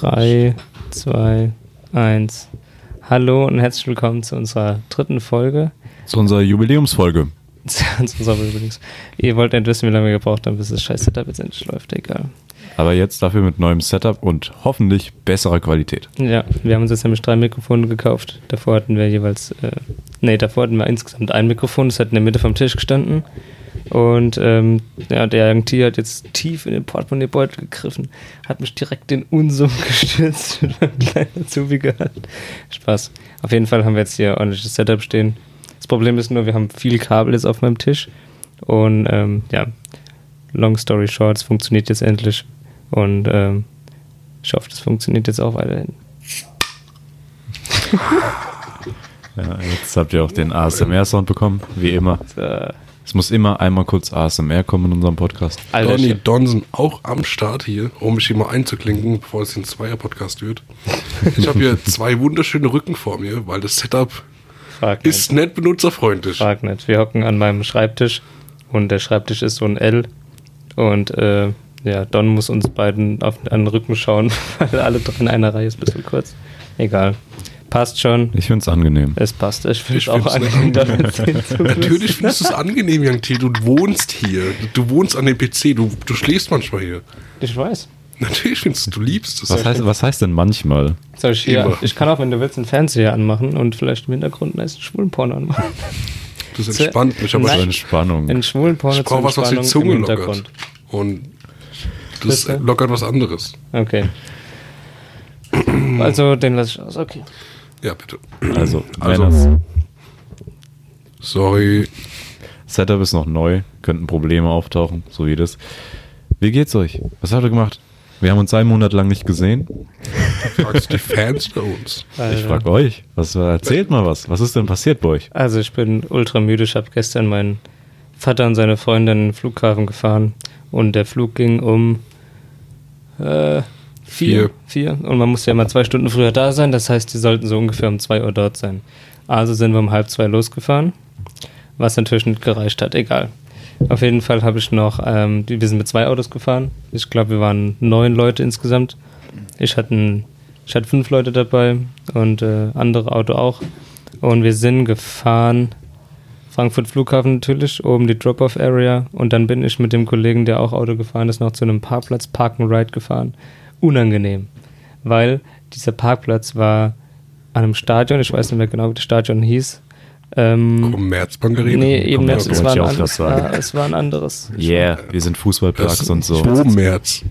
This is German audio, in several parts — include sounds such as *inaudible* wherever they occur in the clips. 3, 2, 1. Hallo und herzlich willkommen zu unserer dritten Folge. *laughs* Zu unserer Jubiläumsfolge. zu unserer Übrigens. Ihr wollt nicht wissen, wie lange wir gebraucht haben, bis das scheiß Setup jetzt endlich läuft. Egal. Aber jetzt dafür mit neuem Setup und hoffentlich besserer Qualität. Ja, wir haben uns jetzt nämlich drei Mikrofone gekauft. Davor hatten wir jeweils, äh, nee, davor hatten wir insgesamt ein Mikrofon, das hat in der Mitte vom Tisch gestanden. Und ähm, ja, der Young T hat jetzt tief in den Portemonnaie-Beutel gegriffen, hat mich direkt in Unsummen *laughs* gestürzt und ein kleiner Zubi gehabt. Spaß. Auf jeden Fall haben wir jetzt hier ordentliches Setup stehen. Das Problem ist nur, wir haben viel Kabel jetzt auf meinem Tisch. Und ähm, ja, long story short, es funktioniert jetzt endlich. Und ähm, ich hoffe, das funktioniert jetzt auch weiterhin. Ja, jetzt habt ihr auch den ASMR-Sound bekommen, wie immer. Äh, Es muss immer einmal kurz ASMR kommen in unserem Podcast. Alter, Donny Chef. Donson auch am Start hier, um mich hier mal einzuklinken, bevor es ein Zweier-Podcast wird. Ich *laughs* habe hier zwei wunderschöne Rücken vor mir, weil das Setup frag nicht. ist nett benutzerfreundlich. Frag nicht. Wir hocken an meinem Schreibtisch und der Schreibtisch ist so ein L. Und äh, ja, Don muss uns beiden auf an den Rücken schauen, *laughs* weil alle drei in einer Reihe ist ein bisschen kurz. Egal. Passt schon. Ich finde es angenehm. Es passt. Ich finde es Ich auch find's nicht angenehm, Don jetzt hinzufügen. Natürlich findest du es angenehm, Young T. Du wohnst hier. Du wohnst an dem PC. Du, du schläfst manchmal hier. Ich weiß. Natürlich findest du, du liebst es. Was heißt, was heißt denn manchmal? Soll ich, hier, Immer. ich kann auch, wenn du willst, einen Fernseher anmachen und vielleicht im Hintergrund einen nice schwulen Porno anmachen. Das entspannt mich, aber So Nein. ich, Entspannung. Einen schwulen Porno Hm. ich brauche was, was die Zunge lockert. Und das Bitte? lockert was anderes. Okay. Also den lasse ich aus. Okay. Ja, bitte. Also, Also- Männers. Sorry. Setup ist noch neu, könnten Probleme auftauchen, so wie das. Wie geht's euch? Was habt ihr gemacht? Wir haben uns einen Monat lang nicht gesehen. Fragst du die Fans bei uns? Ich Also- frag euch, was erzählt mal was? Was ist denn passiert bei euch? Also ich bin ultra müde. Ich habe gestern meinen Vater und seine Freundin in den Flughafen gefahren und der Flug ging um äh, vier, Vier. vier. Und man muss ja immer zwei Stunden früher da sein. Das heißt, die sollten so ungefähr um zwei Uhr dort sein. Also sind wir um halb zwei losgefahren, was natürlich nicht gereicht hat. Egal. Auf jeden Fall habe ich noch, ähm, die- wir sind mit zwei Autos gefahren. Ich glaube, wir waren neun Leute insgesamt. Ich hatte, ein, ich hatte fünf Leute dabei und äh, andere Auto auch. Und wir sind gefahren, Frankfurt Flughafen natürlich, oben die Drop-Off-Area. Und dann bin ich mit dem Kollegen, der auch Auto gefahren ist, noch zu einem Parkplatz Park-and-Ride gefahren. Unangenehm, weil dieser Parkplatz war an einem Stadion, ich weiß nicht mehr genau, wie das Stadion hieß. Ähm, Commerzbank Arena? nee, eben Komm, nicht, das es war, wollte ein ich auch an, grad es, war, sagen. *laughs* es war ein anderes. Yeah, wir sind Fußballplugs und so. Schwomerz.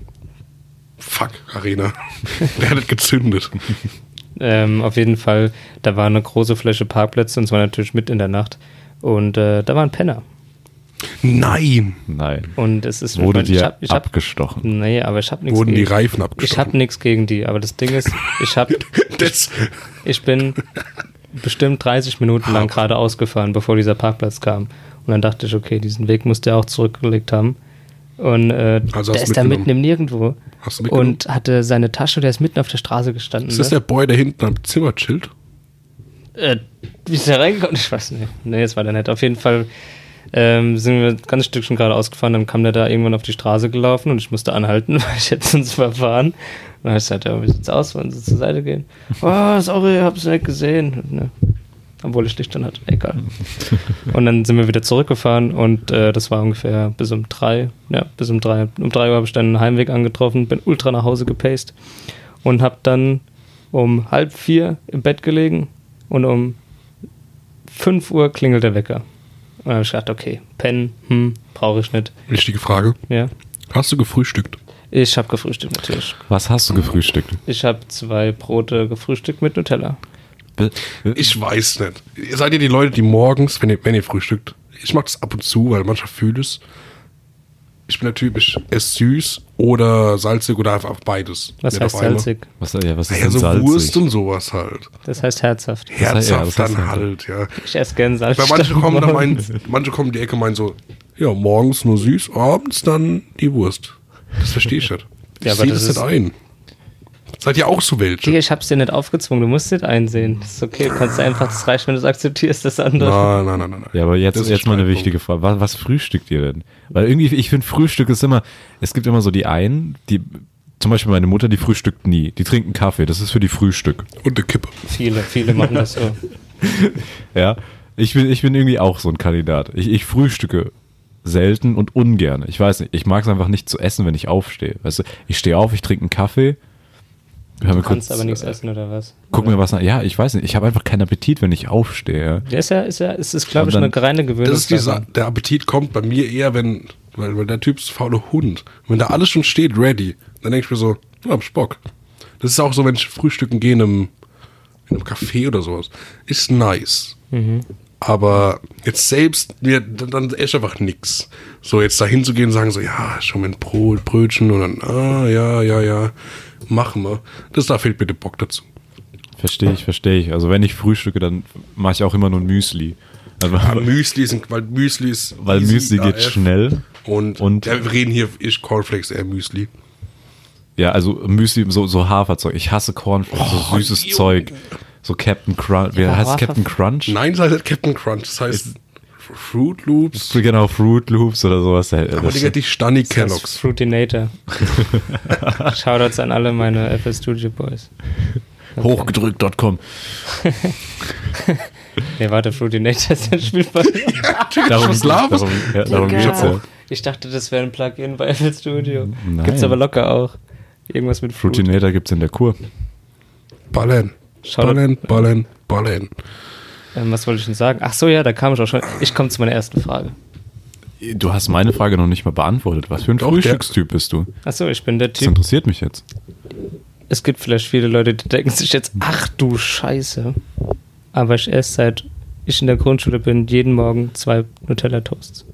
Fuck, Arena. *laughs* Der hat gezündet. Ähm, auf jeden Fall, da war eine große Fläche Parkplätze und zwar natürlich mit in der Nacht. Und äh, da waren Penner. Nein. Nein. Und es ist Wurde ich dir hab, ich hab, abgestochen. Nee, aber ich habe nichts Wurden die gegen Reifen Ich habe abgeschnitten. nichts gegen die, aber das Ding ist, ich *laughs* hab, Das, ich bin bestimmt 30 Minuten lang geradeaus gefahren, bevor dieser Parkplatz kam. Und dann dachte ich, okay, diesen Weg muss der auch zurückgelegt haben. Und äh, Also hast der du ist da mitten im mitgenommen. Nirgendwo. Hast du mitgenommen? und hatte seine Tasche, der ist mitten auf der Straße gestanden. ist das ne? der Boy, der hinten am Zimmer chillt? äh, wie ist der reingekommen? Ich weiß nicht. Nee, jetzt war der nett. Auf jeden Fall ähm, sind wir ein ganzes Stückchen gerade ausgefahren, dann kam der da irgendwann auf die Straße gelaufen und ich musste anhalten, *laughs* weil ich hätte sonst verfahren. Und dann hab ich gesagt, ja, wie sieht's aus, wollen Sie zur Seite gehen? Oh, sorry, hab's nicht gesehen. Ne. Obwohl ich Licht dann hatte, egal. Und dann sind wir wieder zurückgefahren und äh, das war ungefähr bis um drei. Ja, bis um drei. Um drei Uhr habe ich dann einen Heimweg angetroffen, bin ultra nach Hause gepaced und habe dann um halb vier im Bett gelegen und um 5 Uhr klingelt der Wecker. Und dann habe ich gedacht, okay, pennen, hm, brauche ich nicht. Richtige Frage. Ja. Hast du gefrühstückt? Ich habe gefrühstückt natürlich. Was hast du gefrühstückt? Ich habe zwei Brote gefrühstückt mit Nutella. Be- be- Ich weiß nicht. Ihr Seid ihr die Leute, die morgens, wenn ihr, wenn ihr frühstückt? Ich mache das ab und zu, weil manchmal fühle ich es. Ich bin der Typ, ich esse süß oder salzig oder einfach beides. Was Nicht heißt auf einmal. salzig? Was, ja, was ist Ja, denn so salzig? Wurst und sowas halt. Das heißt herzhaft. heißt- ja, Herzhaft das heißt dann halt. halt, ja. Ich esse gern Weil Salzstangen. manche kommen, *laughs* da meinen, manche kommen um die Ecke und meinen so, ja, morgens nur süß, abends dann die Wurst. Das verstehe ich nicht. Ich Ja, aber sehe das das, ist- nicht ein. Seid ihr auch so welche? Digga, ich hab's dir nicht aufgezwungen, du musst nicht einsehen. Das ist okay, du kannst einfach, das reicht, wenn du es akzeptierst, das andere. Nein, nein, nein, nein. nein. Ja, aber jetzt, Das ist jetzt mal eine Streitpunkt. wichtige Frage. Was, was frühstückt ihr denn? Weil irgendwie, ich finde, Frühstück ist immer, es gibt immer so die einen, die zum Beispiel meine Mutter, die frühstückt nie. Die trinkt einen Kaffee, das ist für die Frühstück. Und eine Kippe. Viele, viele machen das so. Ja, ich bin, ich bin irgendwie auch so ein Kandidat. Ich, ich frühstücke selten und ungern. Ich weiß nicht, ich mag es einfach nicht zu essen, wenn ich aufstehe. Weißt du, ich stehe auf, ich trinke einen Kaffee. hör mir Du kannst kurz, aber nichts äh, essen oder was? Guck mir was an. Ja, ich weiß nicht. Ich habe einfach keinen Appetit, wenn ich aufstehe. Ja, ist ja, ist ja, es ist, glaube Und ich, dann- eine reine Gewöhnung. Das ist die Sa der Appetit kommt bei mir eher, wenn, weil, weil der Typ ist ein fauler Hund. Wenn da alles schon steht, ready, dann denke ich mir so, ja, hab ich Bock. Das ist auch so, wenn ich frühstücken gehe in einem, in einem Café oder sowas. Ist nice. Mhm. Aber jetzt selbst, mir, dann, dann esse ich einfach nix. So jetzt da hinzugehen und sagen so, ja, schon mit Brot, Brötchen und dann, ah, ja, ja, ja, machen wir. Das, da fehlt mir der Bock dazu. Verstehe ich, verstehe ich. Also wenn ich frühstücke, dann mache ich auch immer nur ein Müsli. ah, Aber Also, Müsli ist, weil Müsli ist weil easy Müsli geht AF. schnell. Und, Und- ja, wir reden hier, ich Cornflakes, eher Müsli. Ja, also Müsli, so, so Haferzeug. Ich hasse Cornflakes, so süßes Junge. Zeug. So Captain Crunch. Wie Ja, heißt Hafer- Captain Crunch? Nein, das heißt Captain Crunch, das heißt Fruit Loops. So Genau, Fruit Loops oder sowas. Ja, Aber das- Digga, die Stunny Das ist *laughs* Kelloggs. Fruitinator. Shoutouts an alle meine FS Studio Boys. Hochgedrückt.com. Nee, warte, Fruitinator ist ein Spielball. Darum, Was laberst darum, ja, darum Digga. geht's ja. Ich dachte, das wäre ein Plugin bei FS Studio. Nein. Gibt's aber locker auch. Irgendwas mit Fruit. Fruitinator gibt's in der Kur. Ballen. Shoutout- Ballen, ballen, ballen. Ähm, was wollte ich denn sagen? Ach so, ja, da kam ich auch schon. Ich komme zu meiner ersten Frage. Du hast meine Frage noch nicht mal beantwortet. Was für ein Doch, der- Frühstückstyp bist du? Ach so, ich bin der Das Typ. interessiert mich jetzt. Es gibt vielleicht viele Leute, die denken sich jetzt, ach du Scheiße. Aber ich esse seit ich in der Grundschule bin, jeden Morgen zwei Nutella-Toasts.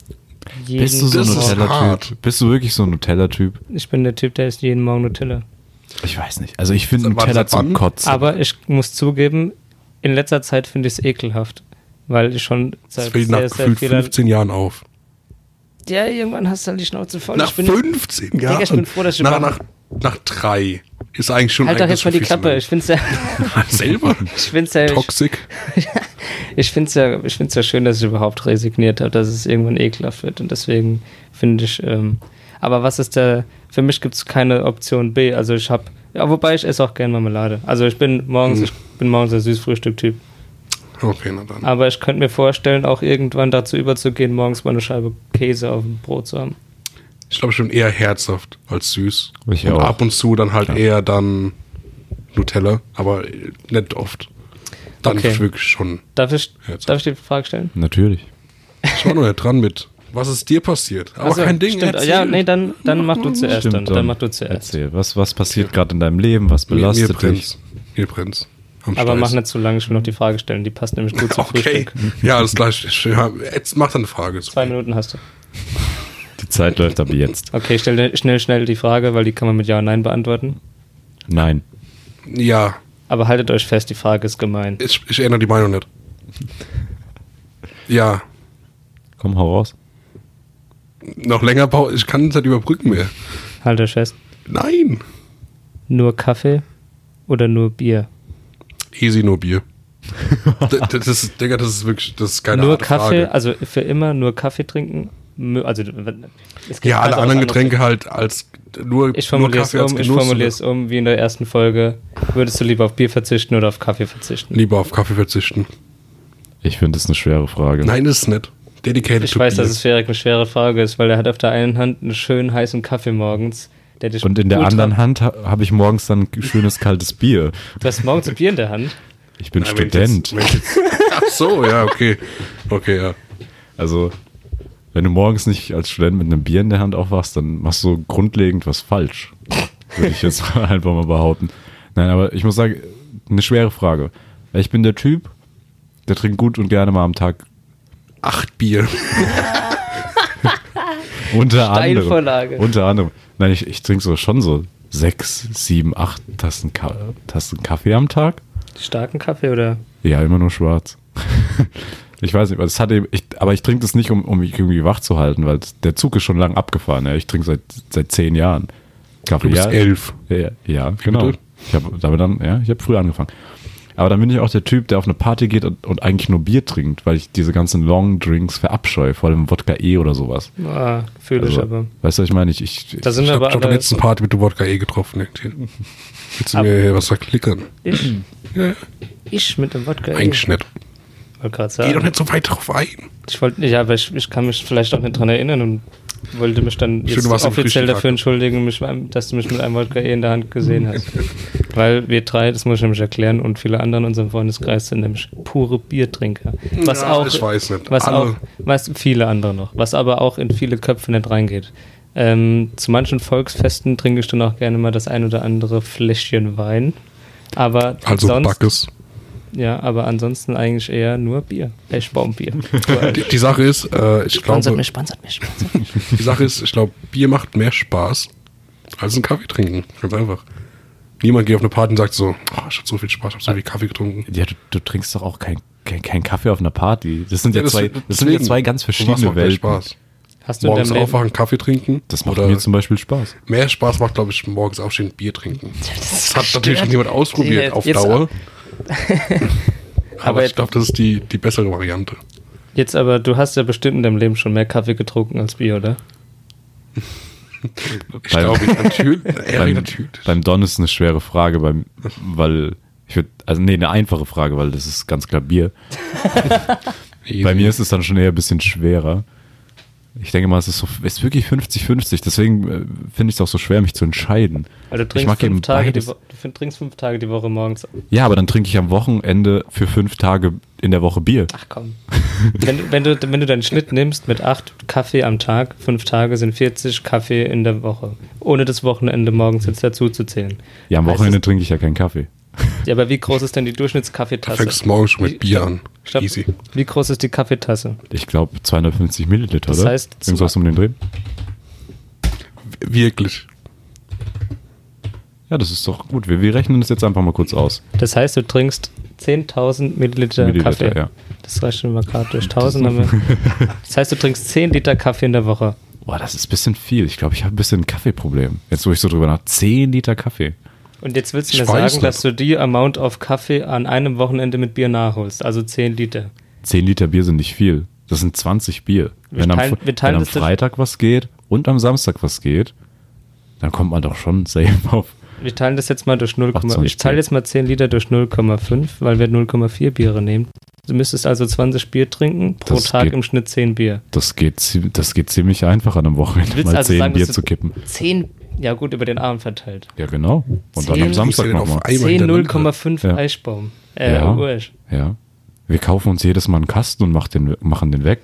Jeden Bist du so ein Das ist Nutella-Typ? hart. Bist du wirklich so ein Nutella-Typ? Ich bin der Typ, der isst jeden Morgen Nutella. Ich weiß nicht. Also ich finde Seit wann- Nutella seit zum wann? Kotzen. Aber ich muss zugeben, in letzter Zeit finde ich es ekelhaft. Weil ich schon Das seit fällt sehr, nach sehr gefühlt vielen... 15 Jahren auf. Ja, irgendwann hast du dann die Schnauze voll. Nach ich bin, 15 Digga, Jahren? ich bin froh, dass ich nach, nach, überhaupt- nach drei. Ist eigentlich schon halt doch jetzt mal die eigentlich so Klappe. viel Ich finde es ja, zu lang. *laughs* Selber? *laughs* ich find's ja, ich, Toxic? ich find's ja, ich find's ja schön, dass ich überhaupt resigniert habe, dass es irgendwann ekelhaft wird. Und deswegen finde ich... Ähm, aber was ist der... Für mich gibt es keine Option B. Also ich habe... Ja, wobei ich esse auch gerne Marmelade. Also ich bin morgens, Hm. ich bin morgens der Süßfrühstück-Typ. Okay, na dann. Aber ich könnte mir vorstellen, auch irgendwann dazu überzugehen, morgens mal eine Scheibe Käse auf dem Brot zu haben. Ich glaube, ich bin eher herzhaft als süß. Ich und auch. ab und zu dann halt eher dann Nutella, aber äh, nicht oft. Dann Okay. wirklich schon. Darf ich, Jetzt. darf ich die Frage stellen? Natürlich. Ich war noch nicht dran mit. Was ist dir passiert? Aber Ach so, kein Ding. Also, Stimmt. erzähl. Ja, nee, dann, dann *laughs* mach du zuerst. dann, dann Tom. mach du zuerst. Erzähl, was, was passiert gerade in deinem Leben? Was Mir, mir belastet dich? brennt's. Mir brennt's. Am Aber Steiß. mach nicht zu lang, ich will noch die Frage stellen. Die passt nämlich gut zum *laughs* Okay. Frühstück. Ja, das gleich. Ich, ja, jetzt mach dann eine Frage. Zwei Minuten hast du. Die Zeit läuft ab jetzt. Okay, stell dir schnell, schnell die Frage, weil die kann man mit Ja und Nein beantworten. Nein. Ja, Aber haltet euch fest, die Frage ist gemein. ich, ich ändere die Meinung nicht. Ja, Komm, hau raus. noch länger Pau- Ich kann es nicht überbrücken mehr. Haltet euch fest. Nein. Nur Kaffee oder nur Bier? Easy nur Bier. *laughs* D- d- das, ist, Digga, das ist wirklich, das ist keine nur harte Kaffee, Frage. also für immer nur Kaffee trinken. Mö- Also, es gibt Ja, alle also was anderen anderes. Getränke halt als nur, Ich nur formuliere es Kaffee als um, ich Genuss formuliere es um, wie in der ersten Folge. Würdest du lieber auf Bier verzichten oder auf Kaffee verzichten? Lieber auf Kaffee verzichten. Ich finde das eine schwere Frage. Nein, das ist nicht. Dedicated Ich to weiß, Bier. dass es für Erik eine schwere Frage ist, weil er hat auf der einen Hand einen schönen heißen Kaffee morgens. Der dich Und in der ultra- anderen Hand ha habe ich morgens dann ein schönes kaltes Bier. Du hast morgens ein Bier in der Hand. Ich bin Na, wenn ich Student. jetzt- wenn ich jetzt- Ach so, ja, okay. Okay, ja. Also, wenn du morgens nicht als Student mit einem Bier in der Hand aufwachst, dann machst du grundlegend was falsch. Würde ich jetzt mal einfach mal behaupten. Nein, aber ich muss sagen, eine schwere Frage. Weil Ich bin der Typ, der trinkt gut und gerne mal am Tag Acht Bier. unter anderem. Steilvorlage. Unter anderem. Nein, ich, ich trinke so schon so sechs, sieben, acht Tassen, Ka Tassen Kaffee am Tag. Starken Kaffee oder? Ja, immer nur schwarz. *laughs* ich weiß nicht, aber, das hat eben, ich, aber ich trinke das nicht, um, um mich irgendwie wach zu halten, weil der Zug ist schon lang abgefahren. Ja. Ich trinke seit, seit zehn Jahren Kaffee. Du bist ja, elf. Ja, ja genau. bitte? Ich habe aber dann, ja, ich habe früh angefangen. Aber dann bin ich auch der Typ, der auf eine Party geht und, und eigentlich nur Bier trinkt, weil ich diese ganzen Long Drinks verabscheue, vor allem Wodka E oder sowas. Ah, fühle ich aber. Also, weißt du, was ich meine, ich, ich, Da sind Ich wir habe aber auf der alle. letzten Party mit dem Wodka eh getroffen. irgendwie. Willst du ne? Ab- mir hier was verklickern? Ich, Ja, ich mit dem Wodka. eigentlich nicht. Wollte gerade Geh doch sagen. nicht so weit drauf ein. Ich wollte, ja, aber ich, ich kann mich vielleicht auch nicht dran erinnern und wollte mich dann Schön, jetzt du warst am offiziell Frühstück. dafür entschuldigen, mich, mit einem- dass du mich mit einem Wodka E in der Hand gesehen *laughs* hast. Weil wir drei, das muss ich nämlich erklären, und viele andere in unserem Freundeskreis sind nämlich pure Biertrinker. Was Ja, auch, ich weiß nicht. Was Alle. auch, was viele andere noch, was aber auch in viele Köpfe nicht reingeht. Ähm, zu manchen Volksfesten trinke ich dann auch gerne mal das ein oder andere Fläschchen Wein. Aber Also sonst, Backes. ja, aber ansonsten eigentlich eher nur Bier. *laughs* Eschbaumbier. Duell. Die, die Sache ist, äh, ich Sponsert glaube, mich, sponsert mich. die Sache ist, ich glaube, Bier macht mehr Spaß als ein Kaffee trinken. Ganz einfach. Niemand geht auf eine Party und sagt so, oh, ich habe so viel Spaß, ich habe so viel Kaffee getrunken. Ja, du, du trinkst doch auch keinen kein, kein Kaffee auf einer Party. Das sind ja, das- zwei, das sind ja deswegen. zwei ganz Und was verschiedene macht mehr Welten. Spaß? Hast du in Morgens deinem Leben, aufwachen, Kaffee trinken. Das macht oder mir zum Beispiel Spaß. mehr Spaß macht, glaube ich, morgens aufstehen, Bier trinken. Das hat natürlich schon gestört. jemand ausprobiert Jetzt- auf jetzt- *laughs* Dauer. Aber aber ich glaube, das ist die, die bessere Variante. jetzt aber, du hast ja bestimmt in deinem Leben schon mehr Kaffee getrunken als Bier, oder? Ich Beim- glaube, *laughs* natürlich. Ehrlich, Beim, natürlich. beim Don ist eine schwere Frage, beim, weil ich würde, also nee, eine einfache Frage, weil das ist ganz klar Bier. Bei mir ist es dann schon eher ein bisschen schwerer. Ich denke mal, es ist, so, es ist wirklich 50-50, deswegen äh, finde ich es auch so schwer, mich zu entscheiden. Also du ich trinkst, eben fünf Tage, die beides. Wo- du fin- trinkst fünf Tage die Woche morgens. Ja, aber dann trinke ich am Wochenende für fünf Tage in der Woche Bier. Ach *laughs* komm. wenn, du- wenn, du, wenn du deinen Schnitt nimmst mit acht Kaffee am Tag, fünf Tage sind 40 Kaffee in der Woche. Ohne das Wochenende morgens jetzt dazu zu zählen. Ja, am Wochenende Heißt trinke ich ja keinen Kaffee. es- Ja, aber wie groß ist denn die Da Durchschnittskaffeetasse? fängst du morgens schon mit Bier an. Stopp. Easy. Wie groß ist die Kaffeetasse? Ich glaube 250 Milliliter, Das oder? heißt, zwei- Irgendwas um den Dreh. Wirklich. Ja, das ist doch gut. Wir, wir rechnen das jetzt einfach mal kurz aus. Das heißt, du trinkst 10.000 Milliliter, Milliliter, Kaffee. ja. Das reicht schon mal gerade durch 1000. haben *laughs* wir- Das heißt, du trinkst 10 Liter Kaffee in der Woche. Boah, das ist ein bisschen viel. Ich glaube, ich habe ein bisschen ein Kaffeeproblem. Jetzt, wo ich so drüber nach. 10 Liter Kaffee. Und jetzt willst du Ich mir weiß sagen, nicht. dass du die Amount of Kaffee an einem Wochenende mit Bier nachholst, also 10 Liter. 10 Liter Bier sind nicht viel. Das sind 20 Bier. Wir Wenn am, teilen- Fr- wir teilen wenn am das durch- Freitag was geht und am Samstag was geht, dann kommt man doch schon safe *laughs* auf. Wir teilen das jetzt mal durch 0,5. 28 Ich teile jetzt mal 10 Liter durch 0,5, weil wir 0,4 Biere nehmen. Du müsstest also 20 Bier trinken, pro Das Tag geht- im Schnitt 10 Bier. Das geht, zie- das geht ziemlich einfach an einem Du Wochenende, willst mal also 10 sagen, Bier dass zu du- kippen. 10, ja gut, über den Abend verteilt. Ja, genau. Und dann Zehn- am Samstag Zehn auf nochmal. Eimer 10 hintereinander. 0,5 Ja. Eisbaum. Äh, Ja. Ursch. Ja. Wir kaufen uns jedes Mal einen Kasten und mach den, machen den weg.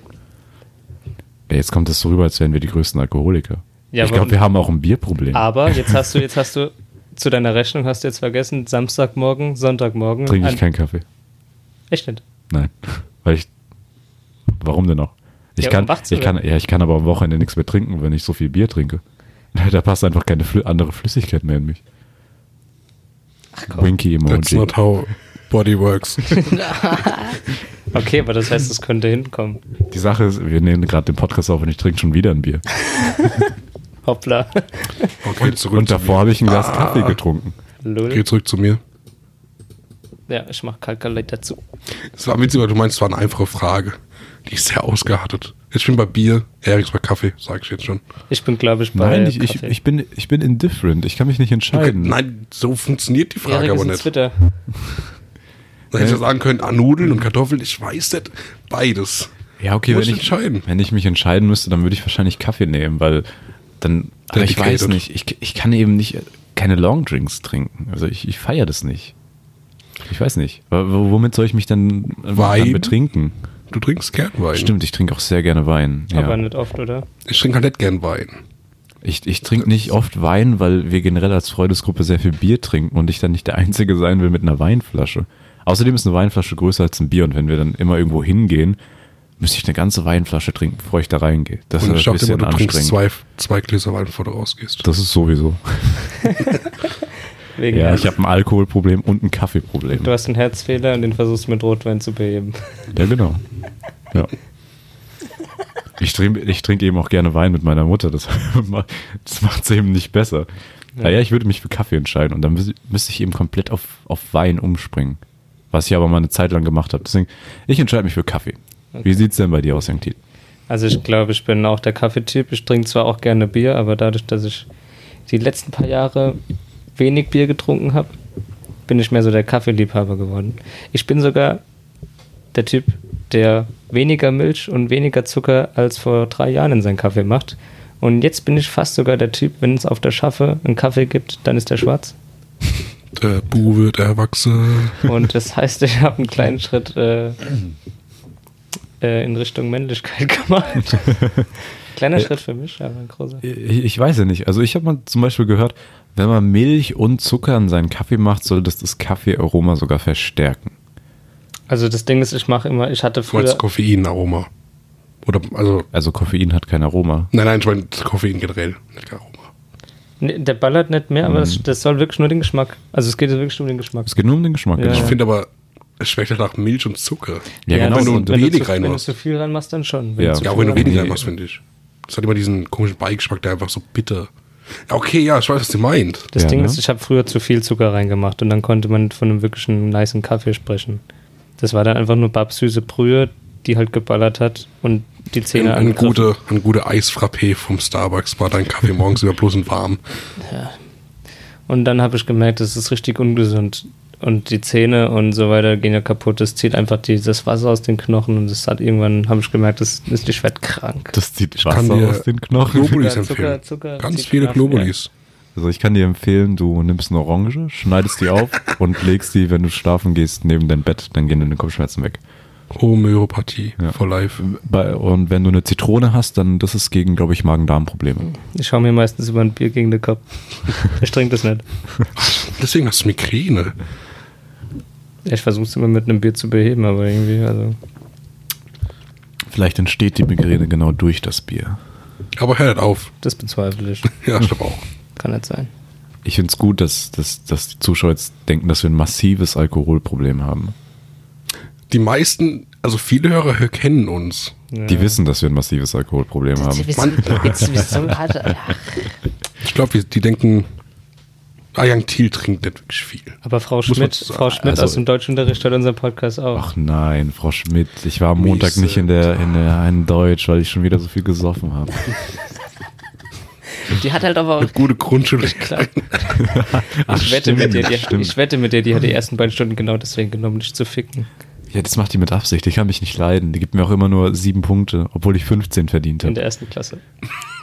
Ja, jetzt kommt es so rüber, als wären wir die größten Alkoholiker. Ja, ich aber- glaube, wir haben auch ein Bierproblem. Aber jetzt hast du, jetzt hast du zu deiner Rechnung hast du jetzt vergessen, Samstagmorgen, Sonntagmorgen. Trinke an- ich keinen Kaffee. Echt nicht. Nein. *laughs* Weil ich. Warum denn auch? Ich, Ja, kann, um wach zu ich kann, ja, ich kann aber am Wochenende nichts mehr trinken, wenn ich so viel Bier trinke. *laughs* Da passt einfach keine Flü andere Flüssigkeit mehr in mich. Winky That's Emoji. not how body works. Okay, aber das heißt, es könnte hinkommen. Die Sache ist, wir nehmen gerade den Podcast auf und ich trinke schon wieder ein Bier. Hoppla. *laughs* Okay, zurück Und zu mir. davor habe ich ein Glas Kaffee getrunken. Lul. Geh zurück zu mir. Ja, ich mach Calculator dazu. Das war witzig, weil du meinst, es war eine einfache Frage. Die ist sehr ausgeartet. Ich bin bei Bier, Erik ist bei Kaffee, sag ich jetzt schon. Ich bin, glaube ich, bei Nein, ich, ich, Kaffee. ich, bin, ich bin indifferent. Ich kann mich nicht entscheiden. Nein, so funktioniert die Erik Frage ist aber ein nicht. Twitter. Dann hätte ich ja sagen können, ah, Nudeln und Kartoffeln, ich weiß nicht. Beides. Ja, okay, Muss wenn ich, entscheiden. wenn ich mich entscheiden müsste, dann würde ich wahrscheinlich Kaffee nehmen, weil dann, aber ich Dedicated. weiß nicht, ich, ich kann eben nicht, äh, keine Longdrinks trinken. Also ich, ich feiere das nicht. Ich weiß nicht. W- w- Womit soll ich mich dann, äh, Wein? dann betrinken? Du trinkst gern Wein. Stimmt, ich trinke auch sehr gerne Wein. Aber Ja. nicht oft, oder? Ich trinke halt nicht gern Wein. Ich, ich trinke nicht oft Wein, weil wir generell als Freundesgruppe sehr viel Bier trinken und ich dann nicht der Einzige sein will mit einer Weinflasche. Außerdem ist eine Weinflasche größer als ein Bier und wenn wir dann immer irgendwo hingehen, müsste ich eine ganze Weinflasche trinken, bevor ich da reingehe. Das Und ist ich ein dachte immer, bisschen du trinkst anstrengend. zwei, zwei Gläser Wein, bevor du rausgehst. Das ist sowieso. Wegen Ja, Herz. ich habe ein Alkoholproblem und ein Kaffeeproblem. Du hast einen Herzfehler und den versuchst du mit Rotwein zu beheben. Ja, genau. Ja. Ich trinke ich trink eben auch gerne Wein mit meiner Mutter. Das, *laughs* ma- das macht es eben nicht besser. Naja, ich würde mich für Kaffee entscheiden und dann müs- müsste ich eben komplett auf, auf Wein umspringen. Was ich aber mal eine Zeit lang gemacht habe. Deswegen, ich entscheide mich für Kaffee. Wie sieht's denn bei dir aus, Jan Tiet? Also ich glaube, ich bin auch der Kaffeetyp. Ich trinke zwar auch gerne Bier, aber dadurch, dass ich die letzten paar Jahre wenig Bier getrunken habe, bin ich mehr so der Kaffeeliebhaber geworden. Ich bin sogar der Typ, der weniger Milch und weniger Zucker als vor drei Jahren in seinen Kaffee macht. Und jetzt bin ich fast sogar der Typ, wenn es auf der Schaffe einen Kaffee gibt, dann ist der schwarz. Der Bu wird erwachsen. Und das heißt, ich habe einen kleinen Schritt äh, äh, in Richtung Männlichkeit *laughs* gemacht. Kleiner Schritt für mich, aber ein großer. Ich, ich weiß ja nicht. Also ich habe mal zum Beispiel gehört, wenn man Milch und Zucker in seinen Kaffee macht, soll das das Kaffeearoma sogar verstärken. Also das Ding ist, ich mache immer, ich hatte Du meinst früher, Koffeinaroma. Oder, also, Also Koffein hat kein Aroma. nein, nein, ich meine das Koffein generell, nicht kein Aroma. Nee, der ballert nicht mehr, aber Mhm. das, das soll wirklich nur den Geschmack. Also es geht jetzt wirklich nur um den Geschmack. Es geht nur um den Geschmack. Ja, genau. Ich finde aber, es schmeckt halt nach Milch und Zucker. Ja, genau. das- Wenn du wenig zu, rein Wenn du machst. zu viel reinmachst, dann schon. Wenn Ja. du zu Ja, auch viel wenn du rein- wenig reinmachst, finde ich. Es hat immer diesen komischen Beigeschmack, der einfach so bitter. Ja, okay, ja, ich weiß, was du meint. Das Ja, Ding ne? ist, ich habe früher zu viel Zucker reingemacht und dann konnte man nicht von einem wirklichen niceen Kaffee sprechen. Das war dann einfach nur babsüße Brühe, die halt geballert hat und die Ein, Zähne ein, angegriffen. gute, ein guter Eisfrappé vom Starbucks war dein Kaffee morgens immer bloß und warm. Und dann habe ich gemerkt, das ist richtig ungesund. Und die Zähne und so weiter gehen ja kaputt. Das zieht einfach dieses Wasser aus den Knochen und das hat irgendwann, habe ich gemerkt, das ist nicht werd krank. Das zieht kann Wasser dir aus den Knochen. Globulis Zucker, empfehlen. Zucker, Zucker, Ganz zieht viele nach, Globulis. Also ich kann dir empfehlen, du nimmst eine Orange, schneidest die *laughs* auf und legst die, wenn du schlafen gehst, neben dein Bett, dann gehen deine Kopfschmerzen weg. Homöopathie Ja. for life. Bei, und wenn du eine Zitrone hast, dann das ist gegen, glaube ich, Magen-Darm-Probleme. Ich schaue mir meistens über ein Bier gegen den *laughs* Kopf. Ich trinke das nicht. Deswegen hast du Migräne. Ich versuche es immer mit einem Bier zu beheben, aber irgendwie, also. Vielleicht entsteht die Migräne genau durch das Bier. Aber hört auf. Das bezweifle ich. Ja, ich glaube auch. Kann nicht sein. Ich finde es gut, dass, dass, dass die Zuschauer jetzt denken, dass wir ein massives Alkoholproblem haben. Die meisten, also viele Hörer hö- kennen uns. Die wissen, dass wir ein massives Alkoholproblem haben. Ich glaube, wir- die denken, Ayang Thiel trinkt nicht wirklich viel. Aber Frau man Schmidt, so sagen. Frau Schmidt Also- aus dem Deutschunterricht hört unseren Podcast auch. Ach nein, Frau Schmidt, ich war am Montag Miese. nicht in der, in der einen Deutsch, weil ich schon wieder so viel gesoffen habe. Die hat halt *laughs* aber auch. Eine gute Grundschule. *laughs* Ich wette, mit dir, die, stimmt. ich wette mit dir, die hat *laughs* die ersten beiden Stunden genau deswegen genommen, dich zu ficken. Ja, das macht die mit Absicht. Die kann mich nicht leiden. Die gibt mir auch immer nur sieben Punkte, obwohl ich 15 verdient In habe. der ersten Klasse. *laughs*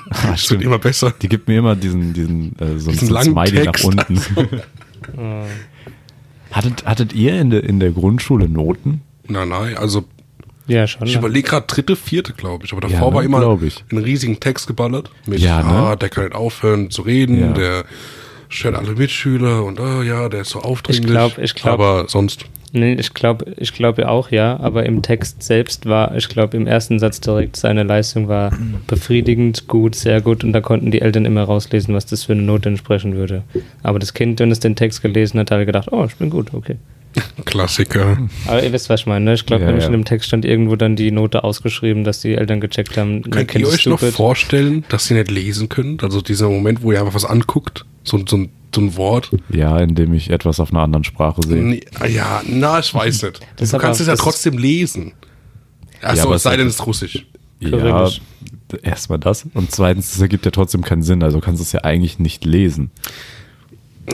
Ah, Das wird immer besser. Die gibt mir immer diesen, diesen, äh, so Diesen so langen Smiley Text. nach *laughs* unten. *laughs* hattet, hattet ihr in der, in der Grundschule Noten? Nein, nein, also Ja, schon. ich überlege gerade dritte, vierte, glaube ich. Aber davor Ja, ne, war immer glaub ich. einen riesigen Text geballert. Mit, Ja, ne? ah, der kann nicht aufhören zu reden, Ja. der stört alle Mitschüler und ah, ja, der ist so aufdringlich. Ich glaub, ich glaub- Aber sonst, *laughs* Nee, ich glaube ich glaub ja auch, ja, aber im Text selbst war, ich glaube, im ersten Satz direkt, seine Leistung *clears throat* war befriedigend, gut, sehr gut und da konnten die Eltern immer rauslesen, was das für eine Note entsprechen würde. Aber das Kind, wenn es den Text gelesen hat, hat gedacht, oh, ich bin gut, okay. Klassiker. Aber ihr wisst, was ich meine, ne? Ich glaube, Ja, nämlich ja. in dem Text stand irgendwo dann die Note ausgeschrieben, dass die Eltern gecheckt haben, mein Könnt Kind ihr ist euch noch stupid. vorstellen, dass ihr nicht lesen könnt? Also dieser Moment, wo ihr einfach was anguckt, so, so, ein- so ein Wort. Ja, indem ich etwas auf einer anderen Sprache sehe. Nee, ah ja, na, ich weiß nicht. Das ist du aber- kannst es ja das ist- trotzdem lesen. Achso, aber es sei es- denn, es ist russisch. Ja, theoretisch. erstmal das. Und zweitens, das ergibt ja trotzdem keinen Sinn. Also kannst du es ja eigentlich nicht lesen.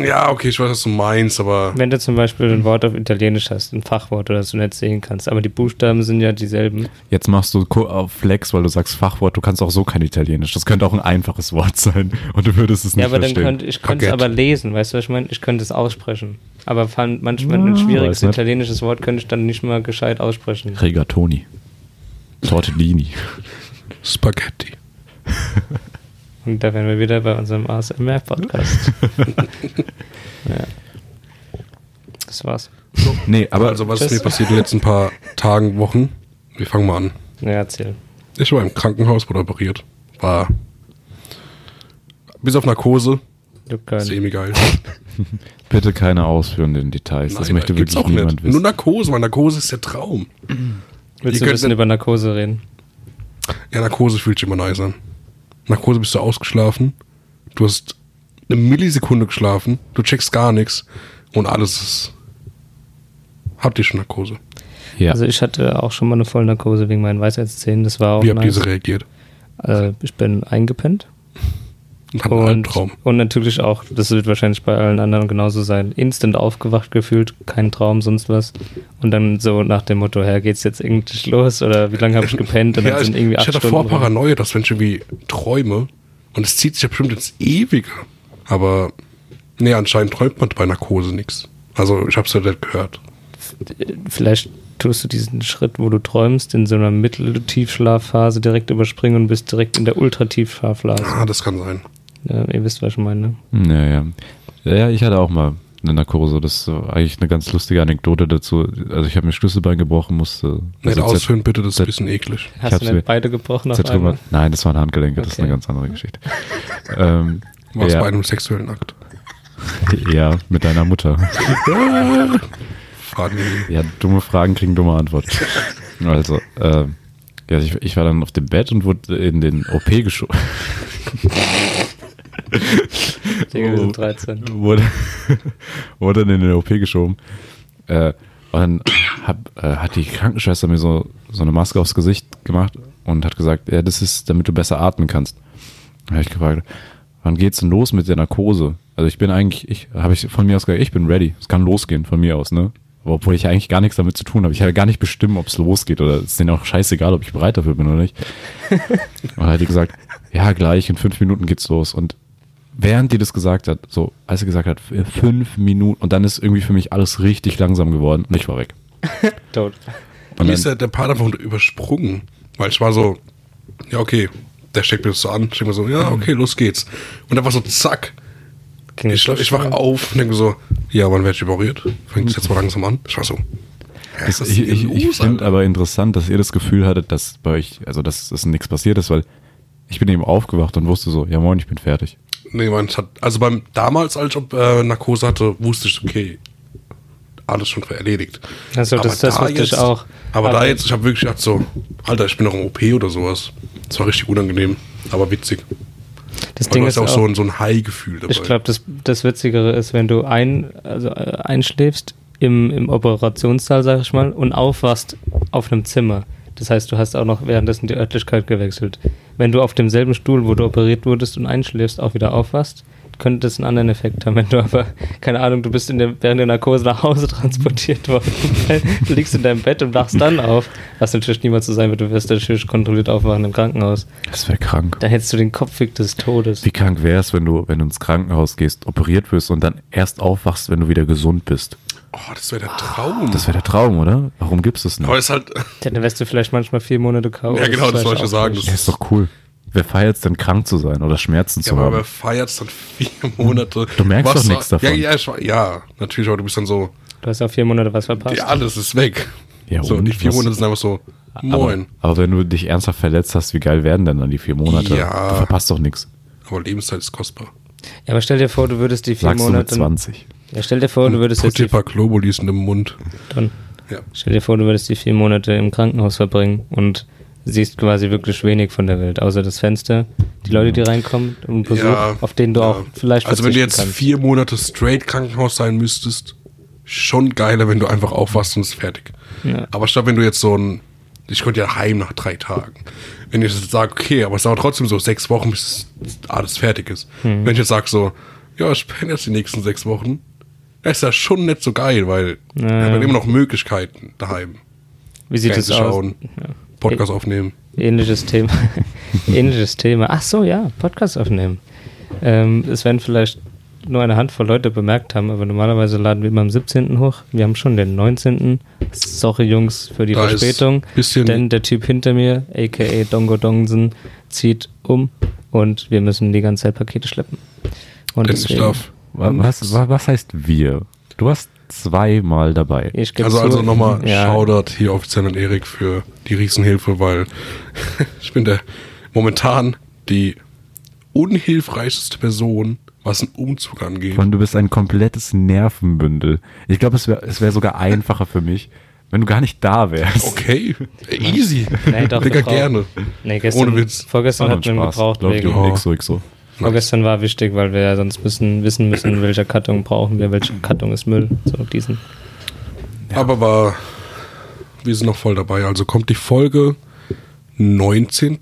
Ja, okay, ich weiß, was du meinst, aber Wenn du zum Beispiel ein Wort auf Italienisch hast, ein Fachwort oder das du nicht sehen kannst, aber die Buchstaben sind ja dieselben. Jetzt machst du Ko- auf Flex, weil du sagst Fachwort. Du kannst auch so kein Italienisch. Das könnte auch ein einfaches Wort sein. Und du würdest es nicht Ja, aber dann verstehen. könnte ich könnte es Baguette. aber lesen, weißt du, was ich meine? Ich könnte es aussprechen. Aber fand manchmal ein Ja, schwieriges weiß nicht. italienisches Wort könnte ich dann nicht mal gescheit aussprechen. Rigatoni. Tortellini. *laughs* Spaghetti. Und da wären wir wieder bei unserem ASMR-Podcast. ja. Das war's. Nee, aber also, was ist Tschüss. mir passiert in den letzten paar Tagen, Wochen? Wir fangen mal an. Ja, erzähl. Ich war im Krankenhaus, wurde operiert. War. Bis auf Narkose. Lukas. Ist eh geil. bitte keine ausführenden Details. das möchte wirklich niemand Nur wissen. Narkose, weil Narkose ist der Traum. Willst du ihr ein könnt bisschen nicht- über Narkose reden? Ja, Narkose fühlt sich immer nice an. Narkose bist du ausgeschlafen. Du hast eine Millisekunde geschlafen. Du checkst gar nichts. Und alles ist Habt ihr schon Narkose? Ja. Also ich hatte auch schon mal eine Vollnarkose wegen meinen Weisheitszähnen. Das war auch Wie habt ihr nice. so reagiert? äh, ich bin eingepennt. Und hat einen Und, Albtraum. und natürlich auch, das wird wahrscheinlich bei allen anderen genauso sein, instant aufgewacht gefühlt, kein Traum, sonst was. Und dann so nach dem Motto, her, geht's jetzt endlich los oder wie lange habe ich gepennt? Und Ja, dann ich, sind irgendwie ich acht hatte Stunden. vor rum. Paranoia, dass wenn ich irgendwie träume, und es zieht sich ja bestimmt ins Ewige. Aber nee, anscheinend träumt man bei Narkose nichts. Also ich hab's ja nicht gehört. Vielleicht tust du diesen Schritt, wo du träumst, in so einer Mitteltiefschlafphase direkt überspringen und bist direkt in der Ultratiefschlafphase. Ah, das kann sein. Ja, ihr wisst, was ich meine. ne? Ja, ja. Ja, ja, ich hatte auch mal eine Narkose. Das ist eigentlich eine ganz lustige Anekdote dazu. Also ich habe mir Schlüsselbein gebrochen, musste. Nicht also zert- ausführen, bitte, das ist ein seit- bisschen eklig. Hast du hab's mir nicht beide gebrochen auf einmal? zertrümmert. Nein, das waren Handgelenke, das ist Okay. eine ganz andere Geschichte. ähm, War es ja, bei einem sexuellen Akt? ja, mit deiner Mutter. Fragen die- Ja, dumme Fragen kriegen dumme Antworten. Also, ähm, ja, ich, ich war dann auf dem Bett und wurde in den OP geschoben. Digga, wir sind Oh. 13. wurde, *laughs* wurde dann in den OP geschoben. Äh, und dann hab, äh, hat die Krankenschwester mir so, so eine Maske aufs Gesicht gemacht und hat gesagt, ja, das ist, damit du besser atmen kannst. Da habe ich gefragt, wann geht's denn los mit der Narkose? Also ich bin eigentlich, ich habe ich von mir aus gesagt, ich bin ready. Es kann losgehen von mir aus, ne? Aber obwohl ich eigentlich gar nichts damit zu tun habe. Ich kann ja gar nicht bestimmen, ob es losgeht oder es ist denen auch scheißegal, ob ich bereit dafür bin oder nicht. Und dann hat die gesagt, ja, gleich, in fünf Minuten geht's los. Und während die das gesagt hat, so, als sie gesagt hat, f- fünf Minuten, und dann ist irgendwie für mich alles richtig langsam geworden und ich war weg. Tot. Bei mir dann- ist der, der Part einfach übersprungen, weil ich war so, ja, okay, der steckt mir das so an. Ich denke mir so, ja, Mhm. okay, los geht's. Und dann war so, zack, Ging ich, ich wach auf und denke mir so, ja, wann werde ich operiert? Fängt Mhm. es jetzt mal langsam an? Ich war so, ja, ist das ich hier ich, ich los, finde Alter? aber interessant, dass ihr das Gefühl hattet, dass bei euch, also dass, dass nichts passiert ist, weil ich bin eben aufgewacht und wusste so, ja moin, ich bin fertig. Nee, man hat, also beim, damals, als ich äh, Narkose hatte, wusste ich, okay, alles schon erledigt. Also das- das wusste ich jetzt, auch. Aber, da Aber- jetzt, ich habe wirklich gedacht so, Alter, ich bin noch im OP oder sowas. Das war richtig unangenehm, aber witzig. Das Weil Ding du ist hast auch, auch so ein, so ein High-Gefühl dabei. ich glaube, das, das Witzigere ist, wenn du ein, also äh, einschläfst im, im Operationssaal, sag ich mal, und aufwachst auf einem Zimmer. Das heißt, du hast auch noch währenddessen die Örtlichkeit gewechselt. Wenn du auf demselben Stuhl, wo du operiert wurdest und einschläfst, auch wieder aufwachst, könnte das einen anderen Effekt haben. *laughs* Wenn du aber, keine Ahnung, du bist in der, während der Narkose nach Hause *laughs* transportiert worden, *laughs* du liegst in deinem Bett und wachst dann auf, was natürlich niemals so sein wird, du wirst natürlich kontrolliert aufwachen im Krankenhaus. Das wäre krank. Da hättest du den Kopfweg des Todes. Wie krank wäre es, wenn du, wenn du ins Krankenhaus gehst, operiert wirst und dann erst aufwachst, wenn du wieder gesund bist? oh, das wäre der Traum. Ah, Das wäre der Traum, oder? Warum gibt's das nicht? aber es ist halt, Ja, dann wärst du vielleicht manchmal vier Monate K.O. Ja, genau, das wollte ich auch sagen. nicht. Ja, ist doch cool. Wer feiert's denn, krank zu sein oder Schmerzen ja, zu aber wer haben? feiert es dann vier Monate? Du merkst Was doch war- nichts davon. Ja, ja, ich, war- ja, natürlich, aber du bist dann so, Du hast auch vier Monate was verpasst. ja, alles ist weg. Ja, so, und die vier was- Monate sind einfach so, moin. Aber, aber wenn du dich ernsthaft verletzt hast, wie geil werden denn dann die vier Monate? Ja. Du verpasst doch nichts. Aber, Lebenszeit ist kostbar. Ja, aber stell dir vor, du würdest die vier Sagst du mit Monate. 20. ja, stell dir vor, du würdest jetzt die, Putipa Globulis in dem Mund. dann, Ja. stell dir vor, du würdest die vier Monate im Krankenhaus verbringen und siehst quasi wirklich wenig von der Welt, außer das Fenster, die Leute, die reinkommen und Besuch, auf den du ja. auch vielleicht Also wenn du verzichten jetzt kannst. vier Monate straight Krankenhaus sein müsstest, schon geiler, wenn du einfach aufwachst und es ist fertig. Ja. Aber statt wenn du jetzt so ein, ich könnte ja heim nach drei Tagen. Wenn ich jetzt sage, okay, aber es dauert trotzdem so sechs Wochen, bis es alles fertig ist. Hm. Wenn ich jetzt sage so, ja, ich penne jetzt die nächsten sechs Wochen, das ist ja schon nicht so geil, weil wir Ja, haben ja. immer noch Möglichkeiten daheim. Wie sieht es Fernsehen aus? schauen, Podcast aufnehmen. Ähnliches Thema. *laughs* Ähnliches Thema. Ach so, ja, Podcast aufnehmen. Ähm, es werden vielleicht nur eine Handvoll Leute bemerkt haben, aber normalerweise laden wir immer am 17. hoch. Wir haben schon den 19. Sorry, Jungs, für die Da ist Verspätung. bisschen- denn der Typ hinter mir, a.k.a. Dongo Dongsen, zieht um und wir müssen die ganze Zeit Pakete schleppen. Und Denn ich darf. Wa- Was, wa- was heißt wir? Du warst zweimal dabei. ich gebe also zu, also nochmal ja, Shoutout hier offiziell an Erik für die Riesenhilfe, weil *laughs* ich bin der momentan die unhilfreichste Person, was einen Umzug angeht. Mann, du bist ein komplettes Nervenbündel. Ich glaube, es wäre es wär sogar einfacher für mich, wenn du gar nicht da wärst. Okay, easy. Nee, doch, Digga, Frau- gerne. Nee, gestern, Ohne Witz. Vorgestern hat Sondern man Spaß. gebraucht Läuft wegen um Ja. XOXO. Vorgestern war wichtig, weil wir ja sonst müssen, wissen müssen, welche Karton brauchen wir, welche Karton ist Müll. So diesen. Aber war, wir sind noch voll dabei. Also kommt die Folge 19.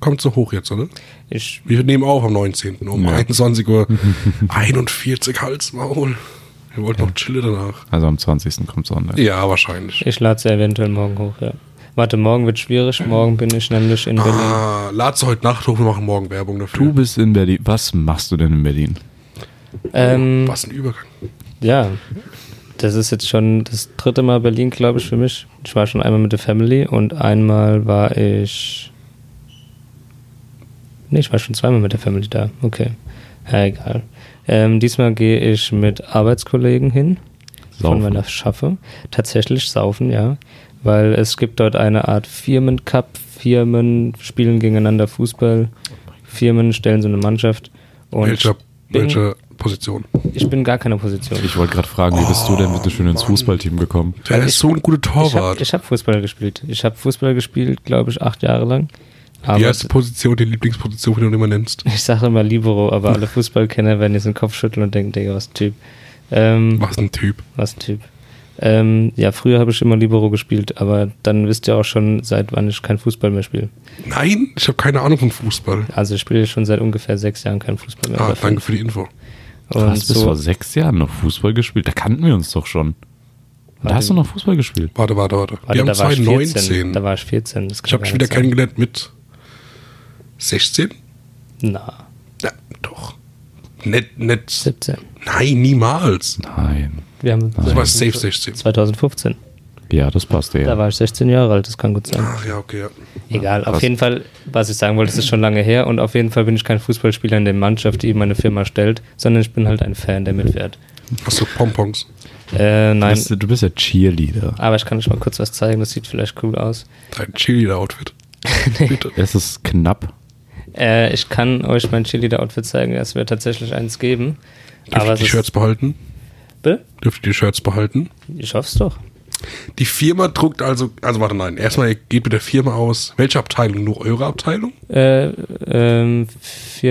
kommt so hoch jetzt, oder? Ich, Wir nehmen auch am 19. um Ja. 21 Uhr 41 Hals Maul. Wir wollten noch chillen danach. Also am 20. kommt Sonntag. Ja, wahrscheinlich. ich lade sie eventuell morgen hoch, ja. Warte, morgen wird schwierig. Morgen bin ich nämlich in Berlin. Ah, lad's heute Nacht hoch, wir machen morgen Werbung dafür. Du bist in Berlin. Was machst du denn in Berlin? Ähm, Oh, Was ein Übergang. ja, das ist jetzt schon das dritte Mal Berlin, glaube ich, für mich. Ich war schon einmal mit der Family und einmal war ich. Nee, ich war schon zweimal mit der Family da. Okay. Ja, egal. Ähm, diesmal gehe ich mit Arbeitskollegen hin. Saufen. von meiner Schaffe. Tatsächlich saufen, ja. Weil es gibt dort eine Art Firmencup. Firmen spielen gegeneinander Fußball. Firmen stellen so eine Mannschaft. Und Welcher, bin- welche Position? ich bin gar keiner Position. Ich wollte gerade fragen, wie bist du denn bitte schön ins Fußballteam gekommen? Der ist so ein guter Ich habe Torwart. hab Fußball gespielt. Ich habe Fußball gespielt, glaube ich, acht Jahre lang. die Aber erste Position, die Lieblingsposition, die du immer nennst. *laughs* ich sage immer Libero, aber alle Fußballkenner werden jetzt den Kopf schütteln und denken, Digga, was ein Typ. Ähm, Was ein Typ. Was ein Typ. Ähm, ja, früher habe ich immer Libero gespielt, aber dann wisst ihr auch schon, seit wann ich kein Fußball mehr spiele. Nein, ich habe keine Ahnung vom Fußball. Also ich spiele schon seit ungefähr sechs Jahren kein Fußball mehr. Ah, oder danke fünf. für die Info. Du Und hast bis vor so, sechs Jahren noch Fußball gespielt. Da kannten wir uns doch schon. Da hast du noch Fußball gespielt. Warte, warte, warte. warte, Wir haben da war ich 14. 2019. Da war ich 14. Das kann Ich habe gar dich wieder nicht sein. kennengelernt mit 16? Na, Ja, doch. Net, net. 17. Nein, niemals. Nein. Wir haben Das war safe 16. 2015. Ja, das passt ja. Da war ich 16 Jahre alt, das kann gut sein. Ach ja, okay. Ja. Egal, auf krass. jeden Fall, was ich sagen wollte, es ist schon lange her und auf jeden Fall bin ich kein Fußballspieler in der Mannschaft, die meine Firma stellt, sondern ich bin halt ein Fan, der mitfährt. Hast du Pompons? Äh, du, nein, bist, du bist *laughs* ja Cheerleader. aber ich kann euch mal kurz was zeigen, das sieht vielleicht cool aus. Dein Cheerleader-Outfit. Bitte. Es ist knapp. Äh, ich kann euch mein Cheerleader-Outfit zeigen, es wird tatsächlich eins geben. Dürft Aber ihr es die ist, Shirts behalten? Bitte? Dürft ihr die Shirts behalten? ich hoff's doch. Die Firma druckt also. Also, warte, nein. Erstmal, ihr geht mit der Firma aus. Welche Abteilung? Nur eure Abteilung? Äh, ähm,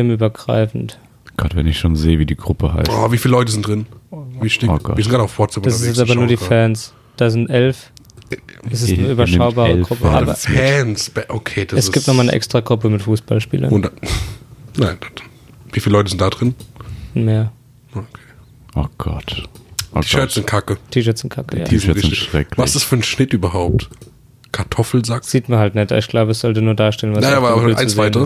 firmenübergreifend. Gott, wenn ich schon sehe, wie die Gruppe heißt. Oh, wie viele Leute sind drin? Wie stinkt? Oh Gott. Wir sind gerade auf WhatsApp Das unterwegs. ist aber ich nur die schau grad. Fans. Da sind elf. Äh, Es ist In- in eine den überschaubare elf Gruppe. waren Aber es- Fans. Be- Okay, das es ist. gibt nochmal eine extra Gruppe mit Fußballspielern. Wunder. *laughs* Nein, das- wie viele Leute sind da drin? Mehr. Okay. Oh Gott. Oh Die Shirts Gott. sind kacke. T-Shirts und Kacke. Ja. Die Shirts sind richtig- schrecklich. Was ist für ein Schnitt überhaupt? Kartoffelsack? Sieht man halt nicht. Ich glaube, es sollte nur darstellen, was Naja, auf dem aber, Bild aber zu eins sehen weiter.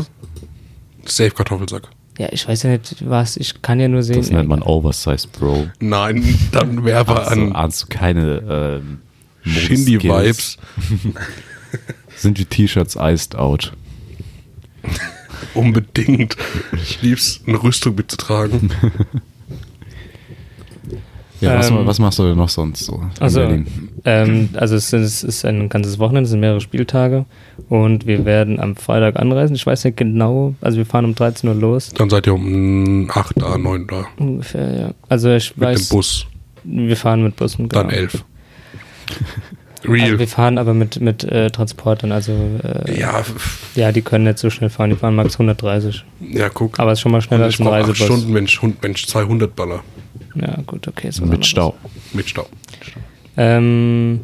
ist. Safe Kartoffelsack. Ja, ich weiß ja nicht, was. Ich kann ja nur sehen. Das nennt man Oversized Bro. Nein, *laughs* dann wäre aber Also, an ahnst du keine ähm, Mode-Skills? Shindy-Vibes. Sind die T-Shirts iced out? *laughs* Unbedingt. Ich lieb's, eine Rüstung mitzutragen. Ja, was, Ähm. was machst du denn noch sonst so? in Also, Berlin? ähm, also es, sind- es ist ein ganzes Wochenende, es sind mehrere Spieltage und wir werden am Freitag anreisen. Ich weiß nicht genau, also wir fahren um 13 Uhr los Dann seid ihr um 8 da, 9 da. Mit ungefähr, ja. Also ich dem weiß, Bus. wir fahren mit Bussen, genau. Dann 11. Also Real. wir fahren aber mit, mit äh, Transportern, also äh, ja, f- ja, die können nicht so schnell fahren, die fahren max 130. ja, guck. Aber es ist schon mal schneller ich als ein brauch acht Reisebus. Stunden, Mensch, Hund, Mensch, 200 Baller. Ja, gut, okay. ist was Mit anderes. Stau. Mit Stau. Ähm,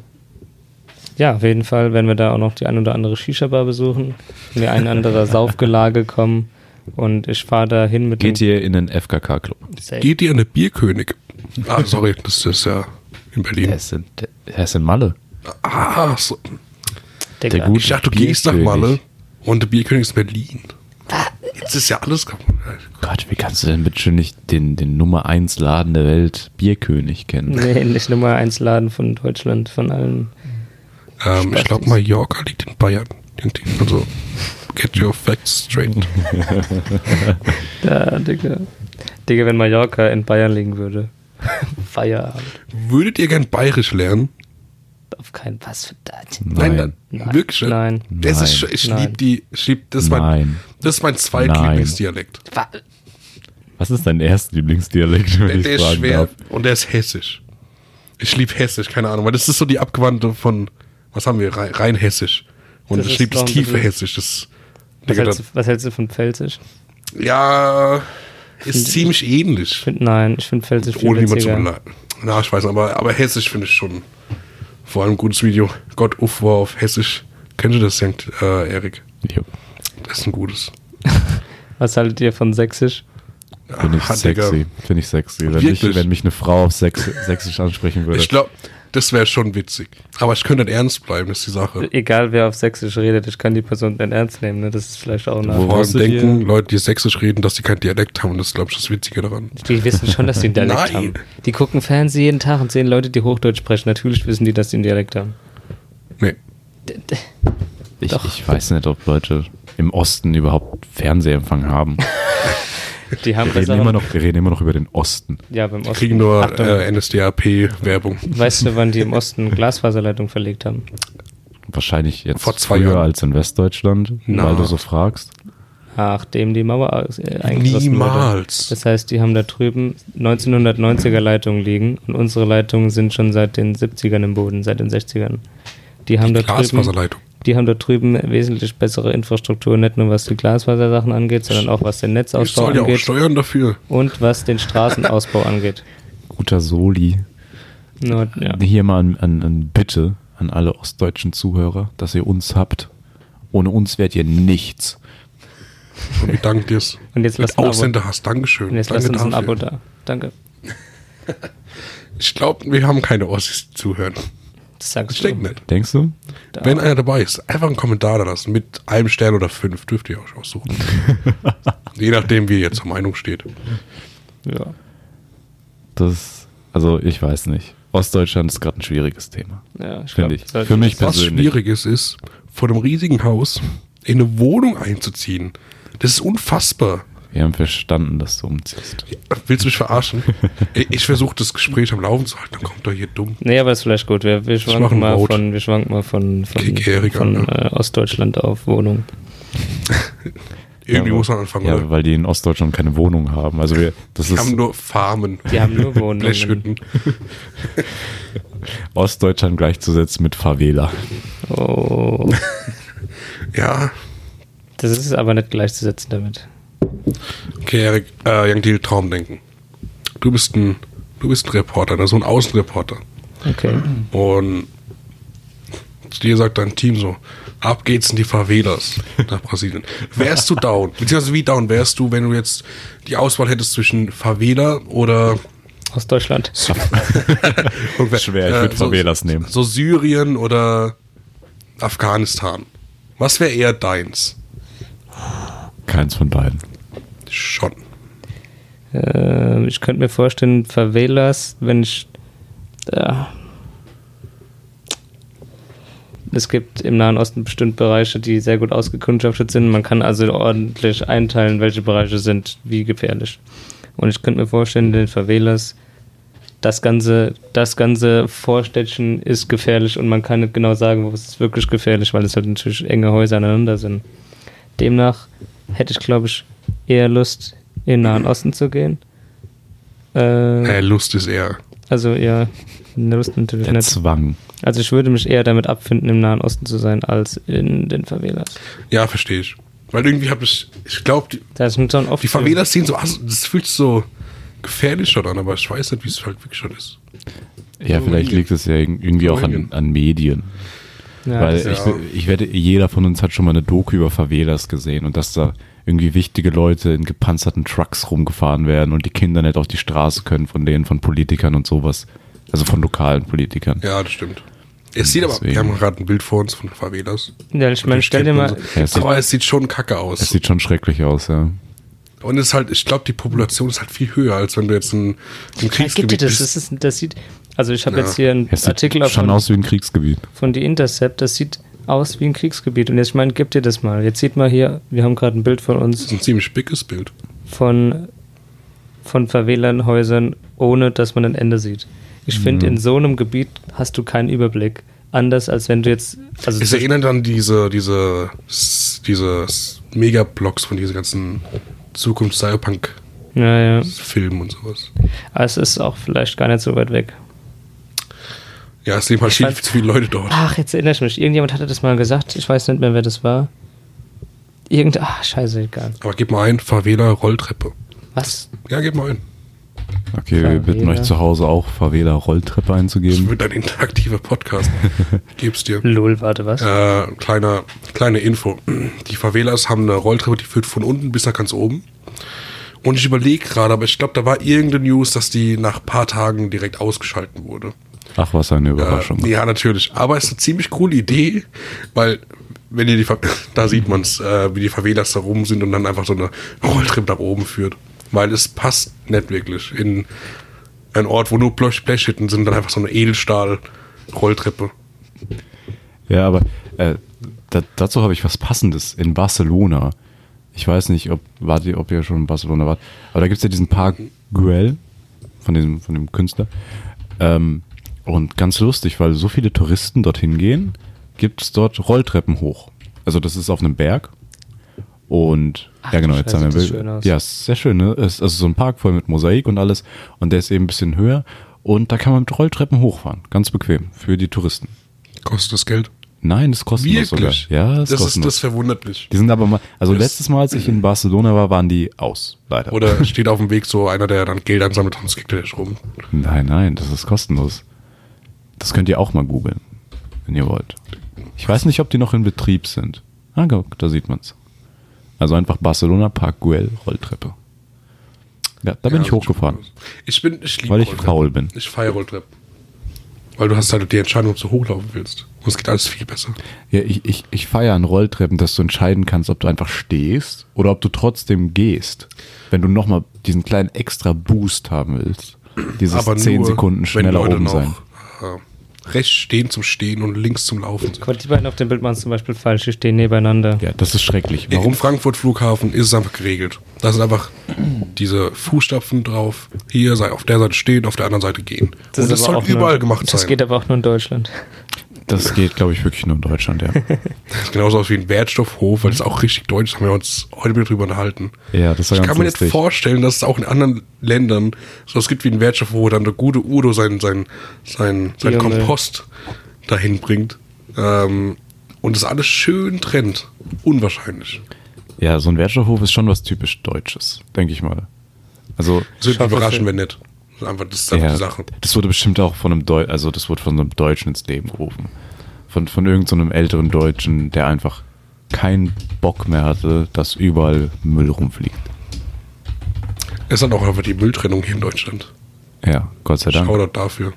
ja, auf jeden Fall werden wir da auch noch die ein oder andere Shisha-Bar besuchen, in die ein *laughs* anderer Saufgelage kommen und ich fahre da hin mit Geht ihr in den FKK-Club? dem Safe. Geht ihr an der Bierkönig? Ah, sorry, das ist ja in Berlin. Er ist in, er ist in Malle. Ah, so. Digga. der Gute- Ich dachte, du gehst nach Bierkönig. Malle und der Bierkönig ist Berlin. Jetzt ist ja alles kaputt. Gott, wie kannst du denn bitte schön nicht den, den Nummer 1 Laden der Welt, Bierkönig, kennen? Nee, nicht Nummer 1 Laden von Deutschland, von allen. Ähm, ich glaube, Mallorca liegt in Bayern. Irgendwie. Also, get your facts straight. Ja, Digga. Digga, wenn Mallorca in Bayern liegen würde. *laughs* Feierabend. Würdet ihr gern bayerisch lernen? Auf keinen Pass für das. Nein. Nein. Wirklich? nicht? Nein. Das ist, Nein. sch- ich Nein. liebe die, ich lieb, das, ist Nein. mein, das ist mein zweitlieblingsdialekt. Wa- Was ist dein Erstlieblingsdialekt, wenn Der, der ich ist fragen schwer darf? und der ist hessisch. Ich liebe hessisch, keine Ahnung, weil das ist so die Abgewandte von, was haben wir, rein, rein hessisch. Und Das ich ist liebe das noch ein tiefe bisschen- hessisch. Das, Was Digga, hältst, du, das- was hältst du von Pfälzisch? ja, ist ziemlich ähnlich. Find, nein, ich finde Pfälzisch viel Ohne niemand zu witziger. beleidigen. Na, ich weiß nicht, aber, aber hessisch finde ich schon. Vor allem ein gutes Video. Gott Uff war auf Hessisch. Kennst du das, Sankt, äh, Erik? Jo. Das ist ein gutes. Was haltet ihr von Sächsisch? Finde ich Ah, Digga. sexy. Finde ich sexy. Wenn Wirklich? mich, wenn mich eine Frau auf Sex, Sächsisch ansprechen würde. Ich glaube, das wäre schon witzig. Aber ich könnte nicht ernst bleiben, ist die Sache. Egal wer auf Sächsisch redet, ich kann die Person nicht ernst nehmen. Ne? Das ist vielleicht auch eine. Wo- Vor allem hast du denken Leute, die sächsisch reden, dass sie keinen Dialekt haben. Das ist, glaube ich, das Witzige daran. Die wissen schon, dass sie einen Dialekt Nein. haben. Die gucken Fernsehen jeden Tag und sehen Leute, die Hochdeutsch sprechen. Natürlich wissen die, dass sie einen Dialekt haben. Nee. D- d- ich, doch. ich weiß nicht, ob Leute im Osten überhaupt Fernsehempfang haben. Die haben Wir reden, besseren- immer noch, wir reden immer noch über den Osten. Ja, beim Osten. Kriegen nur Achtung. äh, NSDAP-Werbung. Weißt du, wann die im Osten Glasfaserleitung verlegt haben? Wahrscheinlich jetzt Vor zwei früher Jahren. als in Westdeutschland, Na. weil du so fragst. Nachdem die Mauer aus- äh, eingerissen wurde. Niemals. Das heißt, die haben da drüben 1990er Leitungen liegen und unsere Leitungen sind schon seit den 70ern im Boden, seit den 60ern. Die haben, da drüben, Glasfaserleitung. die haben da drüben wesentlich bessere Infrastruktur, nicht nur was die Glasfasersachen angeht, sondern auch was den Ich Netzausbau zahle ja auch angeht Steuern dafür. und was den Straßenausbau angeht. Guter Soli. Nur, ja. Hier mal an, an, an Bitte an alle ostdeutschen Zuhörer, dass ihr uns habt. Ohne uns wärt ihr nichts. Und wie dank dir's. *laughs* Und jetzt lasst Mit ein Abo- Aussender hast. Dankeschön. Und jetzt Danke lasst uns ein dafür. Abo da. Danke. Ich glaube, wir haben keine Ossis, die zuhören. Das sagst Ich du. denke nicht. Denkst du? Da. Wenn einer dabei ist, einfach einen Kommentar da lassen. Mit einem Stern oder fünf. Dürft ihr euch aussuchen. *laughs* Je nachdem, wie ihr zur Meinung steht. Ja. Das, also ich weiß nicht. Ostdeutschland ist gerade ein schwieriges Thema. Ja, ich Finde glaub, ich. sollte- Für mich Was persönlich. schwierig ist, ist, vor einem riesigen Haus in eine Wohnung einzuziehen. Das ist unfassbar. Wir haben verstanden, dass du umziehst. Willst du mich verarschen? *laughs* Ich, ich versuche das Gespräch am Laufen zu halten, dann kommt doch hier dumm. Nee, aber das ist vielleicht gut. Wir, wir, mach schwanken, ein mal Brot. von, wir schwanken mal von, von, Kick ne? Erik von an, äh, Ostdeutschland auf Wohnung. Irgendwie ja, muss man anfangen, Ja, oder? weil die in Ostdeutschland keine Wohnung haben. Also wir, das Die haben ist nur Farmen. Die haben *laughs* nur Wohnungen. Blechhütten. Ostdeutschland gleichzusetzen mit *laughs* Favela. Oh, Ja, *laughs* das ist aber nicht gleichzusetzen damit. okay, Erik, äh, Young Deal, Traumdenken. Du bist ein, du bist ein Reporter, ne? so ein Außenreporter. Okay. Und zu dir sagt dein Team so, ab geht's in die Favelas nach *laughs* Brasilien. Wärst du down? Beziehungsweise wie down wärst du, wenn du jetzt die Auswahl hättest zwischen Favela oder Ostdeutschland. Schwer, ich würd Favelas äh, so, nehmen. So Syrien oder Afghanistan. Was wäre eher deins? Keins von beiden. Schon. Ähm, ich könnte mir vorstellen, Favelas, wenn ich. Äh, es gibt im Nahen Osten bestimmt Bereiche, die sehr gut ausgekundschaftet sind. Man kann also ordentlich einteilen, welche Bereiche sind wie gefährlich. Und ich könnte mir vorstellen, in den Favelas, das ganze, das ganze Vorstädtchen ist gefährlich und man kann nicht genau sagen, wo es ist wirklich gefährlich, weil es halt natürlich enge Häuser aneinander sind. Demnach hätte ich, glaube ich, eher Lust, in den Nahen Osten zu gehen. Äh, Hm. Äh, Lust ist eher. also ja, Lust natürlich Der nicht. Zwang. Also ich würde mich eher damit abfinden, im Nahen Osten zu sein, als in den Favelas. Ja, verstehe ich. Weil irgendwie habe ich, ich glaube, die, Da ist so ein oft die Favelas sehen so, aus, das fühlt sich so gefährlich schon an, aber ich weiß nicht, wie es halt wirklich schon ist. Ja, vielleicht liegt es ja irgendwie auch an, an Medien. Ja, Weil das- ich, ja- ich wette, jeder von uns hat schon mal eine Doku über Favelas gesehen und dass da irgendwie wichtige Leute in gepanzerten Trucks rumgefahren werden und die Kinder nicht auf die Straße können von denen, von Politikern und sowas. Also von lokalen Politikern. Ja, das stimmt. Es sieht aber, wir Deswegen. haben gerade ein Bild vor uns von Favelas. ja, ich meine, stell dir mal, Ja, es sieht- aber es sieht schon kacke Das aus. sieht schon schrecklich aus, ja. Und es ist halt, ich glaube, die Population ist halt viel höher, als wenn du jetzt in, im Ja, Ah, gibt dir Kriegsgebiet das, bist. das, ist, das sieht, also ich habe Ja. jetzt hier einen Es sieht Artikel auf schon von, aus wie ein Kriegsgebiet. von The Intercept, das sieht aus wie ein Kriegsgebiet. Und jetzt, ich meine, gib dir das mal. Jetzt sieht man hier, wir haben gerade ein Bild von uns, Das ist ein ziemlich dickes Bild. von, von Favelenhäusern, ohne dass man ein Ende sieht. Ich Mhm. finde, in so einem Gebiet hast du keinen Überblick. Anders als wenn du jetzt, also Es erinnert an diese, diese, diese Megablocks von diesen ganzen Zukunfts-Cyberpunk-Filmen naja, und sowas. aber es ist auch vielleicht gar nicht so weit weg. Ja, es leben halt viel, fand- zu viele Leute dort. Ach, jetzt erinnere ich mich. Irgendjemand hatte das mal gesagt. Ich weiß nicht mehr, wer das war. Irgend. Ach, scheiße, egal. Aber gib mal ein, Favela Rolltreppe. Was? Ja, gib mal ein. Okay, wir bitten Favela. euch zu Hause auch, Favela Rolltreppe Das einzugeben. wird ein *laughs* interaktiver Podcast. Gib's dir. Lol, warte, was? Äh, kleiner, kleine Info. Die Favelas haben eine Rolltreppe, die führt von unten bis nach ganz oben. Und ich überlege gerade, aber ich glaube, da war irgendeine News, dass die nach ein paar Tagen direkt ausgeschalten wurde. Ach, was eine Überraschung. Äh, ja, natürlich. Aber es ist eine ziemlich coole Idee, weil wenn ihr die Fa *laughs* da sieht man es, äh, wie die Favelas da rum sind und dann einfach so eine Rolltreppe nach oben führt. Weil es passt nicht wirklich in einen Ort, wo nur Blech- Blechhütten sind, dann einfach so eine Edelstahl-Rolltreppe. Ja, aber äh, da, dazu habe ich was Passendes in Barcelona. Ich weiß nicht, ob, wart ihr, ob ihr schon in Barcelona wart, aber da gibt es ja diesen Park Güell von dem, von dem Künstler. Ähm, und ganz lustig, weil so viele Touristen dorthin gehen, gibt es dort Rolltreppen hoch. Also das ist auf einem Berg. Und Ach ja du genau, jetzt Scheiße, haben sieht wir das schön aus. ja, ist sehr schön, ne? Ist also so ein Park voll mit Mosaik und alles und der ist eben ein bisschen höher und da kann man mit Rolltreppen hochfahren, ganz bequem für die Touristen. Kostet das Geld? Nein, das ist kostenlos Wirklich? sogar. Ja, das, das, ist ist, kostenlos. das verwundert mich. die sind aber mal, also Das- letztes Mal, als ich in Barcelona war, waren die aus, leider. Oder steht auf dem Weg so einer, der dann Geld ansammelt und es geht gleich rum. Nein, nein, das ist kostenlos. Das könnt ihr auch mal googeln, wenn ihr wollt. Ich weiß nicht, ob die noch in Betrieb sind. Ah, guck, da sieht man's. Also einfach Barcelona Park Güell Rolltreppe. Ja, da bin ich Ja, das sieht hochgefahren, schon aus. Ich bin, ich liebe weil ich Rolltreppen. faul bin. Ich feiere Rolltreppen. Weil du hast halt die Entscheidung, ob du hochlaufen willst. Und es geht alles viel besser. Ja, ich, ich, ich feiere an Rolltreppen, dass du entscheiden kannst, ob du einfach stehst oder ob du trotzdem gehst. Wenn du nochmal diesen kleinen extra Boost haben willst. Dieses Aber 10 nur, Sekunden schneller wenn Leute oben noch, sein. Äh, rechts stehen zum Stehen und links zum Laufen. sind. Aber die beiden auf dem Bild machen es zum Beispiel falsch, die stehen nebeneinander. Ja, das ist schrecklich. Warum? Warum? In Frankfurt Flughafen ist es einfach geregelt. Da sind einfach diese Fußstapfen drauf. Hier sei auf der Seite stehen, auf der anderen Seite gehen. und das aber soll auch nur- überall gemacht Das sein. geht aber auch nur in Deutschland. Das geht, glaube ich, wirklich nur in Deutschland, *laughs* ja. Das sieht genauso aus wie ein Wertstoffhof, weil das ist auch richtig deutsch ist. Haben wir uns heute wieder drüber unterhalten. Ja, das war Ich ganz kann mir lustig. nicht vorstellen, dass es auch in anderen Ländern so es gibt wie ein Wertstoff, wo dann der gute Udo seinen sein, sein, sein Biomüll. Kompost dahin bringt. Ähm, und das alles schön trennt. Unwahrscheinlich. ja, so ein Wertstoffhof ist schon was typisch Deutsches, denke ich mal. Also, Das würde Ich hoffe, mich überraschen, es- wenn nicht. Das ist einfach, das ist einfach ja, die Sache. das wurde bestimmt auch von einem, Deu also das wurde von einem Deutschen ins Leben gerufen. Von, von irgendeinem älteren Deutschen, der einfach keinen Bock mehr hatte, dass überall Müll rumfliegt. Es hat auch einfach die Mülltrennung hier in Deutschland. Ja, Gott sei Dank. Shoutout dafür.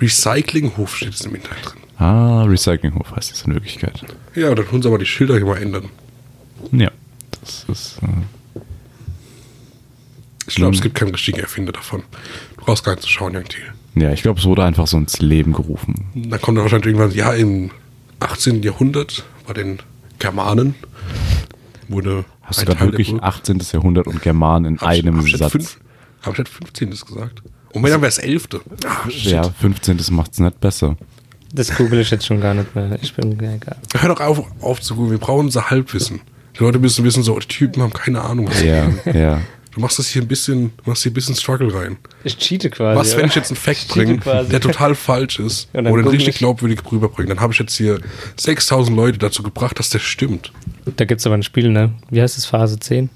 Recyclinghof steht es im Internet drin. Ah, Recyclinghof heißt es in Wirklichkeit. Ja, dann tun sie aber die Schilder hier mal ändern. Ja, das ist. Äh, Ich glaube, Mhm. es gibt keinen richtigen Erfinder davon. Du brauchst gar nicht zu schauen, Young Thiel. ja, ich glaube, es wurde einfach so ins Leben gerufen. Da kommt dann wahrscheinlich irgendwann, ja, im 18. Jahrhundert bei den Germanen wurde Hast du gerade wirklich der Burg- 18. Jahrhundert und Germanen in Hab ich- einem hab ich statt Satz? fünf- Hab ich halt 15. gesagt. Und wenn, dann wäre es 11. Ah, shit. ja, 15. macht es nicht besser. Das google ich jetzt schon gar nicht mehr. Ich bin egal. Hör doch auf, auf zu googeln. Wir brauchen unser Halbwissen. Die Leute müssen wissen, so, die Typen haben keine Ahnung. was sie Ja, reden. ja. Du machst das hier ein bisschen, machst hier ein bisschen Struggle rein. Ich cheate quasi. Was, wenn oder? ich jetzt einen Fact Ich cheate bringe, quasi. der total falsch ist Ja, dann oder guck richtig ich. glaubwürdig rüberbringt, dann habe ich jetzt hier 6000 Leute dazu gebracht, dass der stimmt. Da gibt es aber ein Spiel, ne? Wie heißt es? Phase 10?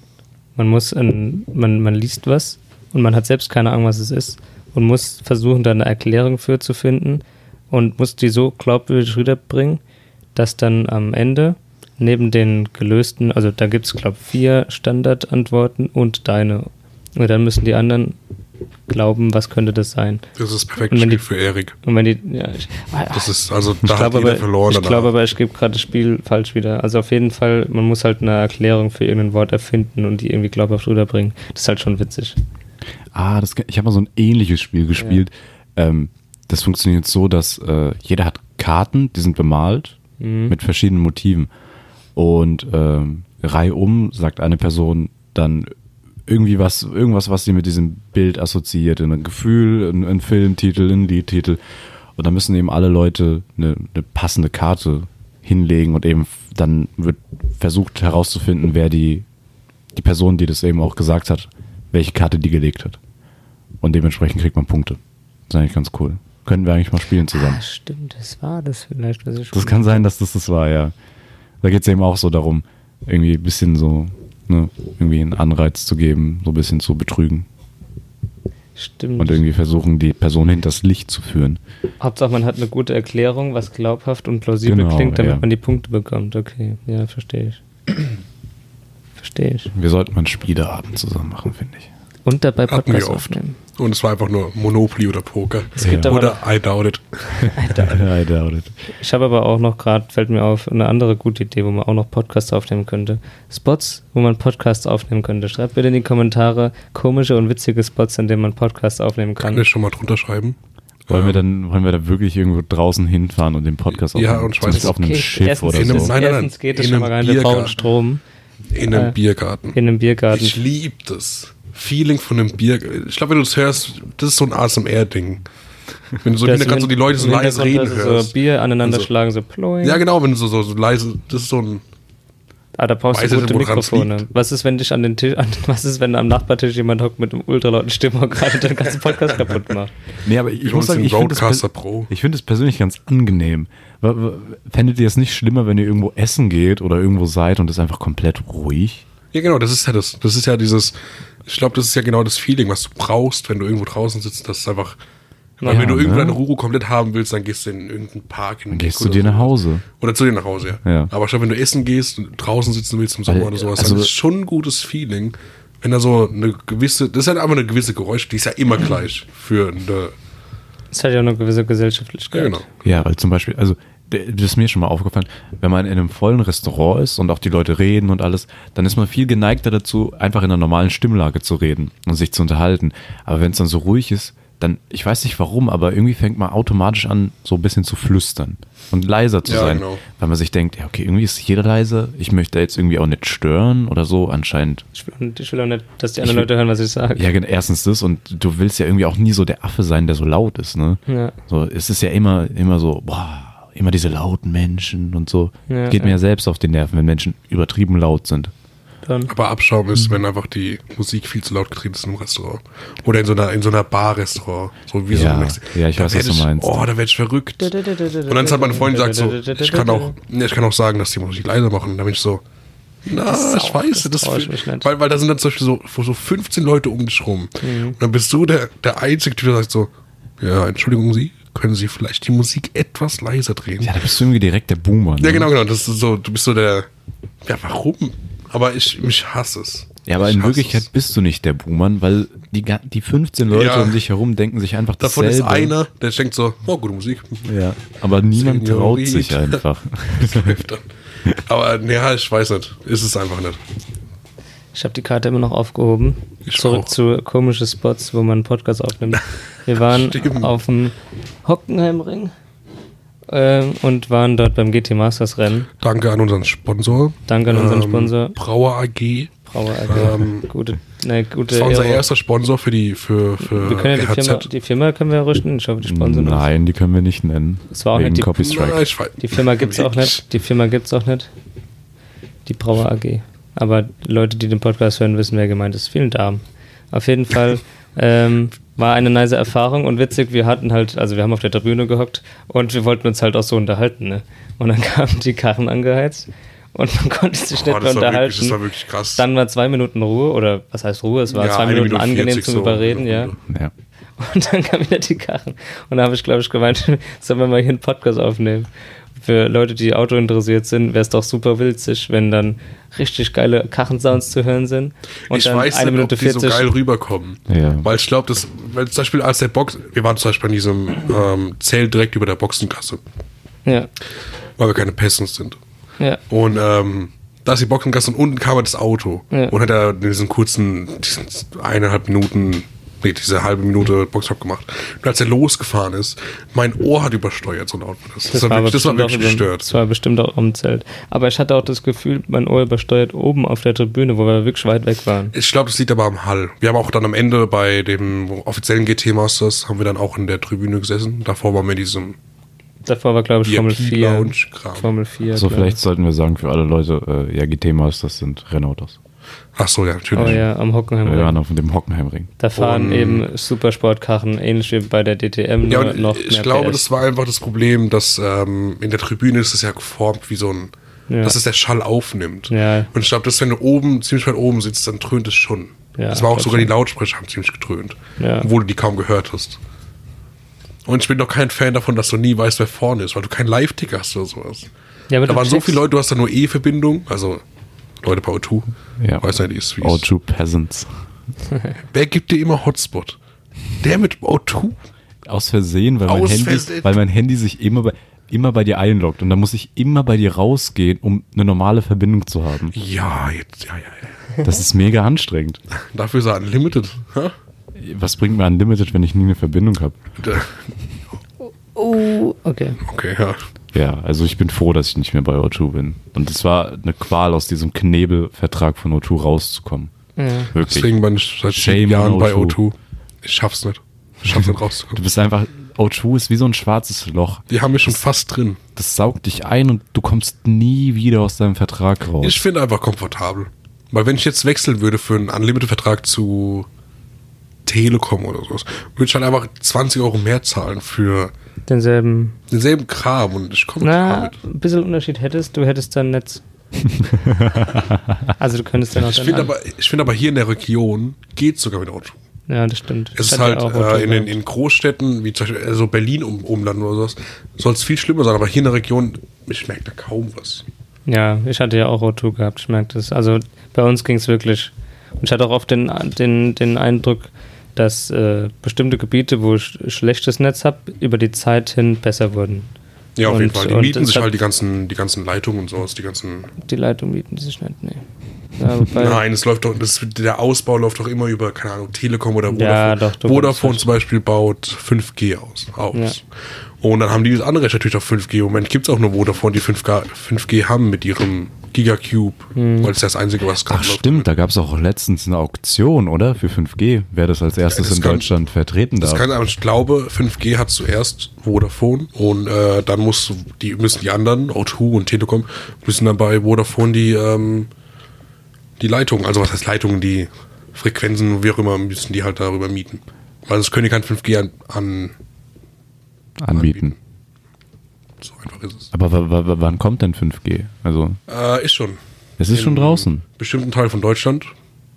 Man muss, ein, man, man liest was und man hat selbst keine Ahnung, was es ist und muss versuchen, da eine Erklärung für zu finden und muss die so glaubwürdig rüberbringen, dass dann am Ende neben den gelösten, also da gibt es, glaube ich, vier Standardantworten und deine. Und dann müssen die anderen glauben, was könnte das sein. Das ist das perfekte Und wenn Spiel die- für Erik. Und wenn die, ja, ich, Das ist, also ich da hat glaube jeder aber, verloren. ich, danach. glaube aber, ich gebe gerade das Spiel falsch wieder. Also auf jeden Fall, man muss halt eine Erklärung für irgendein Wort erfinden und die irgendwie glaubhaft rüberbringen. Das ist halt schon witzig. Ah, das, ich habe mal so ein ähnliches Spiel gespielt. Ähm, das funktioniert so, dass äh, jeder hat Karten, die sind bemalt mit verschiedenen Motiven. Und ähm, reihum sagt eine Person dann irgendwie was, irgendwas, was sie mit diesem Bild assoziiert. Ein Gefühl, ein, ein Filmtitel, ein Liedtitel. Und dann müssen eben alle Leute eine, eine passende Karte hinlegen und eben f- dann wird versucht herauszufinden, wer die die Person, die das eben auch gesagt hat, welche Karte die gelegt hat. Und dementsprechend kriegt man Punkte. Das ist eigentlich ganz cool. Könnten wir eigentlich mal spielen zusammen. Ah, stimmt, das war das vielleicht. Was ich Das kann sein, dass das das war, ja. Da geht es eben auch so darum, irgendwie ein bisschen so, ne, irgendwie einen Anreiz zu geben, so ein bisschen zu betrügen. Stimmt. und irgendwie versuchen, die Person hinters Licht zu führen. Hauptsache, man hat eine gute Erklärung, was glaubhaft und plausibel Genau, klingt, damit ja. man die Punkte bekommt. Okay, ja, verstehe ich. *clears throat* verstehe ich. Wir sollten mal einen Spieleabend zusammen machen, finde ich. Und dabei Hatten Podcast wir oft. aufnehmen. Und es war einfach nur Monopoly oder Poker. gibt aber Oder I doubt it. I doubt it. Ich habe aber auch noch gerade, fällt mir auf, eine andere gute Idee, wo man auch noch Podcasts aufnehmen könnte. Spots, wo man Podcasts aufnehmen könnte. Schreibt bitte in die Kommentare komische und witzige Spots, in denen man Podcasts aufnehmen Kann kann. ich schon mal drunter schreiben. Ähm, Wollen wir, dann, wollen wir da wirklich irgendwo draußen hinfahren und den Podcast Ja, aufnehmen? und Zum Beispiel schmeißen- auf einem Okay, Schiff erstens oder ist so. es- Nein, nein, nein. Erstens geht es In schon einem mal rein, wir Biergarten. brauchen Strom In einem Äh, Biergarten. in einem Biergarten. Ich liebe das. Feeling von einem Bier. Ich glaube, wenn du es hörst, das ist so ein ASMR-Ding. Wenn du so, Da kannst du im- die Leute so im leise reden Hintergrund, dass sie hörst. So Bier aneinander Und so. schlagen, so ploing. Ja, genau, wenn du so, so, so leise, das ist so ein, Ah, da brauchst Weiß du es, gute woran's Mikrofone. liegt. Was ist, wenn dich an den Tisch, an, was ist, wenn am Nachbartisch jemand hockt mit einem ultralauten Stimme und gerade den ganzen *laughs* Podcast kaputt macht? Nee, aber ich, Wir ich holen muss uns sagen, den ich finde das, Rodecaster pers- Pro. ich find das persönlich ganz angenehm. W- w- Fändet ihr es nicht schlimmer, wenn ihr irgendwo essen geht oder irgendwo seid und es einfach komplett ruhig? ja genau, das ist ja das, das ist ja dieses, ich glaube, das ist ja genau das Feeling, was du brauchst, wenn du irgendwo draußen sitzt, das ist einfach, weil Ja, wenn du ne? irgendwann Ruru komplett haben willst, dann gehst du in irgendeinen Park. In den Dann gehst Gig du oder dir nach Hause. Oder zu dir nach Hause, ja. Ja. Aber schon, wenn du essen gehst und draußen sitzen willst im Sommer Weil, oder sowas, also- dann ist schon ein gutes Feeling, wenn da so eine gewisse, das ist halt einfach eine gewisse Geräusche, die ist ja immer gleich für eine, Das hat ja auch eine gewisse Gesellschaftlichkeit. ja genau. Ja, weil zum Beispiel, also d- das ist mir schon mal aufgefallen, wenn man in einem vollen Restaurant ist und auch die Leute reden und alles, dann ist man viel geneigter dazu, einfach in einer normalen Stimmlage zu reden und sich zu unterhalten. Aber wenn es dann so ruhig ist, dann, ich weiß nicht warum, aber irgendwie fängt man automatisch an, so ein bisschen zu flüstern und leiser zu Ja, sein. genau. Weil man sich denkt, ja, okay, irgendwie ist jeder leise, ich möchte jetzt irgendwie auch nicht stören oder so, anscheinend. Ich will, auch nicht- ich will auch nicht, dass die anderen will- Leute hören, was ich sage. Ja, gen- erstens das und du willst ja irgendwie auch nie so der Affe sein, der so laut ist, ne? Ja. So, es ist ja immer, immer so, boah, immer diese lauten Menschen und so. Ja, es geht mir ja. ja selbst auf die Nerven, wenn Menschen übertrieben laut sind. Dann. Aber Abschaum ist, wenn einfach die Musik viel zu laut getreten ist im Restaurant. Oder in so einer, in so einer Bar-Restaurant. So wie so Ja, ein Mexi- ja, ich Da weiß, was werd du meinst. Oh, da werde ich verrückt. Und dann hat meine Freundin gesagt so, ich kann auch, nee, ich kann auch sagen, dass die Musik leiser machen. Und da bin ich so, na, ich auch- weiß, das das, trau ich fühl- mich nicht. weil, weil da sind dann zum Beispiel so, so 15 Leute um dich rum. Mhm. Und dann bist du der, der Einzige, der sagt so, ja, Entschuldigung, Sie, können Sie vielleicht die Musik etwas leiser drehen? Ja, da bist du irgendwie direkt der Boomer. Ne? Ja, genau, genau. Das ist so, du bist so der, ja, warum? Aber ich, mich hasse es. Ja, aber Ich in hasse Wirklichkeit es. bist du nicht der Boomer, weil die, ga- die 15 Leute Ja. um dich herum denken sich einfach Davon dasselbe. ist einer, der denkt so, oh, gute Musik. Ja, aber niemand traut Seniorit. *laughs* sich einfach. *laughs* Hilft dann. Aber ne, ja, ich weiß nicht. Ist es einfach nicht. Ich habe die Karte immer noch aufgehoben. Ich Zurück auch. zu komischen Spots, wo man einen Podcast aufnimmt. Wir waren *laughs* Stimmt. auf dem Hockenheimring ähm, und waren dort beim GT Masters Rennen. Danke an unseren Sponsor. Danke an unseren Ähm, Sponsor. Brauer AG. Brauer AG. Ähm, also gute, ne, gute Das war unser Ehre. erster Sponsor für die für, für Wir können ja die RZ. Firma, die Firma können wir rüsten. Ich hoffe, die sponsern uns. Nein, die können wir nicht nennen. Das war auch wegen nicht die- Copy Nein, Strike. ich weiß. Die Firma gibt's auch nicht. Die Firma gibt's auch nicht. Die Brauer AG. Aber Leute, die den Podcast hören, wissen, wer gemeint ist. Vielen Dank. Auf jeden *laughs* Fall ähm, war eine nice Erfahrung und witzig. Wir hatten halt, also wir haben auf der Tribüne gehockt und wir wollten uns halt auch so unterhalten. Ne? Und dann *laughs* kamen die Karren angeheizt und man konnte sich Boah, nicht mehr das, war wirklich, unterhalten. das war wirklich krass. dann war zwei Minuten Ruhe oder was heißt Ruhe? Es war Ja, zwei eine Minuten Minute angenehm 40 zum so. Überreden, ja. Ja. Und dann kam wieder die Karren. Und da habe ich, glaube ich, gemeint, *laughs* sollen wir mal hier einen Podcast aufnehmen. Für Leute, die Auto interessiert sind, wäre es doch super witzig, wenn dann richtig geile Karrensounds zu hören sind. Und ich dann weiß eine nicht, Minute ob die so 40. geil rüberkommen. Ja. Weil ich glaube, das, weil zum Beispiel als der Box, wir waren zum Beispiel in diesem ähm, Zelt direkt über der Boxenkasse, ja, weil wir keine Pessens sind. ja. Und ähm, da ist die Boxengasse und unten kam halt das Auto. Ja. Und hat da diesen kurzen, diesen eineinhalb Minuten, nee, diese halbe Minute Boxstop gemacht. Und als er losgefahren ist, mein Ohr hat übersteuert, so laut war das. Das, war, aber wirklich, das war bestimmt wirklich auch über- gestört. Das war bestimmt auch am Zelt. Aber ich hatte auch das Gefühl, mein Ohr übersteuert oben auf der Tribüne, wo wir wirklich weit weg waren. Ich glaube, das liegt aber am Hall. Wir haben auch dann am Ende bei dem offiziellen GT Masters, haben wir dann auch in der Tribüne gesessen. Davor waren wir in diesem Davor war, glaube ich, Formel 4. VIP-Lounge-Kram. Formel 4. So, glaub ich. vielleicht sollten wir sagen für alle Leute, äh, ja, GT-Masters sind Rennautos. Ach so, ja, natürlich. Oh ja, am Hockenheim. Wir waren auf genau, dem Hockenheimring. Da fahren eben Supersportkarren, ähnlich wie bei der DTM, Ja, nur und noch ich mehr glaube, PS. das war einfach das Problem, dass ähm, in der Tribüne ist es ja geformt wie so ein Ja. dass es der Schall aufnimmt. Ja. Und ich glaube, dass wenn du oben, ziemlich weit oben sitzt, dann dröhnt es schon. Ja, das war auch glaub sogar schon. die Lautsprecher haben ziemlich getröhnt, Ja. obwohl du die kaum gehört hast. Und ich bin doch kein Fan davon, dass du nie weißt, wer vorne ist, weil du keinen Live-Tick hast oder sowas. Ja, aber da du waren so checkst- viele Leute, du hast da nur E-Verbindung, also Leute bei O2. Weiß nicht, die ist wie All true peasants. Wer gibt dir immer Hotspot? Der mit O2? Aus Versehen, weil mein, Aus Handy, Versehen. weil mein Handy sich immer bei, immer bei dir einloggt. Und dann muss ich immer bei dir rausgehen, um eine normale Verbindung zu haben. Ja, jetzt, ja, ja, ja. Das ist mega anstrengend. Dafür ist er unlimited. Ha? Was bringt mir Unlimited, wenn ich nie eine Verbindung habe? Da- Oh, okay. Okay, ja. Ja, also ich bin froh, dass ich nicht mehr bei O2 bin. Und es war eine Qual, aus diesem Knebelvertrag von O2 rauszukommen. Wirklich. Deswegen bin ich seit Shame sieben on Jahren bei O2. O2. Ich schaff's nicht. Ich schaff's nicht du rauszukommen. bist einfach, O2 ist wie so ein schwarzes Loch. Die haben mich schon fast drin. Das saugt dich ein und du kommst nie wieder aus deinem Vertrag raus. Ich finde einfach komfortabel. Weil wenn ich jetzt wechseln würde für einen Unlimited-Vertrag zu Telekom oder sowas, würde ich halt einfach 20 Euro mehr zahlen für Denselben. denselben Kram und ich komme nicht Na, damit. ein bisschen Unterschied hättest, du hättest dann *laughs* Netz. also du könntest dann auch Ich dein finde An- aber, ich finde aber hier in der Region geht sogar mit O2. Ja, das stimmt. Es ist Hat ja halt auch äh, in, den, Autobahn. in Großstädten, wie zum Beispiel also Berlin um, umland oder sowas, soll es viel schlimmer sein, aber hier in der Region, ich merke da kaum was. Ja, ich hatte ja auch O2 gehabt, ich merke das. Also bei uns ging es wirklich. Und ich hatte auch oft den, den, den Eindruck, dass äh, bestimmte Gebiete, wo ich schlechtes Netz habe, über die Zeit hin besser wurden. Ja, auf Und- jeden Fall. Die und mieten es sich hat- halt die ganzen, die ganzen Leitungen und sowas, die ganzen. Die Leitung mieten sich nicht, nee. Ja, wobei- Nein, es läuft doch, das, der Ausbau läuft doch immer über, keine Ahnung, Telekom oder Vodafone. Ja, doch, du Vodafone kannst- zum Beispiel baut 5G aus. aus. Und dann haben die das Anrecht natürlich auf 5G. Im Moment gibt es auch nur Vodafone, die 5G, 5G haben mit ihrem Gigacube, Hm. weil es das Einzige, was gerade Ach stimmt, da gab es auch letztens eine Auktion, oder? Für 5G, wer das als erstes das in kann- Deutschland vertreten Das darf. kann, aber ich glaube, 5G hat zuerst Vodafone und äh, dann muss, die, müssen die anderen, O2 und Telekom, müssen dann bei Vodafone die, ähm, die Leitungen, also was heißt Leitungen, die Frequenzen, wie auch immer, müssen die halt darüber mieten. Weil sonst können die kein 5G an, an anbieten. so einfach ist es. Aber w- w- wann kommt denn 5G? Also, Äh, ist schon. es ist schon draußen. Bestimmten Teil von Deutschland.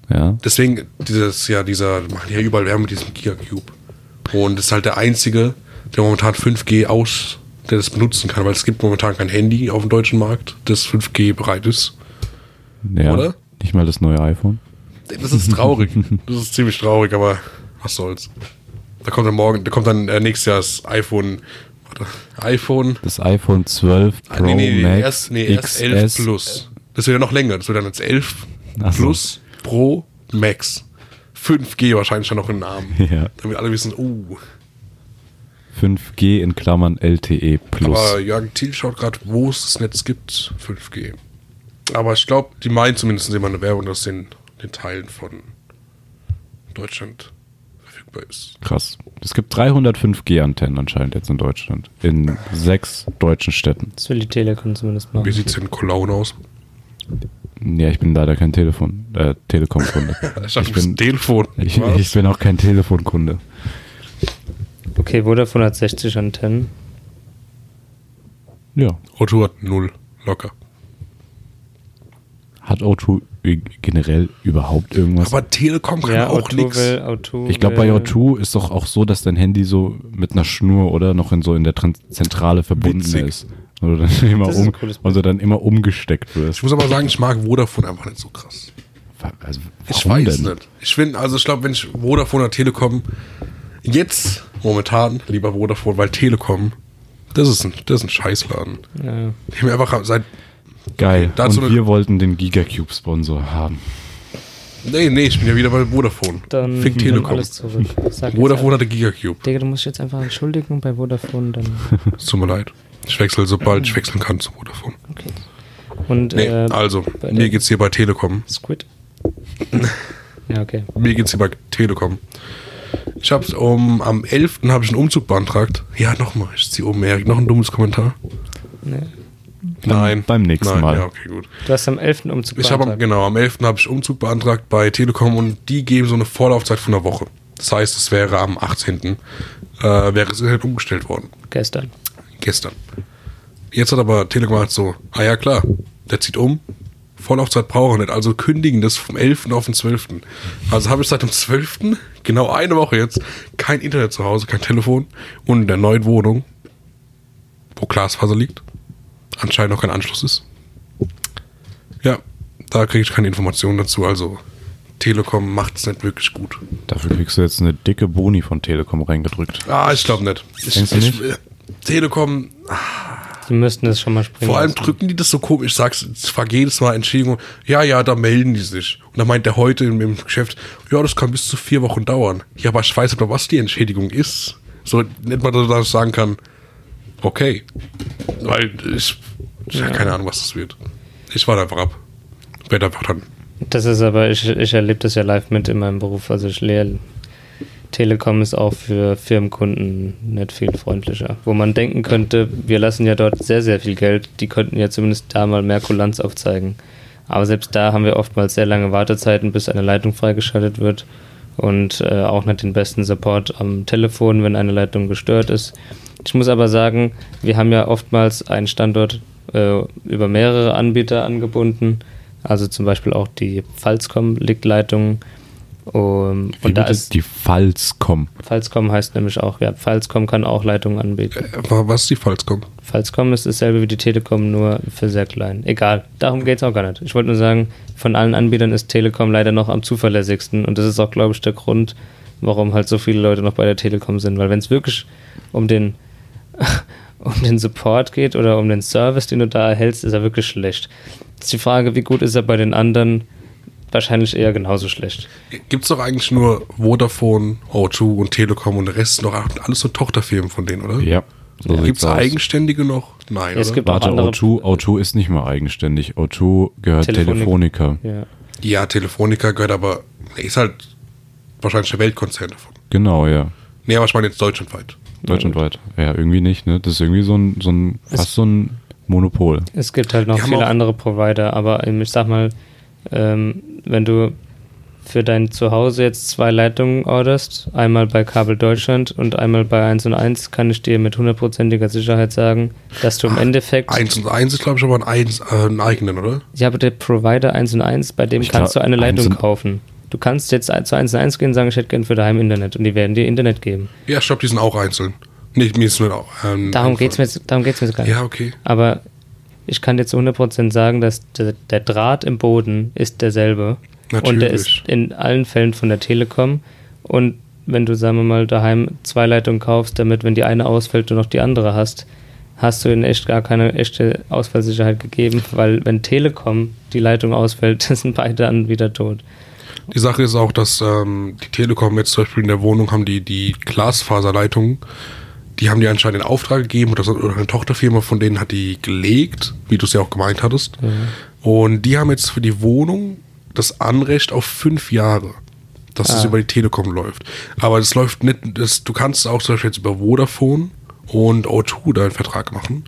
Ja. Deswegen, dieses, ja, dieser, machen die ja überall Werbung mit diesem Gigacube. Und das ist halt der einzige, der momentan 5G aus, der das benutzen kann, weil es gibt momentan kein Handy auf dem deutschen Markt, das 5G bereit ist. ja. Oder? Nicht mal das neue iPhone. Das ist traurig. *laughs* Das ist ziemlich traurig, aber was soll's. Da kommt dann morgen, da kommt dann äh, nächstes Jahr das iPhone, warte, iPhone, Das iPhone 12 ah, Pro nee, nee, nee, Max erst, nee, erst 11 XS. Plus. Das wird ja noch länger, das wird dann jetzt 11 Ach so. Plus Pro Max. 5G wahrscheinlich schon noch im Namen. *laughs* Ja. Damit alle wissen, uh, 5G in Klammern LTE Plus. Aber Jürgen Thiel schaut gerade, wo es das Netz gibt, 5G. Aber ich glaube, die meinen zumindest immer eine Werbung, dass den, den Teilen von Deutschland verfügbar ist. Krass. Es gibt 300 5G-Antennen anscheinend jetzt in Deutschland. In sechs deutschen Städten. Das will die Telekom zumindest Wie machen. sieht es in Cologne aus? Ja, ich bin leider kein Telefon, äh, *laughs* Telekom-Kunde. Ich dachte, ich, du bist ein bin, Telefon. *laughs* ich, Was? ich bin auch kein Telefonkunde. Okay, Vodafone hat 60 Antennen. Ja. Otto hat null, locker. Hat O2 ü- generell überhaupt irgendwas? Aber Telekom kann Ja, auch O2 nichts. will, O2 ich äh, glaube, bei will- O2 ist doch auch so, dass dein Handy so mit einer Schnur oder noch in so in der Tran Zentrale verbunden Witzig. ist. Und du, dann *laughs* immer Das ist ein um, cooles Bild. und du dann immer umgesteckt wirst. Ich muss aber sagen, ich mag Vodafone einfach nicht so krass. also, Ich warum weiß denn? nicht. Ich finde, also ich glaube, wenn ich Vodafone oder Telekom jetzt momentan lieber Vodafone, weil Telekom, das ist ein, das ist ein Scheißladen. Ja. Die haben einfach seit Geil. Dazu und eine- wir wollten den Gigacube-Sponsor haben. Nee, nee, ich bin ja wieder bei Vodafone. Dann Fick kommt Telekom. alles zurück. Sag jetzt Vodafone hatte Gigacube. Digga, du musst dich jetzt einfach entschuldigen bei Vodafone dann. Es tut mir leid. Ich wechsle, sobald ich wechseln kann, zu Vodafone. Und Nee, äh, also, bei mir der- geht's hier bei Telekom. *laughs* Squid. ja, okay. Mir geht's hier bei Telekom. Ich hab's um, am 11. habe ich einen Umzug beantragt. Ja, nochmal, ich zieh um, Erik. Noch ein dummes Kommentar? Nee. Nein. beim nächsten Nein. Mal. Ja, okay, gut. Du hast am 11. Umzug Ich habe beantragt. genau am 11. habe ich Umzug beantragt bei Telekom und die geben so eine Vorlaufzeit von einer Woche. Das heißt, es wäre am 18. Äh, wäre es halt umgestellt worden. gestern. gestern. Jetzt hat aber Telekom halt so, ah ja klar, der zieht um. Vorlaufzeit braucht er nicht. Also kündigen das vom 11. auf den 12. Also habe ich seit dem 12. genau eine Woche jetzt kein Internet zu Hause, kein Telefon und in der neuen Wohnung, wo Glasfaser liegt, anscheinend noch kein Anschluss ist. Ja, da kriege ich keine Informationen dazu. Also Telekom macht es nicht wirklich gut. Dafür kriegst du jetzt eine dicke Boni von Telekom reingedrückt. Ah, ich glaube nicht. Ich, Denkst du ich, nicht? äh, Telekom, Die müssten das schon mal springen. vor allem lassen. drücken die das so komisch. Ich sag's, ich frage jedes Mal Entschädigung. Ja, ja, da melden die sich. Und dann meint der heute im, im Geschäft, ja, das kann bis zu vier Wochen dauern. Ja, aber ich weiß nicht, mal, was die Entschädigung ist. So, nicht mal, dass ich sagen kann, okay. Weil ich, ich ja. keine Ahnung, was das wird. Ich warte einfach ab. Werde einfach dann. Das ist aber, ich, ich erlebe das ja live mit in meinem Beruf. Also ich lehre, Telekom ist auch für Firmenkunden nicht viel freundlicher. Wo man denken könnte, wir lassen ja dort sehr, sehr viel Geld. Die könnten ja zumindest da mal mehr Kulanz aufzeigen. Aber selbst da haben wir oftmals sehr lange Wartezeiten, bis eine Leitung freigeschaltet wird. Und äh, auch nicht den besten Support am Telefon, wenn eine Leitung gestört ist. Ich muss aber sagen, wir haben ja oftmals einen Standort äh, über mehrere Anbieter angebunden. Also zum Beispiel auch die Falzcom-Leitung. Um, Wie und da wird ist die Falscom? Falscom heißt nämlich auch, ja, Falscom kann auch Leitungen anbieten. Äh, Was die Falscom? Falscom ist dasselbe wie die Telekom, nur für sehr klein. Egal, darum geht's auch gar nicht. Ich wollte nur sagen, von allen Anbietern ist Telekom leider noch am zuverlässigsten und das ist auch, glaube ich, der Grund, warum halt so viele Leute noch bei der Telekom sind. Weil wenn es wirklich um den, *laughs* um den Support geht oder um den Service, den du da erhältst, ist er wirklich schlecht. Ist die Frage, wie gut ist er bei den anderen? Wahrscheinlich eher genauso schlecht. Gibt's doch eigentlich nur Vodafone, O2 und Telekom und der Rest noch alles so Tochterfirmen von denen, oder? Ja. So Gibt's sieht's aus. eigenständige noch? Nein. Es oder? gibt- Warte, Auch andere- O2, O2 ist nicht mehr eigenständig. O2 gehört Telefonik- Telefonica. Ja. ja, Telefonica gehört aber, nee, ist halt wahrscheinlich der Weltkonzern davon. Genau, ja. Nee, aber ich meine jetzt deutschlandweit. Deutschlandweit. Ja, irgendwie nicht, ne? Das ist irgendwie so ein, so ein fast so ein Monopol. Es gibt halt noch Die haben viele auch- andere Provider, aber ähm, ich sag mal, ähm, wenn du für dein Zuhause jetzt zwei Leitungen orderst, einmal bei Kabel Deutschland und einmal bei 1 und 1, kann ich dir mit hundertprozentiger Sicherheit sagen, dass du im Endeffekt, Eins und eins ist, glaube ich, aber ein, eins, äh, einen eigenen, oder? ja, aber der Provider 1 und 1, bei dem Ich kannst glaub, du eine 1 Leitung und- kaufen. Du kannst jetzt zu 1 und 1 gehen und sagen, ich hätte gern für daheim Internet und die werden dir Internet geben. Ja, ich glaube, die sind auch einzeln. Nee, mir ist mir auch. Ähm, Darum einfallen. geht's mir, jetzt- darum geht's mir jetzt gar nicht. Ja, okay. Aber ich kann dir zu 100% sagen, dass der, der Draht im Boden ist derselbe. Und der Natürlich. ist in allen Fällen von der Telekom. Und wenn du, sagen wir mal, daheim zwei Leitungen kaufst, damit, wenn die eine ausfällt, du noch die andere hast, hast du ihnen echt gar keine echte Ausfallsicherheit gegeben, weil wenn Telekom die Leitung ausfällt, *laughs* sind beide dann wieder tot. Die Sache ist auch, dass ähm, die Telekom jetzt zum Beispiel in der Wohnung haben die, die Glasfaserleitungen, die haben die anscheinend in Auftrag gegeben oder, so- oder eine Tochterfirma von denen hat die gelegt, wie du es ja auch gemeint hattest. Und die haben jetzt für die Wohnung das Anrecht auf fünf Jahre, dass es Ah. über die Telekom läuft. Aber das läuft nicht, das, du kannst auch zum Beispiel jetzt über Vodafone und O2 da einen Vertrag machen.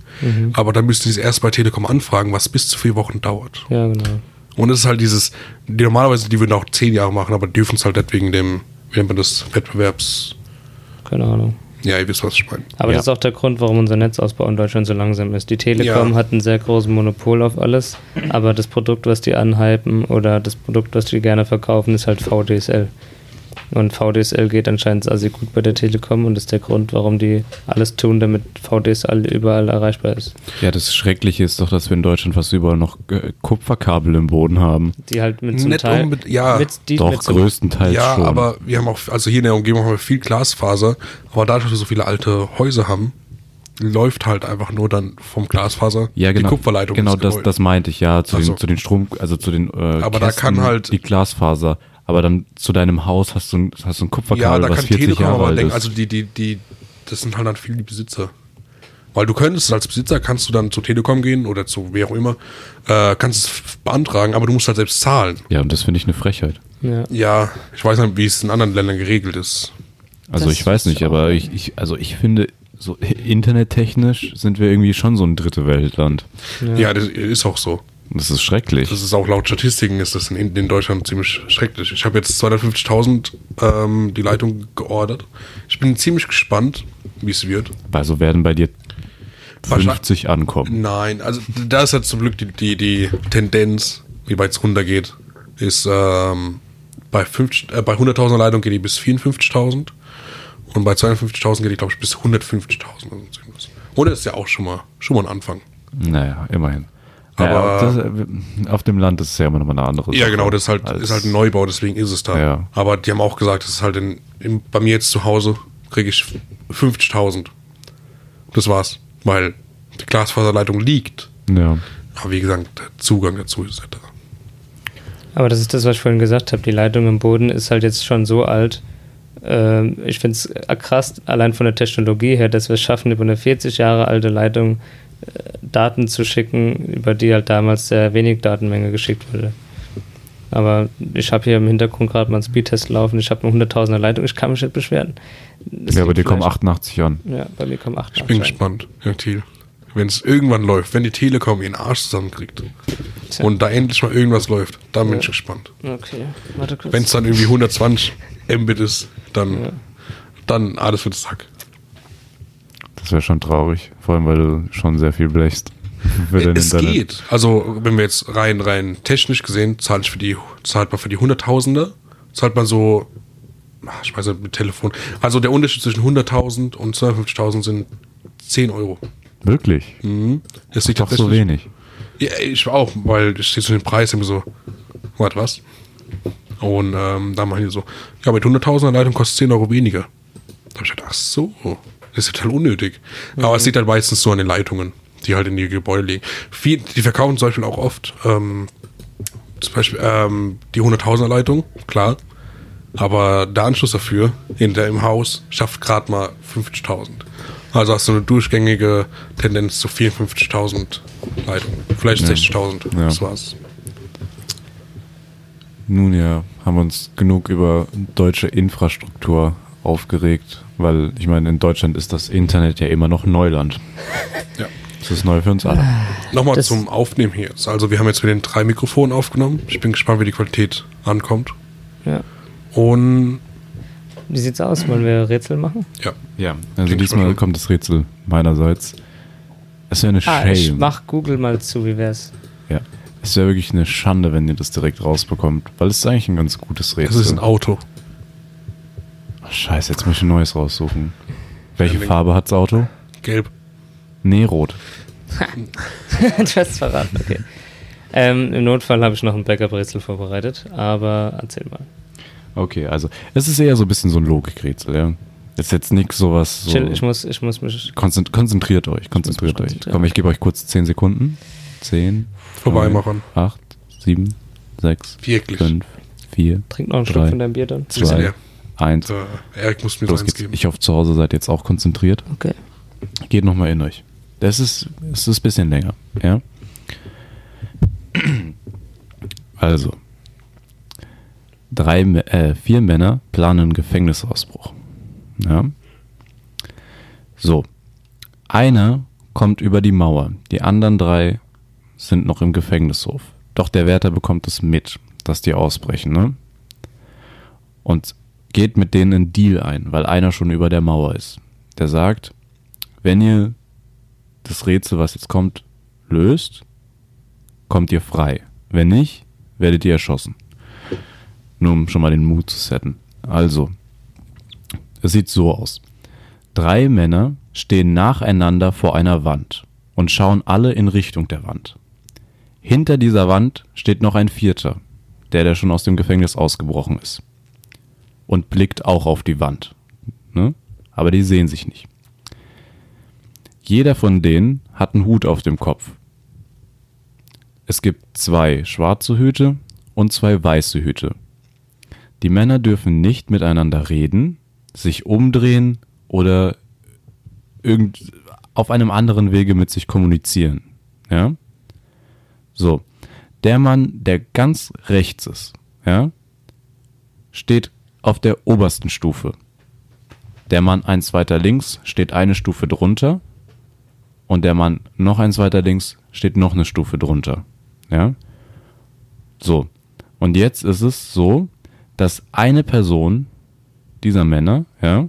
Aber dann müssen die es erst bei Telekom anfragen, was bis zu vier Wochen dauert. Ja, genau. Und es ist halt dieses, die normalerweise, die würden auch zehn Jahre machen, aber dürfen es halt nicht wegen dem, wie nennt man das, Wettbewerbs. Keine Ahnung. Ja, ihr wisst, was ich meine. Aber Ja. das ist auch der Grund, warum unser Netzausbau in Deutschland so langsam ist. Die Telekom Ja. hat einen sehr großen Monopol auf alles, aber das Produkt, was die anhypen oder das Produkt, was die gerne verkaufen, ist halt VDSL. Und VDSL geht anscheinend also gut bei der Telekom und ist der Grund, warum die alles tun, damit VDSL überall erreichbar ist. Ja, das Schreckliche ist doch, dass wir in Deutschland fast überall noch äh, Kupferkabel im Boden haben. Die halt mit zum Nicht Teil unbedingt- ja. mit, die doch, mit zum- größtenteils ja, schon. aber wir haben auch, also hier in der Umgebung haben wir viel Glasfaser, aber dadurch, dass wir so viele alte Häuser haben, läuft halt einfach nur dann vom Glasfaser ja, genau, die Kupferleitung. Genau, ins das, Gebäude. das meinte ich, ja. Zu, Ach so. den, zu den Strom, also zu den äh, Aber da kann halt- die Glasfaser. Aber dann zu deinem Haus hast du ein, hast du ein ja, Kupferkabel, da was kann 40 Telekom Jahre aber alt denken, ist. also die, die, die, das sind halt dann viele die Besitzer. Weil du könntest als Besitzer, kannst du dann zu Telekom gehen oder zu wer auch immer, äh, kannst es beantragen, aber du musst halt selbst zahlen. ja, und das finde ich eine Frechheit. ja. Ja, ich weiß nicht, wie es in anderen Ländern geregelt ist. Also Das ich weiß nicht, ist auch aber ich, ich, also ich finde, so internettechnisch sind wir irgendwie schon so ein dritte Weltland. Ja, das ist auch so. Und Das ist schrecklich. Das ist auch laut Statistiken ist das in, in Deutschland ziemlich schrecklich. Ich habe jetzt 250.000 ähm, die Leitung geordert. Ich bin ziemlich gespannt, wie es wird. Also werden bei dir Wahrscheinlich- 50 ankommen. Nein, also *laughs* da ist jetzt zum Glück die, die, die Tendenz, wie weit es runtergeht, ist ähm, bei, fünf- äh, bei 100.000 Leitung geht die bis 54.000 und bei 52.000 geht die, glaube ich, bis 150.000. oder so irgendwas. Oder ist ja auch schon mal, schon mal ein Anfang. Naja, immerhin. Aber- naja, das, äh, auf dem Land ist es ja immer nochmal eine andere Ja, genau, das ist halt, als- ist halt ein Neubau, deswegen ist es da. Ja. Aber die haben auch gesagt, das ist halt in, in, bei mir jetzt zu Hause, kriege ich 50.000. Das war's, weil die Glasfaserleitung liegt. Ja. Aber wie gesagt, der Zugang dazu ist halt da. Aber das ist das, was ich vorhin gesagt habe. Die Leitung im Boden ist halt jetzt schon so alt. Ähm, ich finde es krass, allein von der Technologie her, dass wir es schaffen, über eine 40 Jahre alte Leitung äh, Daten zu schicken, über die halt damals sehr wenig Datenmenge geschickt wurde. Aber ich habe hier im Hintergrund gerade mal einen Speedtest laufen. Ich habe eine 100.000er Leitung. Ich kann mich nicht beschweren. Das ja, aber liegt die kommen vielleicht- 88 an. Ja, bei mir kommen 8. Ich bin gespannt, Herr Thiel. Wenn es irgendwann läuft, wenn die Telekom ihren Arsch zusammenkriegt Tja. und da endlich mal irgendwas läuft, dann bin Ja. ich gespannt. Okay, warte kurz. Wenn es dann irgendwie 120 Mbit ist, dann, dann alles wird Sack. Das wäre schon traurig. Vor allem, weil du schon sehr viel *laughs* blechst. Für dein Äh, es Internet. geht. Also, wenn wir jetzt rein, rein technisch gesehen, zahlt, ich für die, zahlt man für die Hunderttausende, zahlt man so, ach, ich weiß nicht, mit Telefon. Also, der Unterschied zwischen 100.000 und 250.000 sind 10 Euro. Wirklich? Mhm, Das liegt Doch so wenig. Ja, ich auch, weil ich sehe zu den Preis immer so, warte, was? Und ähm, da machen die so, ja, mit 100.000er Leitung kostet 10 Euro weniger. Da habe ich gedacht, ach so, das ist total unnötig. Aber es liegt halt meistens so an den Leitungen, die halt in die Gebäude liegen. Viel, die verkaufen zum Beispiel auch oft, ähm, zum Beispiel ähm, die 100.000er Leitung, klar. Aber der Anschluss dafür in der, im Haus schafft gerade mal 50.000. Also hast du eine durchgängige Tendenz zu 54.000 Leitungen. Vielleicht 60.000. Ja. Das war's. Nun ja, haben wir uns genug über deutsche Infrastruktur aufgeregt, weil ich meine, in Deutschland ist das Internet ja immer noch Neuland. Ja. Das ist neu für uns alle. Nochmal Das- zum Aufnehmen hier. Also wir haben jetzt mit den drei Mikrofonen aufgenommen. Ich bin gespannt, wie die Qualität ankommt. Ja. Und Wie sieht's aus? Wollen wir Rätsel machen? ja, Ja, also Klingt diesmal schon. kommt das Rätsel meinerseits. Es wäre eine Ah, ich Shame. mach Google mal zu, wie wär's? ja. Es wäre wirklich eine Schande, wenn ihr das direkt rausbekommt, weil es ist eigentlich ein ganz gutes das Rätsel. ist ein Auto. Ach, scheiße, jetzt muss ich ein neues raussuchen. Welche Link. Farbe hat das Auto? Gelb. Nee, rot. *laughs* du hast verraten, okay. Ähm, Im Notfall habe ich noch ein Backup-Rätsel vorbereitet, aber erzähl mal. Okay, also es ist eher so ein bisschen so ein Logikrätsel, ja. Ist jetzt nichts sowas so. Chill, ich muss, ich muss mich. Konzent konzentriert euch, konzentriert euch. konzentrieren. Komm, ich gebe euch kurz 10 Sekunden. 10, Vorbeimachen. 8, 7, 6, Wirklich. 5, 4, Trink noch einen Drei. Schluck von deinem Bier dann. Bisschen 2, leer. 1. Äh, Erik muss mir so Los eins geht's. geben. Ich hoffe, zu Hause seid ihr jetzt auch konzentriert. Okay. Geht nochmal in euch. Das ist, es ist ein bisschen länger, ja? Also, drei, Mä- äh, vier Männer planen einen Gefängnisausbruch. Ja? So, einer kommt über die Mauer, die anderen drei sind noch im Gefängnishof. Doch der Wärter bekommt es mit, dass die ausbrechen, ne? Und geht mit denen einen Deal ein, weil einer schon über der Mauer ist. Der sagt, wenn ihr das Rätsel, was jetzt kommt, löst, kommt ihr frei. Wenn nicht, werdet ihr erschossen. Nur um schon mal den Mut zu setten. Also, es sieht so aus. Drei Männer stehen nacheinander vor einer Wand und schauen alle in Richtung der Wand. Hinter dieser Wand steht noch ein Vierter, der, der schon aus dem Gefängnis ausgebrochen ist. Und blickt auch auf die Wand. Ne? Aber die sehen sich nicht. Jeder von denen hat einen Hut auf dem Kopf. Es gibt zwei schwarze Hüte und zwei weiße Hüte. Die Männer dürfen nicht miteinander reden, sich umdrehen oder irgend auf einem anderen Wege mit sich kommunizieren. Ja? So, der Mann, der ganz rechts ist, ja, steht auf der obersten Stufe. Der Mann eins weiter links steht eine Stufe drunter und der Mann noch eins weiter links steht noch eine Stufe drunter. Ja? So. Und jetzt ist es so, dass eine Person dieser Männer, ja,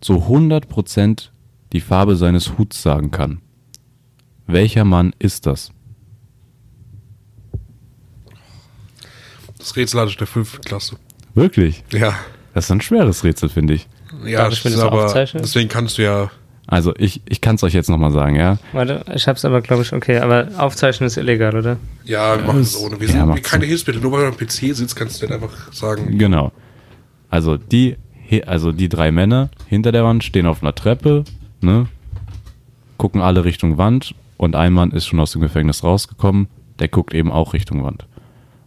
zu 100% die Farbe seines Huts sagen kann. Welcher Mann ist das? Das Rätsel hatte ich in der fünften Klasse. Wirklich? Ja. Das ist ein schweres Rätsel, finde ich. Ja, ich mir das aufzeichnen? deswegen kannst du ja. Also ich, ich kann es euch jetzt nochmal sagen, ja. Warte, ich hab's aber, glaube ich, okay, aber aufzeichnen ist illegal, oder? Ja, wir machen es ohne. Wir ja, sind macht's wir keine so. Hilfsmittel. Nur weil du am PC sitzt, kannst du nicht einfach sagen. Genau. Also die, he- also die drei Männer hinter der Wand stehen auf einer Treppe, ne? gucken alle Richtung Wand und ein Mann ist schon aus dem Gefängnis rausgekommen, der guckt eben auch Richtung Wand.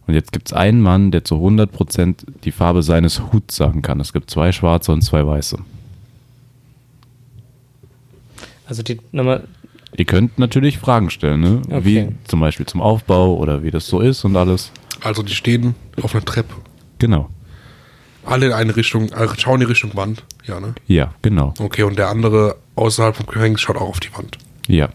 Und jetzt gibt es einen Mann, der zu 100% die Farbe seines Huts sagen kann. Es gibt zwei schwarze und zwei weiße. Also die Nummer, Ihr könnt natürlich Fragen stellen, ne? Okay. wie zum Beispiel zum Aufbau oder wie das so ist und alles. Also, die stehen auf einer Treppe. Genau. Alle in eine Richtung, äh, schauen in die Richtung Wand. Ja, ne? Ja, genau. Okay, und der andere außerhalb vom Gefängnis schaut auch auf die Wand. Ja.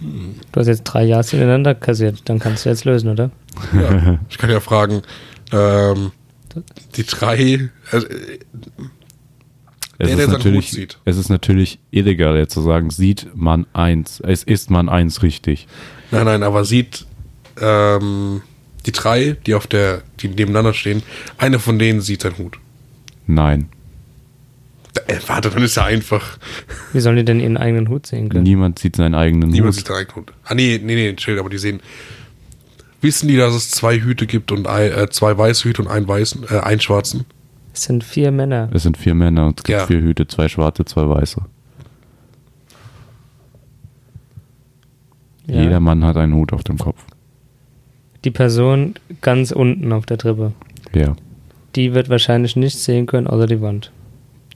du hast jetzt drei Jahre ineinander kassiert, dann kannst du jetzt lösen, oder? Ja. ich kann ja fragen, ähm, die drei. Also, äh, Es, Der, ist der seinen natürlich, Hut sieht. es ist natürlich illegal, jetzt zu sagen, sieht man eins. Es ist man eins richtig. nein, nein, aber sieht ähm, die drei, die auf der, die nebeneinander stehen, eine von denen sieht seinen Hut. Nein. Da- Äh, warte, dann ist ja einfach. Wie sollen die denn ihren eigenen Hut sehen können? Niemand sieht seinen eigenen Niemand Hut. sieht da einen Hut. Ah, nee, nee, nee, chill, aber die sehen. Wissen die, dass es zwei Hüte gibt und ein, äh, zwei weiße Hüte und einen weißen, äh, einen schwarzen? Es sind vier Männer. Es sind vier Männer und es gibt Ja. vier Hüte, zwei schwarze, zwei weiße. Ja. Jeder Mann hat einen Hut auf dem Kopf. Die Person ganz unten auf der Treppe, Ja, die wird wahrscheinlich nichts sehen können außer die Wand.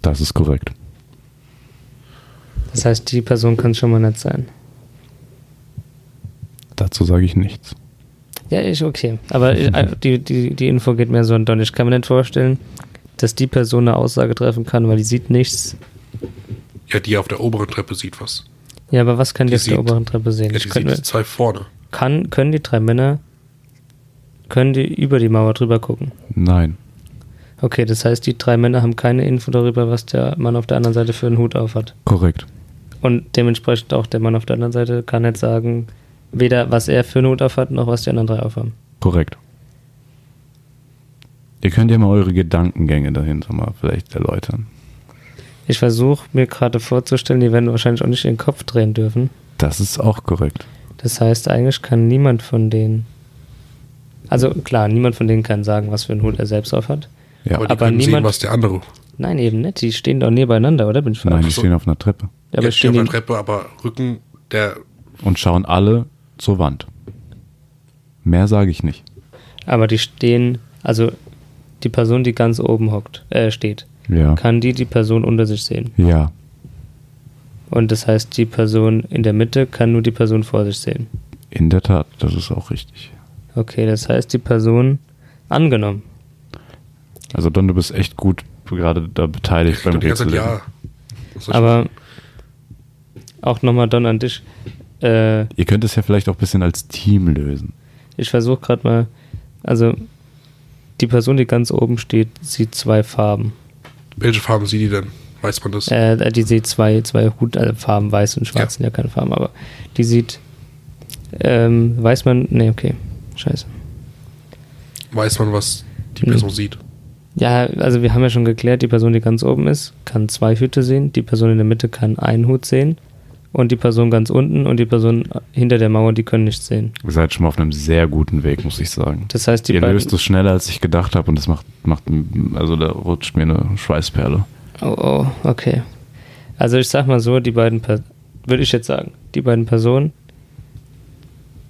das ist korrekt. Das heißt, die Person kann schon mal nett sein. Dazu sage ich nichts. Ja, ich okay. Aber ich, *laughs* äh, die, die, die Info geht mir so an Don. Ich kann mir nicht vorstellen, dass die Person eine Aussage treffen kann, weil die sieht nichts. Ja, die auf der oberen Treppe sieht was. Ja, aber was kann die, Die auf der sieht- oberen Treppe sehen? Ja, Ich die könnte mir- sieht zwei vorne. kann, können die drei Männer, können die über die Mauer drüber gucken? Nein. Okay, das heißt, die drei Männer haben keine Info darüber, was der Mann auf der anderen Seite für einen Hut auf hat. Korrekt. Und dementsprechend auch der Mann auf der anderen Seite kann nicht sagen, weder was er für einen Hut auf hat, noch was die anderen drei aufhaben. Korrekt. Ihr könnt ja mal eure Gedankengänge dahinter mal vielleicht erläutern. Ich versuche mir gerade vorzustellen, die werden wahrscheinlich auch nicht ihren Kopf drehen dürfen. Das ist auch korrekt. Das heißt, eigentlich kann niemand von denen. Also klar, niemand von denen kann sagen, was für einen Hut er selbst auf hat. Ja. Aber die Aber können sehen, niemand- was der andere. Nein, eben nicht. Die stehen doch nebeneinander, oder? Bin ich Nein, die falsch? stehen auf einer Treppe Ja, ja, aber stehen stehen auf die, der Treppe, aber Rücken, der. und schauen alle zur Wand. Mehr sage ich nicht. aber die stehen, also die Person, die ganz oben hockt, äh, steht, Ja. kann die die Person unter sich sehen. Ja. Und das heißt, die Person in der Mitte kann nur die Person vor sich sehen. In der Tat, das ist auch richtig. Okay, das heißt, die Person angenommen. Also Don, du bist echt gut gerade da beteiligt beim Und die ganze Zeit, Rätsel. ja. Was soll ich- Aber auch nochmal Don an dich. Äh, Ihr könnt es ja vielleicht auch ein bisschen als Team lösen. Ich versuche gerade mal, also die Person, die ganz oben steht, sieht zwei Farben. Welche Farben sieht die denn? Weiß man das? Äh, äh, die sieht zwei, zwei Hut, also Farben, weiß und schwarz Ja. sind ja keine Farben, aber die sieht, ähm, weiß man, nee, okay, scheiße. Weiß man, was die Hm. Person sieht? Ja, also wir haben ja schon geklärt, die Person, die ganz oben ist, kann zwei Hüte sehen, die Person in der Mitte kann einen Hut sehen und die Person ganz unten und die Person hinter der Mauer, die können nichts sehen. Ihr seid schon mal auf einem sehr guten Weg, muss ich sagen. Das heißt, die Ihr beiden... löst es schneller, als ich gedacht habe und das macht, macht, also da rutscht mir eine Schweißperle. Oh, oh, okay. Also ich sag mal so, die beiden, Per- würde ich jetzt sagen, die beiden Personen,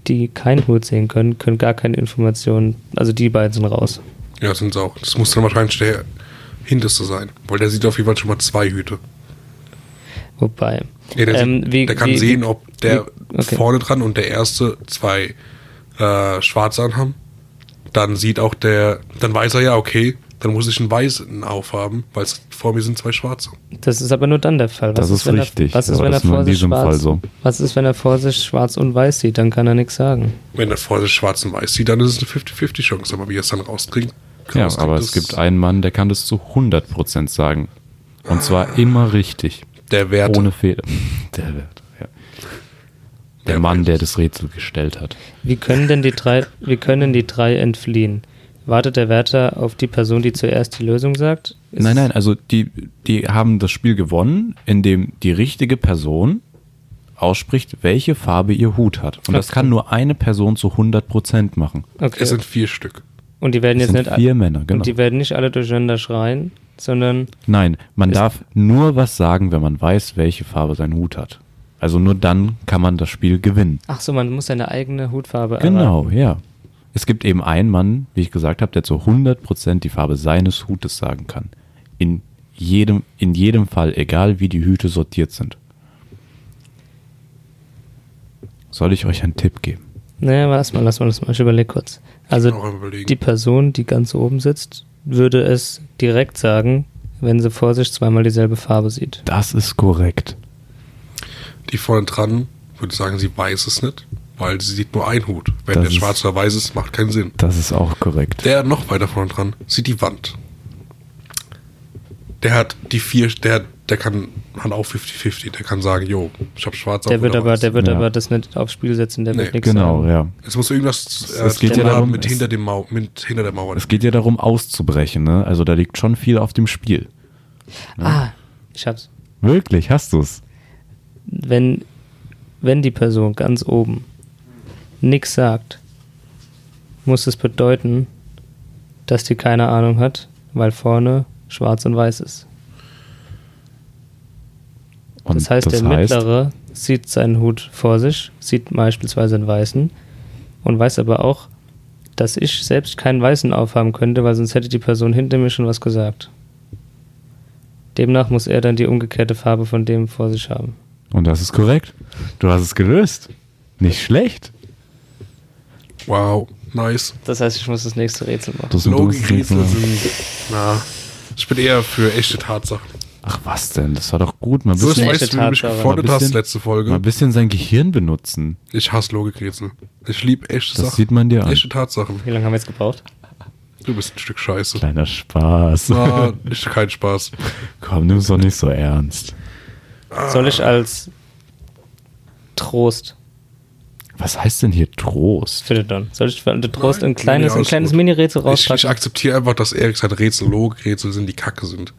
die keinen Hut sehen können, können gar keine Informationen, also die beiden sind raus. Ja, sind sie auch. Das muss dann wahrscheinlich der Hinterste sein. Weil der sieht auf jeden Fall schon mal zwei Hüte. Wobei, Ja, der, Ähm, sieht, wie- der kann wie- sehen, ob der wie- okay. vorne dran und der erste zwei äh, schwarze anhaben. Dann sieht auch der, dann weiß er ja, okay, dann muss ich einen weißen aufhaben, weil es- vor mir sind zwei schwarze. das ist aber nur dann der Fall. Das ist wenn richtig, Er, was ist, aber wenn er das ist nur vor in sich diesem schwarz, Fall so. Was ist, wenn er vor sich schwarz und weiß sieht, dann kann er nichts sagen. Wenn er vor sich schwarz und weiß sieht, dann ist es eine 50-50-Chance. Aber wie er es dann rauskriegt, Ja, rauskriegt, aber es das- Ah. gibt einen Mann, der kann das zu 100% sagen. Und zwar immer richtig. Der Wert. Ohne Fehler. *laughs* Der Wert, ja. Der Der Mann, der das Rätsel gestellt hat. Wie können denn die drei, wie können die drei entfliehen? Wartet der Wärter auf die Person, die zuerst die Lösung sagt? Ist- Nein, nein, also die, die haben das Spiel gewonnen, indem die richtige Person ausspricht, welche Farbe ihr Hut hat. Und das Okay. kann nur eine Person zu 100% machen. Okay. Es sind vier Stück. und die werden Es jetzt sind nicht vier Männer, genau. und die werden nicht alle durcheinander schreien, sondern Nein, man Ist- darf nur was sagen, wenn man weiß, welche Farbe sein Hut hat. Also nur dann kann man das Spiel gewinnen. ach so, man muss seine eigene Hutfarbe erraten. Genau, ja. Es gibt eben einen Mann, wie ich gesagt habe, der zu 100% die Farbe seines Hutes sagen kann. In jedem, in jedem Fall, egal wie die Hüte sortiert sind. Soll ich euch einen Tipp geben? Naja, lass mal, lass mal das mal. Ich überlege kurz. Also Auch am überlegen. die Person, die ganz oben sitzt, würde es direkt sagen, wenn sie vor sich zweimal dieselbe Farbe sieht. Das ist korrekt. Die vorne dran würde sagen, sie weiß es nicht, weil sie sieht nur einen Hut. Wenn Das der ist- schwarz oder weiß ist, macht keinen Sinn. Das ist auch korrekt. Der noch weiter vorne dran sieht die Wand. Der hat die vier, der, der kann, hat auch 50-50. Der kann sagen, jo, ich hab schwarz auf Der wird oder aber, weiß. der wird Ja. aber das nicht aufs Spiel setzen, der wird Oh, genau. Nee. nichts Genau, sagen. ja. Es muss irgendwas äh, Es geht zu tun ja haben darum, mit es- hinter, dem Mau mit hinter der Mauer. Es geht ja darum, auszubrechen, ne? Also da liegt schon viel auf dem Spiel. Ah, ich hab's. Wirklich, hast du's? wenn, wenn die Person ganz oben nichts sagt, muss es bedeuten, dass die keine Ahnung hat, weil vorne schwarz und weiß ist. Und das heißt, der Mittlere sieht seinen Hut vor sich, sieht beispielsweise einen weißen und weiß aber auch, dass ich selbst keinen weißen aufhaben könnte, weil sonst hätte die Person hinter mir schon was gesagt. Demnach muss er dann die umgekehrte Farbe von dem vor sich haben. Und das ist korrekt. Du hast es gelöst. Nicht schlecht. Wow, nice. Das heißt, ich muss das nächste Rätsel machen. Das ist ein dummes Logikrätsel Rätsel. sind, na, ich bin eher für echte Tatsachen. Ach was denn, das war doch gut. Mal ein Du hast eine echte bisschen, weißt, wie du mich Tatsache. gefordert Mal ein hast bisschen- letzte mal ein Folge. bisschen sein Gehirn benutzen. Ich hasse Logikrätsel. Ich liebe echte Das Sachen. sieht man dir an. Echte Tatsachen. Wie lange haben wir jetzt gebraucht? Du bist ein Stück Scheiße. Kleiner Spaß. *laughs* Ah, ist kein Spaß. *laughs* Komm, nimm's doch nicht so ernst. Soll ich als Trost Was heißt denn hier Trost? für den Don? Soll ich für den Trost Nein, ein kleines, ein nee, nee, alles kleines gut. Mini-Rätsel Ich, ich rauspacken? akzeptiere einfach, dass Erik sein Rätsel Logikrätsel sind, die kacke sind.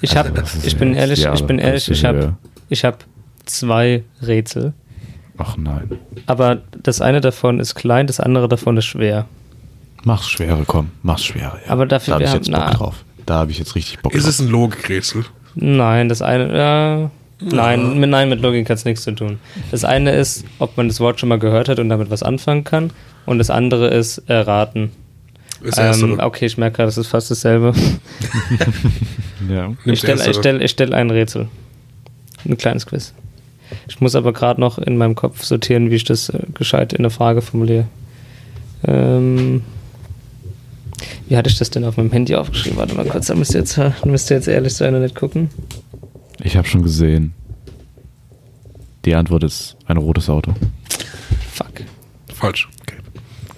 Ich, hab, Also das ist ich bin jetzt- ehrlich, ja, ich bin das ehrlich, ist ich habe ja- ich hab zwei Rätsel. Ach nein. Aber das eine davon ist klein, das andere davon ist schwer. Mach's schwere, komm. Mach's schwere. Ja. Aber dafür- da hab wir ich haben- jetzt Bock na. drauf. Da habe ich jetzt richtig Bock Ist drauf. es ein Logikrätsel? Nein, das eine. Ja, nein, mit, nein, mit Logik hat's nichts zu tun. Das eine ist, ob man das Wort schon mal gehört hat und damit was anfangen kann. Und das andere ist erraten. Ist Ähm, erstere. okay, ich merke gerade, das ist fast dasselbe. ja. Ich Nimm's stelle erstere. ich stell, ich stell ein Rätsel. Ein kleines Quiz. Ich muss aber gerade noch in meinem Kopf sortieren, wie ich das äh, gescheit in der Frage formuliere. Ähm, wie hatte ich das denn auf meinem Handy aufgeschrieben? Warte mal kurz, da müsst ihr jetzt, ha, müsst ihr jetzt ehrlich sein und nicht gucken. Ich habe schon gesehen. Die Antwort ist ein rotes Auto. Fuck. Falsch.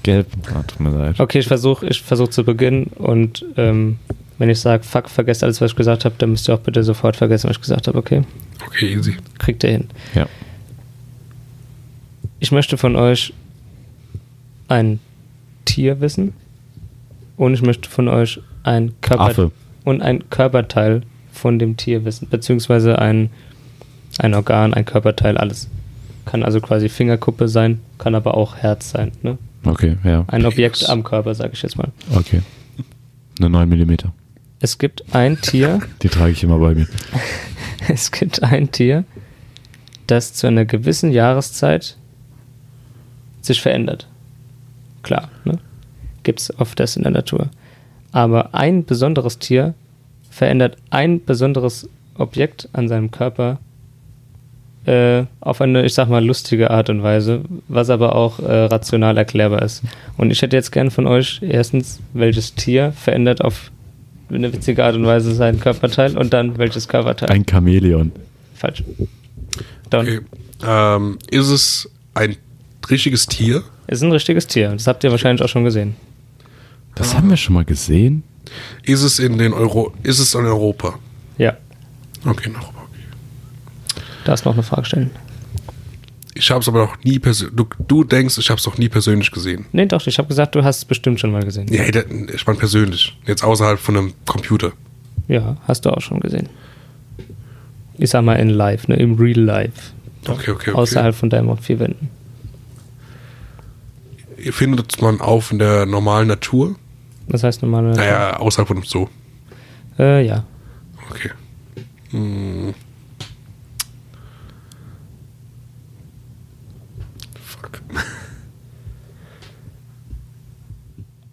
Gelb. Ah, tut mir leid. Okay, ich versuche ich versuch zu beginnen und ähm, wenn ich sage, fuck, vergesst alles, was ich gesagt habe, dann müsst ihr auch bitte sofort vergessen, was ich gesagt habe, okay? Okay, easy. Kriegt ihr hin. Ja. Ich möchte von euch ein Tier wissen und ich möchte von euch ein Körper Affe. und ein Körperteil von dem Tier wissen, beziehungsweise ein, ein Organ, ein Körperteil, alles. Kann also quasi Fingerkuppe sein, kann aber auch Herz sein. Ne? Okay, ja. Ein Objekt Penis. am Körper, sage ich jetzt mal. Okay. Eine 9 mm. Es gibt ein Tier, Die trage ich immer bei mir. *laughs* es gibt ein Tier, das zu einer gewissen Jahreszeit sich verändert. Klar, ne? Gibt's oft das in der Natur. Aber ein besonderes Tier verändert ein besonderes Objekt an seinem Körper äh, auf eine, ich sag mal, lustige Art und Weise, was aber auch äh, rational erklärbar ist. Und ich hätte jetzt gern von euch erstens, welches Tier verändert auf eine witzige Art und Weise seinen Körperteil und dann welches Körperteil? Ein Chamäleon. Falsch. Don. Okay. Ähm, ist es ein richtiges Tier? Ist ein richtiges Tier. Das habt ihr wahrscheinlich auch schon gesehen. Das haben wir schon mal gesehen. Ist es in den Euro? Ist es in Europa? Ja. Okay, in Europa. darfst noch eine Frage stellen. Ich habe es aber noch nie persönlich. Du, du denkst, ich habe es noch nie persönlich gesehen. Nee, doch, ich habe gesagt, du hast es bestimmt schon mal gesehen. Ja, ey, da- ich meine persönlich. Jetzt außerhalb von einem Computer. Ja, hast du auch schon gesehen. Ich sag mal in live, ne? Im Real Life. Okay, okay, okay. Außerhalb von deinen vier Wänden. Ihr findet man auf in der normalen Natur. Das heißt normale. Naja, außerhalb von einem Zoo. Äh, ja. Okay. Hm. Fuck.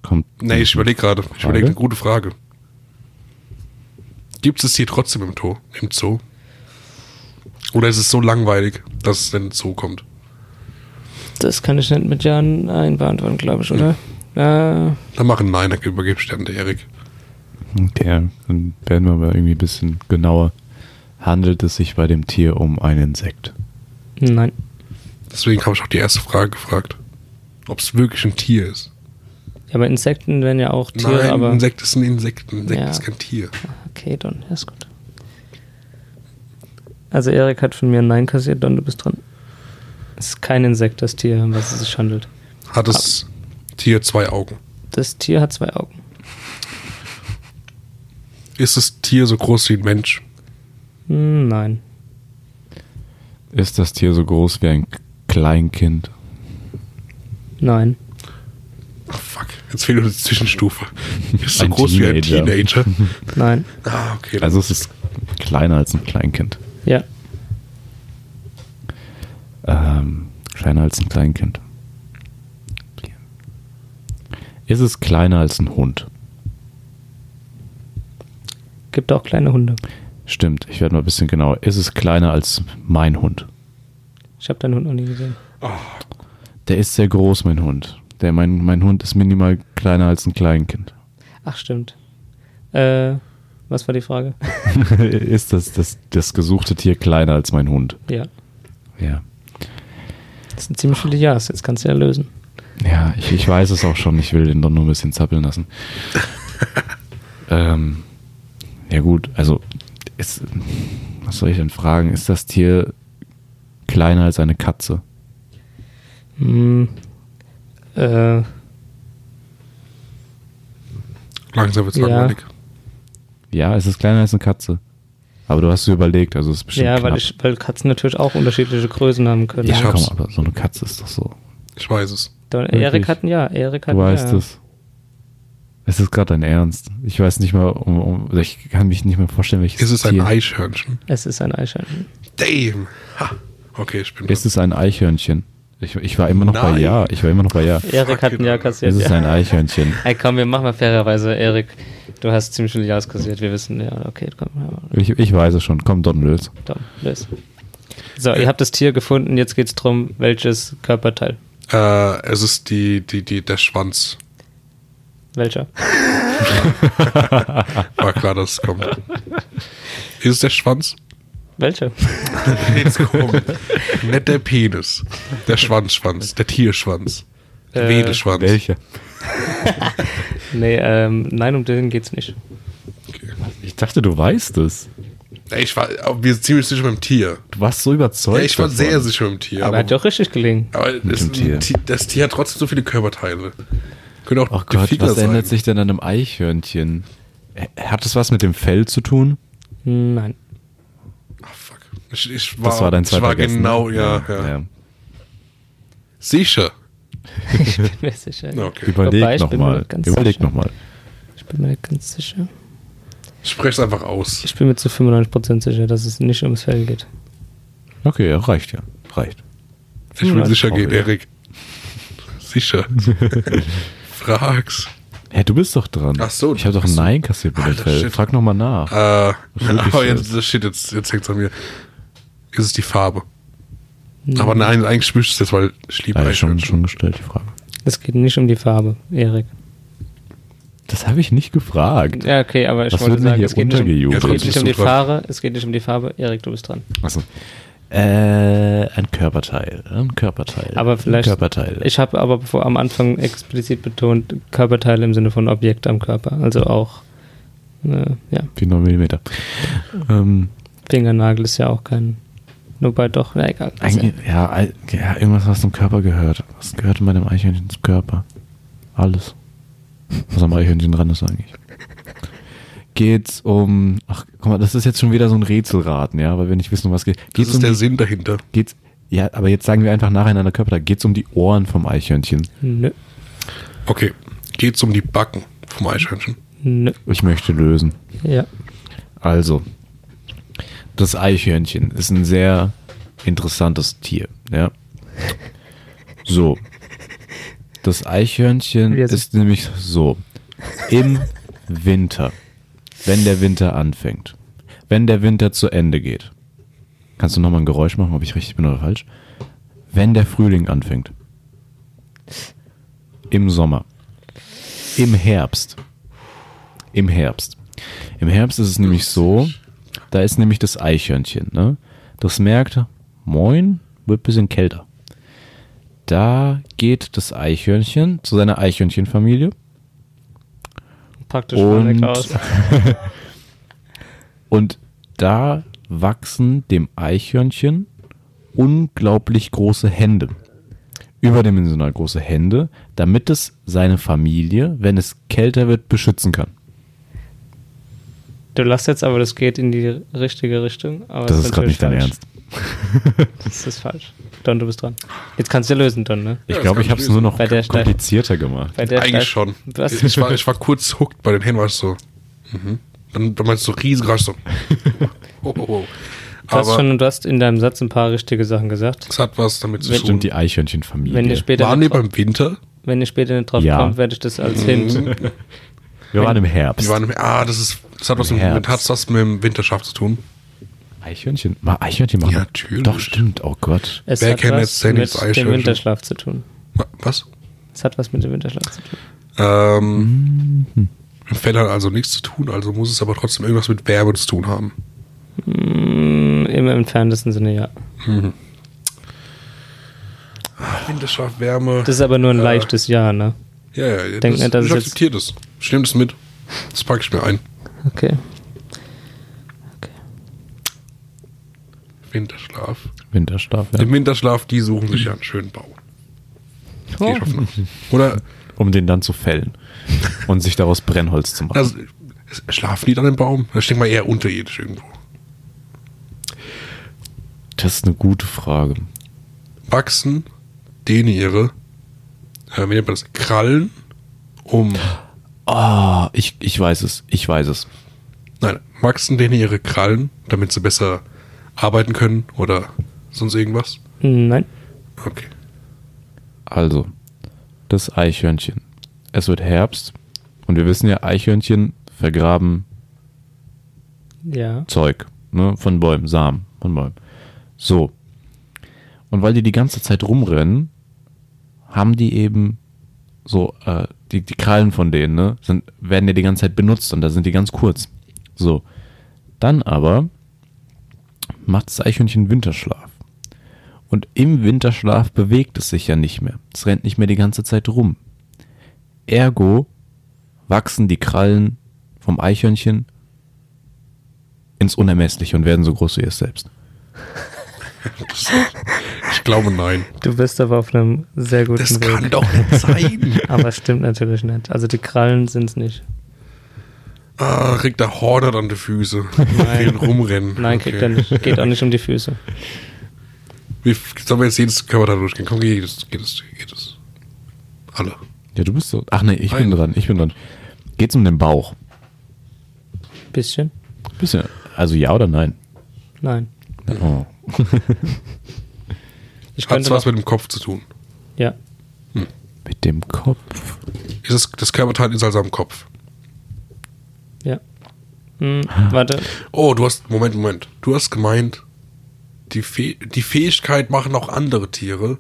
Kommt. Nee, ich überlege gerade. Ich Frage? überlege eine gute Frage. Gibt es hier trotzdem im, Tor, im Zoo? Oder ist es so langweilig, dass es in den Zoo kommt? Das kann ich nicht mit Ja und Nein beantworten, glaube ich, oder? Äh, Dann machen Nein, dann übergebe ich dann der Erik. Okay, dann werden wir aber irgendwie ein bisschen genauer. Handelt es sich bei dem Tier um ein Insekt? Äh, nein. Deswegen habe ich auch die erste Frage gefragt. Ob es wirklich ein Tier ist. Ja, aber Insekten werden ja auch Tiere, Nein, aber. ein Insekt ist ein Insekt. Ein Insekt Ja. ist kein Tier. okay, Don, ja, ist gut. Also Erik hat von mir ein Nein kassiert, Don, du bist dran. Es ist kein Insekt, das Tier, um was es sich handelt. Hat das Tier zwei Augen? Das Tier hat zwei Augen. Ist das Tier so groß wie ein Mensch? Hm, Nein. Ist das Tier so groß wie ein Kleinkind? Nein. Ach, fuck. Jetzt fehlt nur die Zwischenstufe. Ist so Ein groß wie ein Teenager. Teenager. Nein. Ah, okay. Also es ist kleiner als ein Kleinkind. Ja. Ähm, kleiner als ein Kleinkind. Ist es kleiner als ein Hund? Gibt auch kleine Hunde. Stimmt, ich werde mal ein bisschen genauer. Ist es kleiner als mein Hund? Ich habe deinen Hund noch nie gesehen. Der ist sehr groß, mein Hund. Der, mein, mein Hund ist minimal kleiner als ein Kleinkind. Ach, stimmt. Äh, was war die Frage? *laughs* *laughs* ist das, das, das gesuchte Tier kleiner als mein Hund? ja. Ja. Das sind ziemlich viele Ja's, jetzt kannst du ja lösen. Ja, ich, ich weiß es auch schon. Ich will den doch nur ein bisschen zappeln lassen. *laughs* ähm, ja gut, also ist, was soll ich denn fragen? Ist das Tier kleiner als eine Katze? Hm. Äh, Langsam wird es Ja. langweilig. Ja, es ist kleiner als eine Katze. Aber du hast es überlegt, also es ist bestimmt ja, weil, knapp. ich, weil Katzen natürlich auch unterschiedliche Größen haben können. ja, Ich komm, hab's. aber so eine Katze ist doch so. Ich weiß es. Don, Wirklich? Erik hat ein Ja, Erik hat Du ein weißt ja. es. Es ist gerade dein Ernst. Ich weiß nicht mal, um, um, ich kann mich nicht mehr vorstellen, welches Ist es ein Tier. Eichhörnchen? Es ist ein Eichhörnchen. Damn. Ha. Okay, ich bin Ist es ein Eichhörnchen? Ich, ich war immer noch bei Nein. Ja. Ich war immer noch bei Ja. Erik hat ein Ja Alter. kassiert. Es ist Ja. ein Eichhörnchen. Ey, komm, wir machen mal fairerweise, Erik. Du hast ziemlich viele Ja's kassiert, wir wissen, ja, okay, komm, ja, Ich, ich weiß es schon. Komm, Don löst. Don, lös. So, ihr habt das Tier gefunden, jetzt geht's drum, welches Körperteil? Äh, es ist die, die, die, der Schwanz. Welcher? War klar, dass es kommt. Ist es der Schwanz? Welcher? *laughs* Jetzt kommt. Nicht der Penis. Der Schwanzschwanz. Der Tierschwanz. Der Äh, Wedeschwanz. Nee, ähm, nein, um den geht's nicht. Okay. Ich dachte, du weißt es. Ey, Ich war, aber wir sind ziemlich sicher beim Tier. Du warst so Ja, überzeugt. ich war davon. sehr sicher beim Tier. Aber, Aber, hat ja auch richtig gelegen. aber es, dem Tier. Ti- das Tier hat trotzdem so viele Körperteile. Könnte auch Oh der Gott, Finger was sein. ändert sich denn an einem Eichhörnchen? H- Hat es was mit dem Fell zu tun? Hm, Nein. Ah, fuck. Ich, ich war, Das war dein zweiter Ich war Guess, ne? genau, ja, ja, Sicher. *laughs* Ich bin mir sicher. Ja, Okay. Wobei, Überleg ich bin mir nochmal. ganz Überleg sicher. nochmal. Ich bin mir nicht ganz sicher. Sprech's einfach aus. Ich bin mir zu 95% sicher, dass es nicht ums Fell geht. Okay, ja, reicht ja. Reicht. Ich will Nein, sicher brauche gehen, ich. Erik. *laughs* Sicher. Frag's. Hä, du bist doch dran. Ach so, Ich habe doch ach ein so. Nein kassiert bei dem Alter, Fell. shit. Frag nochmal nach. Äh, wirklich aber jetzt. jetzt, das shit, jetzt, jetzt hängt's an mir. Ist es die Farbe? Aber nein, eigentlich mischt es jetzt, weil ich liebe Leider Hm. schon, Eichhörnchen. schon gestellt, die Frage. Es geht nicht um die Farbe, Erik. Das habe ich nicht gefragt. Ja, okay, aber ich Was wollte wird denn sagen, hier es geht, nicht um, untergejubelt? es geht nicht um die Jetzt bist du dran. Farbe, es geht nicht um die Farbe. Erik, du bist dran. Achso. Äh, ein Körperteil. Ein Körperteil. Aber vielleicht. Ein Körperteil. Ich habe aber bevor, am Anfang explizit betont, Körperteile im Sinne von Objekt am Körper. Also auch, äh, ja, Wie 9 mm. Ähm, Fingernagel ist ja auch kein nur bei doch, na egal. Also, Eigentlich, also, ja, all- ja, irgendwas, was zum Körper gehört. Was gehört bei dem Eichhörnchen zum Körper? Alles. Was am Eichhörnchen dran ist eigentlich. Geht's um. Ach, guck mal, das ist jetzt schon wieder so ein Rätselraten, ja, weil wir nicht wissen, um was geht. Das Geht's ist um der die, Sinn dahinter. geht's, ja, aber jetzt sagen wir einfach nacheinander Körper. Da geht's um die Ohren vom Eichhörnchen. Nö, Okay, geht's um die Backen vom Eichhörnchen. nö, Ich möchte lösen. ja. Also, das Eichhörnchen ist ein sehr interessantes Tier, ja. So. Das Eichhörnchen Wir sind- ist nämlich so. Im Winter, wenn der Winter anfängt, wenn der Winter zu Ende geht. Kannst du nochmal ein Geräusch machen, ob ich richtig bin oder falsch? Wenn der Frühling anfängt. Im Sommer. Im Herbst. Im Herbst. Im Herbst ist es nämlich so, da ist nämlich das Eichhörnchen, ne? Das merkt, moin, wird ein bisschen kälter. Da geht das Eichhörnchen zu seiner Eichhörnchenfamilie Praktisch vorne Und- raus. und da wachsen dem Eichhörnchen unglaublich große Hände. Überdimensional große Hände, damit es seine Familie, wenn es kälter wird, beschützen kann. Du lachst jetzt, aber das geht in die richtige Richtung. Aber Das es ist gerade natürlich nicht dein falsch. Ernst. Das ist falsch. Don, du bist dran. Jetzt kannst du ja lösen, Don, ne? Ich das glaube, kann ich ich habe es lösen. nur noch Bei der Steil- komplizierter gemacht. Bei der Eigentlich Schleif- schon. Du hast, Ich war, ich war kurz hooked bei den Händen, war ich so. Mhm. Dann, dann meinst du *laughs* riesig, war ich so. Oh, oh, oh. du, hast Aber schon, du hast in deinem Satz ein paar richtige Sachen gesagt. es hat was damit zu Wenn- Stimmt, tun. die Eichhörnchenfamilie. Wenn ihr später, Waren wir nicht, drauf- beim Winter? wenn ihr später nicht drauf Ja. kommt, werde ich das als Hint. Wir waren im Herbst. Die waren im, ah, das ist, das hat was mit, Herbst. mit, hat's was mit dem Winterschaft zu tun. Eichhörnchen? Mal Eichhörnchen machen? Ja, natürlich. Doch, stimmt. Oh Gott. Es Wer hat kennt was jetzt mit Sandys dem Eichhörnchen? Winterschlaf zu tun. Wa- Was? Es hat was mit dem Winterschlaf zu tun. Ähm, Im Fell hat also nichts zu tun, also muss es aber trotzdem irgendwas mit Wärme zu tun haben. Mm, Im entferntesten Sinne, ja. Winterschaft, Wärme. Das ist aber nur ein Äh, leichtes Ja, ne? ja, ja, ja, denk das, nicht, dass ich es jetzt- akzeptiere das. Ich nehme das mit. Das packe ich mir ein. Okay. Winterschlaf. Winterschlaf, ja. Im Winterschlaf, die suchen sich ja einen schönen Bau. Geh ich Oh, davon aus. Oder Um den dann zu *laughs* fällen. Und sich daraus Brennholz zu machen. also, es- schlafen die dann im Baum? Das steht mal eher unterirdisch irgendwo. Das ist eine gute Frage. Wachsen denen ihre, äh, wie nennt man das, Krallen um, Ah, ich, ich weiß es. Ich weiß es. nein, wachsen denen ihre Krallen, damit sie besser arbeiten können oder sonst irgendwas? Mm, nein. Okay. Also, das Eichhörnchen. Es wird Herbst. Und wir wissen ja, Eichhörnchen vergraben Ja. Zeug. Ne? Von Bäumen, Samen, von Bäumen. So. Und weil die die ganze Zeit rumrennen, haben die eben so, äh, die, die Krallen von denen, ne, sind, werden ja die ganze Zeit benutzt und da sind die ganz kurz. So. Dann aber macht das Eichhörnchen Winterschlaf. Und im Winterschlaf bewegt es sich ja nicht mehr. Es rennt nicht mehr die ganze Zeit rum. Ergo wachsen die Krallen vom Eichhörnchen ins Unermessliche und werden so groß wie es selbst. Ich *laughs* glaube nein. Du bist aber auf einem sehr guten Das Weg. kann doch nicht sein. Aber es stimmt natürlich nicht. Also die Krallen sind es nicht. Ah, kriegt der Horder an die Füße. Nein. Nein. rumrennen. Nein, kriegt er nicht. Geht auch nicht um die Füße. Wie, sollen wir jetzt jedes Körperteil durchgehen? Komm, geht es, geht es, geht es. Alle. Ja, du bist so. Ach nee, ich bin Nein. dran, ich bin dran. Geht's um den Bauch? Bisschen? Bisschen. Also ja oder nein? Nein. Oh. Ich Hat könnte was noch, mit dem Kopf zu tun. ja. Mit dem Kopf. Ist es, das Körperteil ist also am Kopf. Hm, warte. Oh, du hast, Moment, Moment. Du hast gemeint, die, Fäh die Fähigkeit machen auch andere Tiere.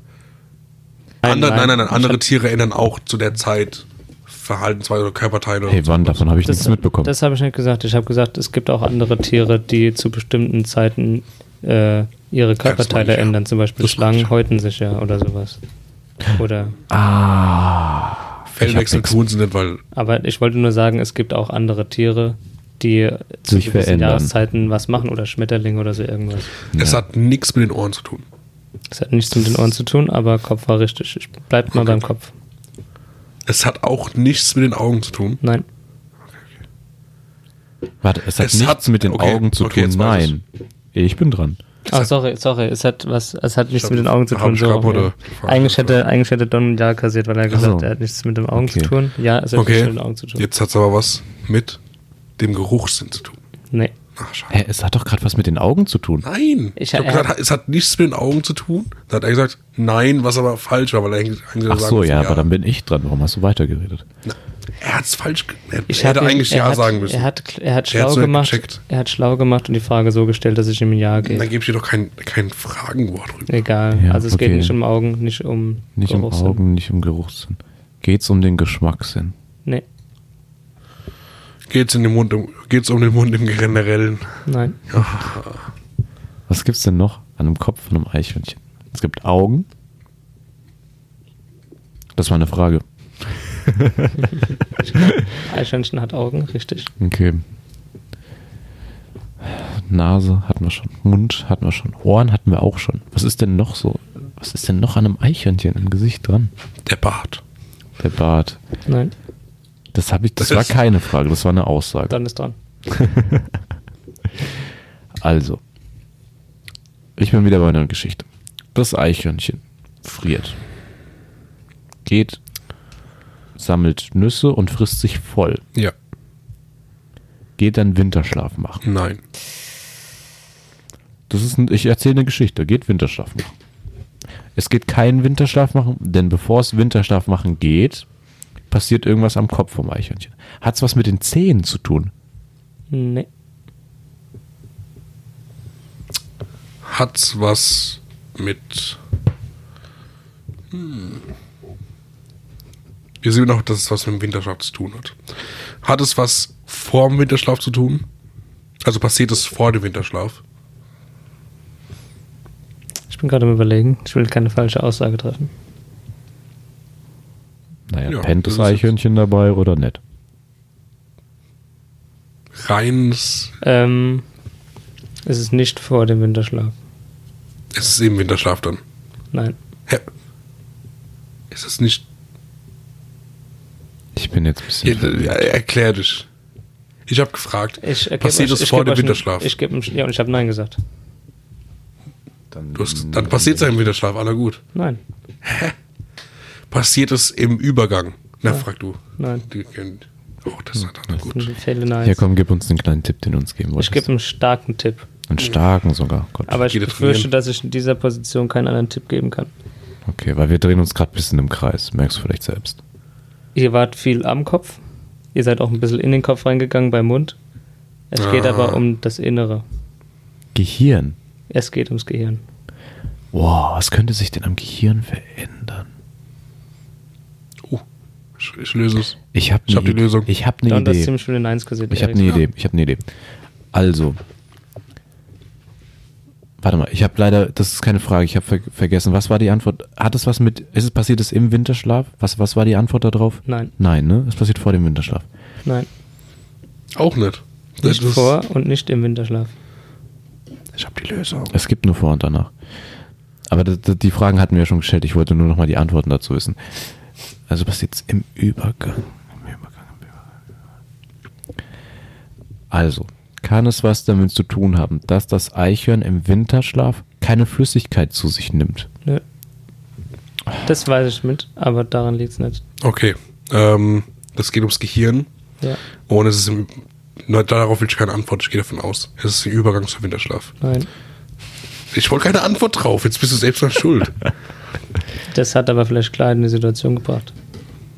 Nein, andere, nein. nein, nein, nein, Ich andere hab- Tiere ändern auch zu der Zeit Verhaltensweise oder Körperteile. Hey, wann? Davon habe ich Das, nichts mitbekommen. das habe ich nicht gesagt. Ich habe gesagt, es gibt auch andere Tiere, die zu bestimmten Zeiten äh, ihre Körperteile ich ja. ändern. Zum Beispiel Das meine ich Schlangen ja. häuten sich ja oder sowas. Oder. ah. Ich hab Fellwechsel nix. tun sie nicht, weil Aber ich wollte nur sagen, es gibt auch andere Tiere, die zu Sich gewissen verändern. Jahreszeiten was machen oder Schmetterlinge oder so irgendwas. Es hat nichts mit den Ohren zu tun. Das hat nichts mit den Ohren zu tun, aber Kopf war richtig. Ich bleib mal Okay. beim Kopf. Es hat auch nichts mit den Augen zu tun. Nein. Warte, es hat Es nichts hat- mit den okay, Augen zu okay, tun. jetzt weiß Nein. Ich bin dran. Ah, sorry, sorry, es hat was, es hat nichts hab- mit den Augen zu hab tun. ich So, kaputt, rum, oder? ja. eigentlich, hätte, eigentlich hätte Don ja kassiert, weil er gesagt hat, er hat nichts mit den Augen zu Okay. tun. Ja, es hat Okay. nichts mit den Augen zu tun. Jetzt hat es aber was mit dem Geruchssinn zu tun. Nee. Ach, schade. Hä, es hat doch gerade was mit den Augen zu tun. Nein. Ich- Ich, hab er- habe gesagt, es hat nichts mit den Augen zu tun. Da hat er gesagt, nein, was aber falsch war, weil er eigentlich eigentlich Ach sagen so, musste, ja, aber dann bin ich dran. Warum hast du weitergeredet? Er hat es falsch. ge- Er, Ich er hätte hab ihn- eigentlich er ja hat, sagen müssen. Er hat, er hat Er hat's schlau nur gemacht. gecheckt. Er hat schlau gemacht und die Frage so gestellt, dass ich ihm ein Ja dann gebe. gebe ich dir doch kein, kein Fragenwort rüber. Egal. Ja, also es geht okay. nicht um Augen, nicht um Nicht um Geruchssinn. Augen, nicht um Geruchssinn. Geht's um den Geschmackssinn? Nee, Geht's in den Mund, um- geht's um den Mund im Generellen. nein. Was gibt's denn noch an dem Kopf von einem Eichhörnchen? Es gibt Augen. Das war eine Frage. Eichhörnchen hat Augen, richtig. Okay. Nase hatten wir schon, Mund hatten wir schon, Ohren hatten wir auch schon. Was ist denn noch so? Was ist denn noch an einem Eichhörnchen im Gesicht dran? Der Bart. Der Bart. Nein, Das habe ich. Das, Das war ist- keine Frage, das war eine Aussage. dann ist dran. Also, ich bin wieder bei einer Geschichte. Das Eichhörnchen friert, geht, sammelt Nüsse und frisst sich voll, Ja. geht dann Winterschlaf machen. Nein. Das ist ein, ich erzähle eine Geschichte, geht Winterschlaf machen. Es geht keinen Winterschlaf machen, denn bevor es Winterschlaf machen geht, passiert irgendwas am Kopf vom Eichhörnchen. Hat es was mit den Zähnen zu tun? Nee, Hat's was mit. Hm. Wir sehen noch, dass es was mit dem Winterschlaf zu tun hat. Hat es was vor dem Winterschlaf zu tun? Also passiert es vor dem Winterschlaf? ich bin gerade am Überlegen. Ich will keine falsche Aussage treffen. Naja, Ja, pennt das das ist- Eichhörnchen dabei oder nicht? Reines. Ähm, es ist nicht vor dem Winterschlaf. Es ist eben Winterschlaf dann. Nein. Hä? Ist es nicht. Ich bin jetzt ein bisschen. Ja, Äh, ja, erklär dich. Ich habe gefragt. Ich, äh, geb Passiert euch- es ich vor geb dem euch ein- Winterschlaf? Ich geb, ein- ja, und ich habe Nein gesagt. Du hast, dann passiert es ja im Winterschlaf, aller gut. Nein, Passiert es im Übergang? Na, frag du. nein. Die kennen- Oh, das ist dann Das gut. sind Fälle Nein. Ja, komm, gib uns den kleinen Tipp, den du uns geben ich wolltest. gebe einen starken Tipp. Einen starken sogar. Gott. Aber ich Geht befürchte, trainieren. dass ich in dieser Position keinen anderen Tipp geben kann. okay, weil wir drehen uns gerade ein bisschen im Kreis. Merkst du vielleicht selbst. Ihr wart viel am Kopf. Ihr seid auch ein bisschen in den Kopf reingegangen beim Mund. Es geht Ah. aber um das Innere. Gehirn. Es geht ums Gehirn. Wow, was könnte sich denn am Gehirn verändern? Oh, ich, ich löse es. Ich habe Ich hab die Lösung. Ich habe eine Dann das Idee. ziemlich ne? viele Neins kassiert. Ich habe Erik. eine Idee. Ich habe eine Idee. Also. Warte mal, ich habe leider, das ist keine Frage, ich habe ver vergessen, was war die Antwort? Hat es was mit, ist es passiert es im Winterschlaf? Was, was war die Antwort darauf? Nein, Nein, ne? Es passiert vor dem Winterschlaf. nein. Auch nicht. Nicht ist- vor und nicht im Winterschlaf. Ich habe die Lösung. Es gibt nur vor und danach. Aber das, das, die Fragen hatten wir ja schon gestellt. Ich wollte nur noch mal die Antworten dazu wissen. Also passiert es im Übergang. Im Übergang, im Übergang. Also, kann es was damit zu tun haben, dass das Eichhörn im Winterschlaf keine Flüssigkeit zu sich nimmt? Nö. Das weiß ich mit, aber daran liegt es nicht. Okay. Ähm, das geht ums Gehirn. Ja, Und es ist im. Na, darauf will ich keine Antwort. Ich gehe davon aus. Es ist der Übergang zum Winterschlaf. nein. Ich wollte keine Antwort drauf. Jetzt bist du selbst dran schuld. Das hat aber vielleicht klar in die Situation gebracht.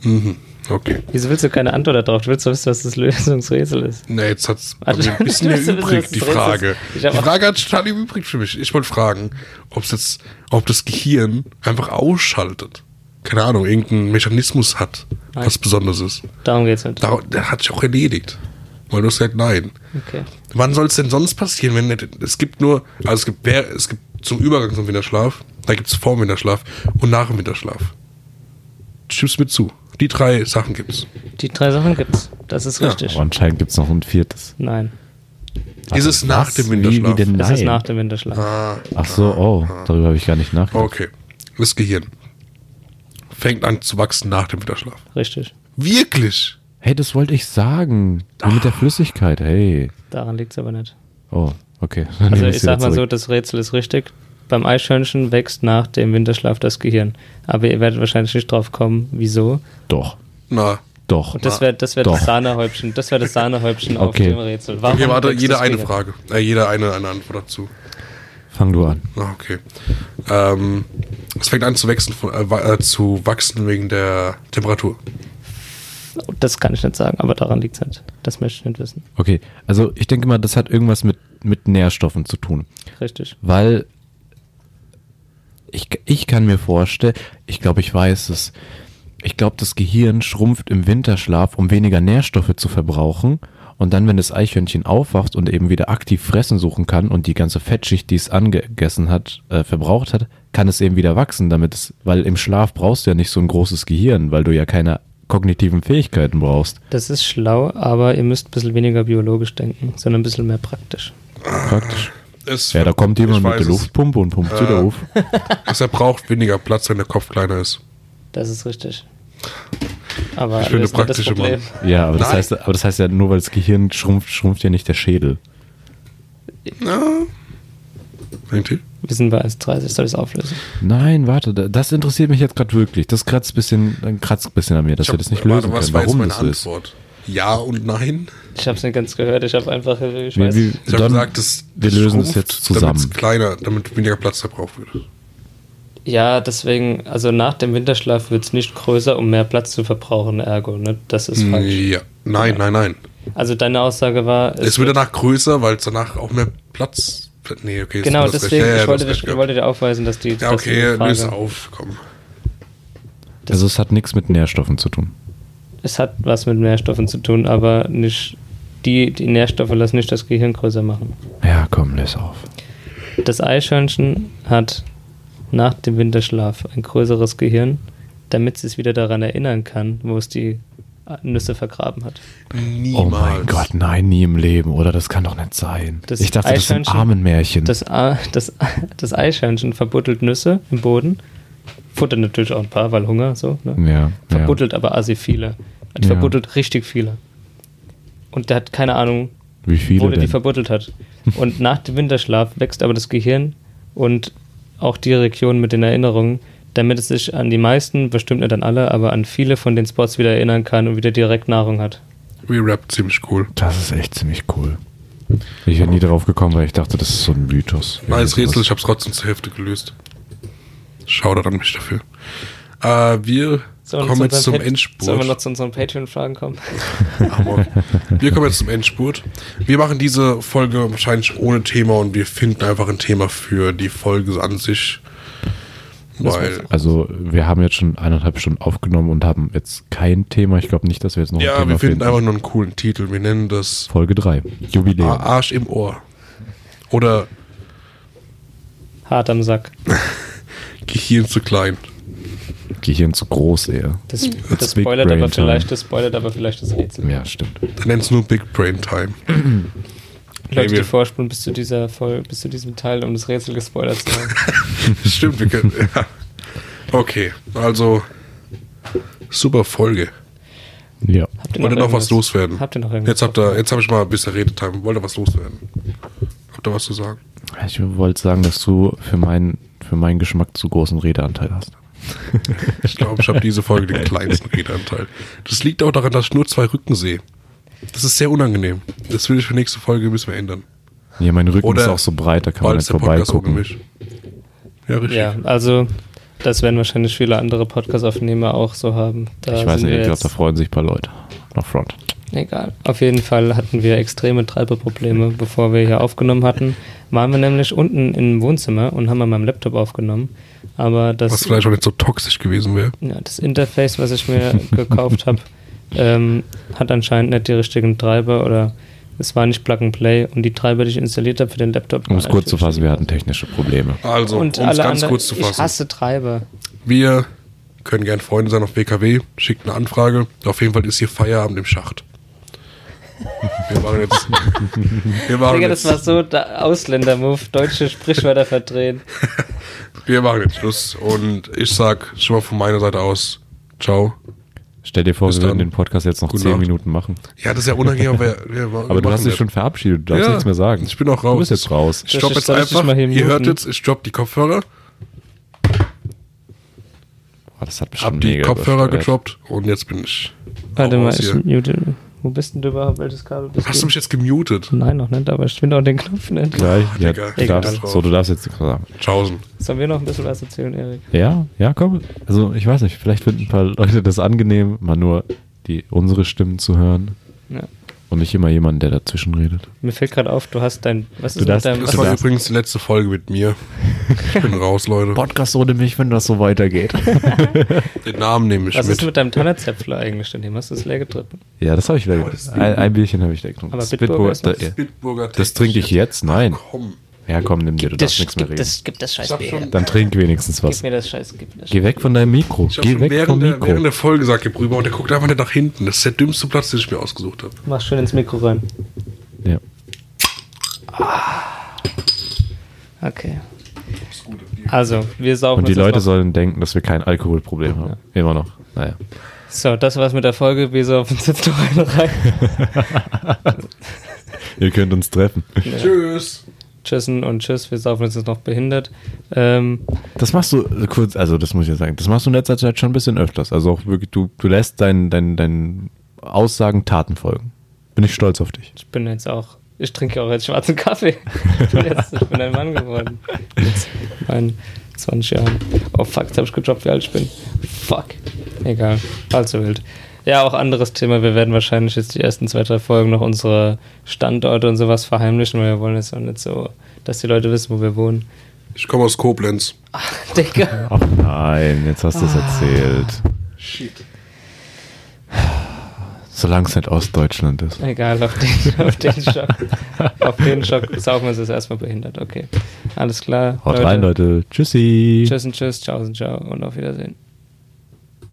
mhm. Okay. Wieso willst du keine Antwort darauf? Du willst doch wissen, was das Lösungsrätsel ist. Na, jetzt hat es Also, ein *laughs* bisschen du mehr bist ein bisschen übrig, die was Frage. Drittes. Die Ich hab auch- Frage hat total übrig für mich. Ich wollte fragen, ob's jetzt, ob das Gehirn einfach ausschaltet. Keine Ahnung, irgendeinen Mechanismus hat, Nein. was Besonderes ist. Darum geht's nicht. Da, der hat sich auch erledigt. Weil du hast gesagt, nein. Okay. Wann soll es denn sonst passieren, wenn nicht, es gibt nur, also es gibt, wer- es gibt zum Übergang zum Winterschlaf, da gibt es vor dem Winterschlaf und nach dem Winterschlaf. Schieb's mir zu. Die drei Sachen gibt's. Die drei Sachen gibt's. Das ist Ja. richtig. Aber anscheinend gibt es noch ein viertes. Nein. Ist es nach Also Was? dem Wie, wie Winterschlaf? denn Das ist nach nein? dem Winterschlaf. Ah, Ach so, oh, darüber habe ich gar nicht nachgedacht. okay. Das Gehirn fängt an zu wachsen nach dem Winterschlaf. Richtig. Wirklich? Oh. Hey, das wollte ich sagen. Wie Ah. mit der Flüssigkeit, hey. Daran liegt's aber nicht. Oh, okay. *laughs* Also ich sag mal so, das Rätsel ist richtig. Beim Eichhörnchen wächst nach dem Winterschlaf das Gehirn. Aber ihr werdet wahrscheinlich nicht drauf kommen, wieso. Doch, Na, doch. Und das wäre das, wär Doch. das Sahnehäubchen. Das wäre das Sahnehäubchen auf Okay. dem Rätsel. Warum okay, warte, wächst jeder das eine Gehirn? Frage. Äh, jeder eine, eine Antwort dazu. Fang du an. Ah, okay. Ähm, es fängt an zu wachsen, von- äh, wa- äh, zu wachsen wegen der Temperatur. Oh, Das kann ich nicht sagen, aber daran liegt's nicht. Das möchte ich nicht wissen. Okay, also ich denke mal, das hat irgendwas mit, mit Nährstoffen zu tun. Richtig. Weil ich, ich kann mir vorstellen, ich glaube, ich weiß es. Ich glaube, das Gehirn schrumpft im Winterschlaf, um weniger Nährstoffe zu verbrauchen. Und dann, wenn das Eichhörnchen aufwacht und eben wieder aktiv Fressen suchen kann und die ganze Fettschicht, die es angegessen hat, äh, verbraucht hat, kann es eben wieder wachsen, damit es, weil im Schlaf brauchst du ja nicht so ein großes Gehirn, weil du ja keine kognitiven Fähigkeiten brauchst. Das ist schlau, aber ihr müsst ein bisschen weniger biologisch denken, sondern ein bisschen mehr praktisch. Praktisch. Es, Ja, da kommt ich jemand mit weiß der Luftpumpe und pumpt sie wieder auf. Es, es er braucht weniger Platz, wenn der Kopf kleiner ist. Das ist richtig. Aber Ich bin löst der nicht das praktische Problem. Ja, aber das, Nein. heißt, aber das heißt ja, nur weil das Gehirn schrumpft, schrumpft ja nicht der Schädel. Ja. Denkt ihr? Wir sind bei 1,30, soll ich es auflösen? Nein, warte, da- das interessiert mich jetzt gerade wirklich. Das kratzt ein bisschen, dann kratzt ein bisschen an mir, dass wir das nicht lösen was können, war jetzt warum meine das so ist. Antwort? Ja und nein? Ich habe es nicht ganz gehört, ich habe einfach, ich weiß, Wie- wie- Ich habe Dann- gesagt, das, wir das lösen es schrumpft, jetzt zusammen. Damit es kleiner, damit weniger Platz verbraucht wird. Ja, deswegen, also nach dem Winterschlaf wird es nicht größer, um mehr Platz zu verbrauchen, ergo, ne? Das ist falsch. Ja. Nein, nein, nein. Also deine Aussage war, Es, wird danach größer, weil es danach auch mehr Platz. Nee, okay. jetzt genau hast du recht. deswegen, Ja, ich ja, du hast wollte, recht dich, gehabt. wollte dir aufweisen, dass die Ja, dass okay, die löse Frage, auf, komm. Oh Also es hat nichts mit Nährstoffen zu tun. es hat was mit Nährstoffen zu tun, aber nicht die, die Nährstoffe lassen nicht das Gehirn größer machen. Ja, komm, löse auf. Das Eichhörnchen hat nach dem Winterschlaf ein größeres Gehirn, damit es sich wieder daran erinnern kann, wo es die Nüsse vergraben hat. Niemals. Oh mein Gott, nein, nie im Leben, oder? Das kann doch nicht sein. Das ich dachte, das sind Eichhörnchen- Armenmärchen. Das, A- das, das Eichhörnchen verbuddelt Nüsse im Boden, futtert natürlich auch ein paar, weil Hunger, so. Ne? ja, Verbuddelt aber assi viele. Hat Ja. Verbuddelt richtig viele. Und der hat keine Ahnung, ja. wo Wie viele der die denn? verbuddelt *laughs* hat. Und nach dem Winterschlaf wächst aber das Gehirn und auch die Region mit den Erinnerungen, damit es sich an die meisten, bestimmt nicht an alle, aber an viele von den Spots wieder erinnern kann und wieder direkt Nahrung hat. Re-Rap ziemlich cool. Das ist echt ziemlich cool. Ich wäre nie darauf gekommen, weil ich dachte, das ist so ein Mythos. Nice Irgendwie sowas. Rätsel, ich hab's trotzdem zur Hälfte gelöst. Shoutout an mich dafür. Äh, wir Sollen wir kommen zu jetzt zum unserem Pat- Sollen wir noch Endspurt. zu unseren Patreon-Fragen kommen? *laughs* Hammer. wir kommen jetzt zum Endspurt. Wir machen diese Folge wahrscheinlich ohne Thema und wir finden einfach ein Thema für die Folge an sich. Weil, Also wir haben jetzt schon eineinhalb Stunden aufgenommen und haben jetzt kein Thema. Ich glaube nicht, dass wir jetzt noch ein ja, Thema wir finden einfach nur einen coolen Titel. Wir nennen das Folge 3, Jubiläum. A- Arsch im Ohr. Oder Hart am Sack. Gehirn zu klein. Gehirn zu groß eher. Das, das Big spoilert Brain aber Time. vielleicht, das spoilert aber vielleicht das Rätsel. Ja, stimmt. Dann nenn's nur Big Brain Time. Leute, die wir- vorspulen bis zu dieser Folge, bis zu diesem Teil, um das Rätsel gespoilert zu haben. Stimmt, wir können. Ja. Okay, also super Folge. Ja. Habt ihr Wollt ihr noch irgendwas? was loswerden? Habt ihr noch irgendwas? Jetzt habt ihr, jetzt habe ich mal ein bisschen Redetime. Wollt ihr was loswerden? Habt ihr was zu sagen? Ich wollte sagen, dass du für meinen, für meinen Geschmack zu großen Redeanteil hast. *laughs* Ich glaube, ich habe diese Folge den kleinsten Redeanteil. Das liegt auch daran, dass ich nur zwei Rücken sehe. Das ist sehr unangenehm. Das will ich für nächste Folge müssen wir ändern. Ja, mein Rücken Oder ist auch so breit, da kann man Bald nicht ist der Podcast ohne vorbeigucken. mich. Ja, richtig. Ja, also das werden wahrscheinlich viele andere Podcast-Aufnehmer auch so haben. Da Ich weiß sind nicht, wir ich glaube, da jetzt- freuen sich ein paar Leute. Noch Front. Egal. Auf jeden Fall hatten wir extreme Treiberprobleme, bevor wir hier aufgenommen hatten. Waren wir nämlich unten im Wohnzimmer und haben an meinem Laptop aufgenommen. Aber Was das, vielleicht auch nicht so toxisch gewesen wäre. ja, das Interface, was ich mir *laughs* gekauft habe, ähm, hat anscheinend nicht die richtigen Treiber oder es war nicht Plug and Play und die Treiber, die ich installiert habe für den Laptop. Um waren es kurz zu natürlich- fassen, wir hatten technische Probleme. Also, um und es alle ganz anderen, kurz zu ich fassen. hasse Treiber. Wir Können gern Freunde sein auf BKW, schickt eine Anfrage. Auf jeden Fall ist hier Feierabend im Schacht. Wir waren jetzt. *laughs* Wir waren Digga, das jetzt, war so der Ausländer-Move, deutsche Sprichwörter verdrehen. wir machen jetzt Schluss und ich sag schon mal von meiner Seite aus, ciao. Stell dir vor, Bis wir würden dann. den Podcast jetzt noch Gute zehn Nacht. Minuten machen. Ja, das ist ja unangenehm, aber, wir, wir Aber du machen hast dich das. schon verabschiedet, du darfst nichts mehr sagen. Ich bin auch raus. Du bist jetzt raus. Ich stopp Soll ich- jetzt soll ich dich einfach. mal hier Ihr hört muten? jetzt, ich stopp die Kopfhörer, Boah, Oh, das hat hab bestimmt die mega Kopfhörer übersteuert. gedroppt und jetzt bin ich. Warte raus mal, ich hier. mute. Wo bist denn du überhaupt? Welches Kabel bist Hast du du? mich jetzt gemutet? Nein, noch nicht, aber ich finde auch den Knopf nicht. Gleich, Ah, ja, Digga. du darfst, Egal. so, du darfst jetzt nichts mehr sagen. Tschaußen. Sollen wir noch ein bisschen was erzählen, Erik? Ja, ja, komm. Also ich weiß nicht, vielleicht finden ein paar Leute das angenehm, mal nur die unsere Stimmen zu hören. Ja. Und nicht immer jemanden, der dazwischen redet. Mir fällt gerade auf, du hast dein. Was Du ist darfst- mit deinem. Das Was du war darfst- übrigens die letzte Folge mit mir. Ich bin raus, Leute. Podcast ohne mich, wenn das so weitergeht. Den Namen nehme ich was ist mit. mit deinem Tellerzäpfler eigentlich? Denn dem hast du es leer getrunken. ja, das habe ich wieder. Oh, das ist Ein, ein Bierchen habe ich da getrunken. Aber Das Bitburger Bitburger ist noch- ist da- Bitburger das trinke ich jetzt? Nein. Komm. Ja, komm, nimm dir, du darfst nichts mehr gibt, reden. das, gibt das Ich hab Scheißbier. schon, Dann trink wenigstens Gib was. mir das Scheiß. Gib mir das Geh weg von deinem Mikro. ich hab Geh schon weg vom während, der, während Mikro. der Folge gesagt, ihr Brüber, und der guckt einfach nicht nach hinten. Das ist der dümmste Platz, den ich mir ausgesucht habe. Mach schön ins Mikro rein. Ja. Okay. Also, wir saufen Und die uns das Leute noch- sollen denken, dass wir kein Alkoholproblem haben. Immer noch. Naja. So, das war's mit der Folge. Wir saufen uns jetzt noch eine rein. *laughs* Ihr könnt uns treffen. Tschüss. Tschüssen und tschüss. Wir saufen uns jetzt noch behindert. Ähm, Das machst du äh, kurz, also das muss ich ja sagen, das machst du in letzter Zeit schon ein bisschen öfters. Also auch wirklich, du, du lässt deinen dein, dein Aussagen Taten folgen. Bin ich stolz auf dich. ich bin jetzt auch. Ich trinke auch jetzt schwarzen Kaffee. *laughs* Ich bin, jetzt, ich bin ein Mann geworden. Mit meinen 20 Jahren. Oh fuck, jetzt hab ich gedroppt, wie alt ich bin. Fuck. Egal. Allzu wild. Ja, auch anderes Thema. Wir werden wahrscheinlich jetzt die ersten zwei, drei Folgen noch unsere Standorte und sowas verheimlichen, weil wir wollen jetzt auch nicht so, dass die Leute wissen, wo wir wohnen. *laughs* Ich komme aus Koblenz. Digga. Ach nein, jetzt hast du es erzählt. Shit. Solange es nicht Ostdeutschland ist. Egal, auf den, auf den Schock. auf den Schock saufen wir uns jetzt erstmal behindert. Okay. Alles klar. Haut rein, Leute. Tschüssi. Tschüss und tschüss, ciao und ciao und auf Wiedersehen.